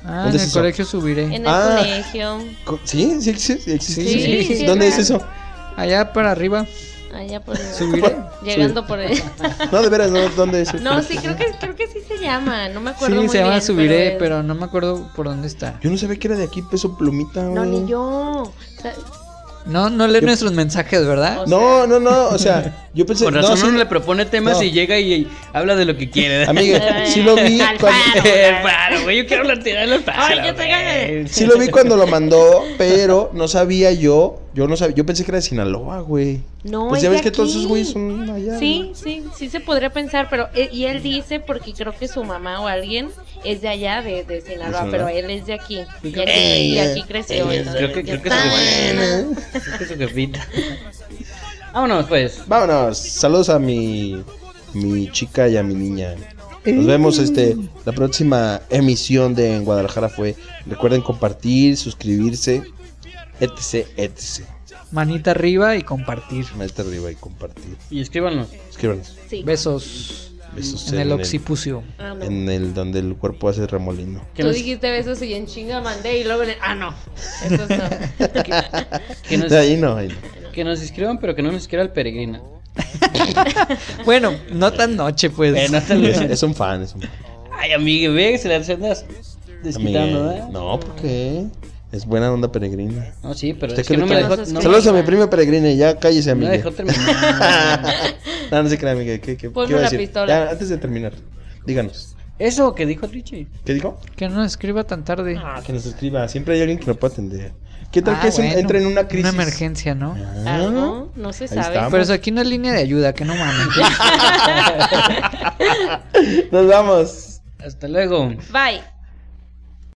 Speaker 3: Ah, en
Speaker 1: ¿Dónde
Speaker 3: el
Speaker 1: es eso?
Speaker 3: colegio subiré.
Speaker 2: En el
Speaker 1: Ah.
Speaker 2: colegio.
Speaker 1: Co- ¿Sí? ¿Sí, sí, sí, existe?
Speaker 3: Sí,
Speaker 1: Sí.
Speaker 3: sí, sí,
Speaker 1: ¿Dónde es
Speaker 2: claro.
Speaker 1: eso?
Speaker 3: Allá para arriba.
Speaker 2: Allá por el-
Speaker 3: Subiré.
Speaker 2: Llegando por el.
Speaker 1: No, de veras, no, ¿dónde es?
Speaker 2: No, sí, creo que, creo que sí se llama. No me acuerdo.
Speaker 3: Sí,
Speaker 2: muy
Speaker 3: se llama
Speaker 2: bien,
Speaker 3: subiré,
Speaker 2: es-
Speaker 3: pero no me acuerdo por dónde está.
Speaker 1: Yo no sabía que era de aquí, peso plumita.
Speaker 2: No,
Speaker 1: güey.
Speaker 2: ni yo. O sea,
Speaker 3: No, no leen nuestros mensajes, ¿verdad?
Speaker 2: O
Speaker 1: No, no, no, o sea, yo pensé.
Speaker 4: Con razón
Speaker 1: no, sí,
Speaker 4: uno le propone temas
Speaker 1: No.
Speaker 4: y llega y, y habla de lo que quiere.
Speaker 2: Eh,
Speaker 1: Amiga, sí lo vi.
Speaker 2: Al
Speaker 1: cuando-
Speaker 2: paro.
Speaker 4: Hermano, güey, yo quiero hablar de los pájaros.
Speaker 2: Ay, yo te
Speaker 4: güey.
Speaker 2: gané.
Speaker 1: Sí lo vi cuando lo mandó, pero no sabía yo. Yo no sabía, yo pensé que era de Sinaloa, güey.
Speaker 2: No,
Speaker 1: Pues
Speaker 2: es
Speaker 1: ya
Speaker 2: de
Speaker 1: ves que todos
Speaker 2: aquí.
Speaker 1: esos güeyes son allá.
Speaker 2: Sí, sí, sí se podría pensar, pero e- y él dice porque creo que su mamá o alguien es de allá, de, de Sinaloa,
Speaker 1: Sinaloa.
Speaker 2: pero él es de aquí y aquí,
Speaker 1: Ey,
Speaker 2: y aquí
Speaker 1: eh,
Speaker 2: creció.
Speaker 1: ey,
Speaker 2: entonces,
Speaker 4: Creo que,
Speaker 2: ya
Speaker 4: creo que
Speaker 2: está.
Speaker 4: su Creo que su jefita. Vámonos, pues.
Speaker 1: ¿no? Vámonos, saludos a mi, mi chica y a mi niña.
Speaker 2: Eh.
Speaker 1: Nos vemos este la próxima emisión de En Guadalajara fue. Recuerden compartir, suscribirse, etc, etc.
Speaker 3: Manita arriba y compartir.
Speaker 1: Maestra arriba y compartir.
Speaker 4: Y escríbanos.
Speaker 1: Escríbanos.
Speaker 2: Sí.
Speaker 3: Besos
Speaker 1: Besos
Speaker 3: en el occipucio.
Speaker 2: Ah, no.
Speaker 1: en el donde el cuerpo hace remolino.
Speaker 4: Que
Speaker 2: Tú
Speaker 4: nos,
Speaker 2: dijiste besos y en chinga mandé y luego le- ah no, eso no.
Speaker 1: ¿Ah?
Speaker 4: que nos-
Speaker 1: De ahí no, ahí no.
Speaker 4: que nos escriban, pero que no nos escriba el peregrino.
Speaker 3: Bueno, no tan noche, pues.
Speaker 4: Bueno, hasta
Speaker 1: Es,
Speaker 4: luego.
Speaker 1: es un fan, es un fan.
Speaker 4: Ay, amigue, ve que se las andas desquitando,
Speaker 1: Amiga,
Speaker 4: ¿verdad?
Speaker 1: No, porque es buena onda peregrina.
Speaker 4: No, sí, pero
Speaker 1: ¿Usted
Speaker 4: es
Speaker 1: qué
Speaker 4: que
Speaker 1: le
Speaker 4: no me
Speaker 1: trae?
Speaker 4: dejó.
Speaker 2: Nos
Speaker 4: No,
Speaker 1: Saludos a mi prima peregrina y ya cállese,
Speaker 4: no me
Speaker 1: amiga.
Speaker 4: dejó terminar.
Speaker 1: no, no se crea, amiga. ¿Qué, qué,
Speaker 2: Ponme
Speaker 1: qué iba a
Speaker 2: la
Speaker 1: decir?
Speaker 2: pistola.
Speaker 1: Ya, antes de terminar, díganos.
Speaker 4: Eso que dijo Richie.
Speaker 1: ¿Qué dijo?
Speaker 3: Que no escriba tan tarde.
Speaker 1: Ah, que nos escriba. Siempre hay alguien que lo puede atender. ¿Qué tal
Speaker 3: Ah,
Speaker 1: que se
Speaker 3: bueno,
Speaker 1: entre en una crisis?
Speaker 3: Una emergencia, ¿no?
Speaker 2: Ah,
Speaker 1: Ah,
Speaker 2: no, no se sabe.
Speaker 1: estamos.
Speaker 3: Pero eso aquí no es línea de ayuda, que no mames.
Speaker 1: Nos vamos.
Speaker 5: Hasta luego.
Speaker 4: Bye.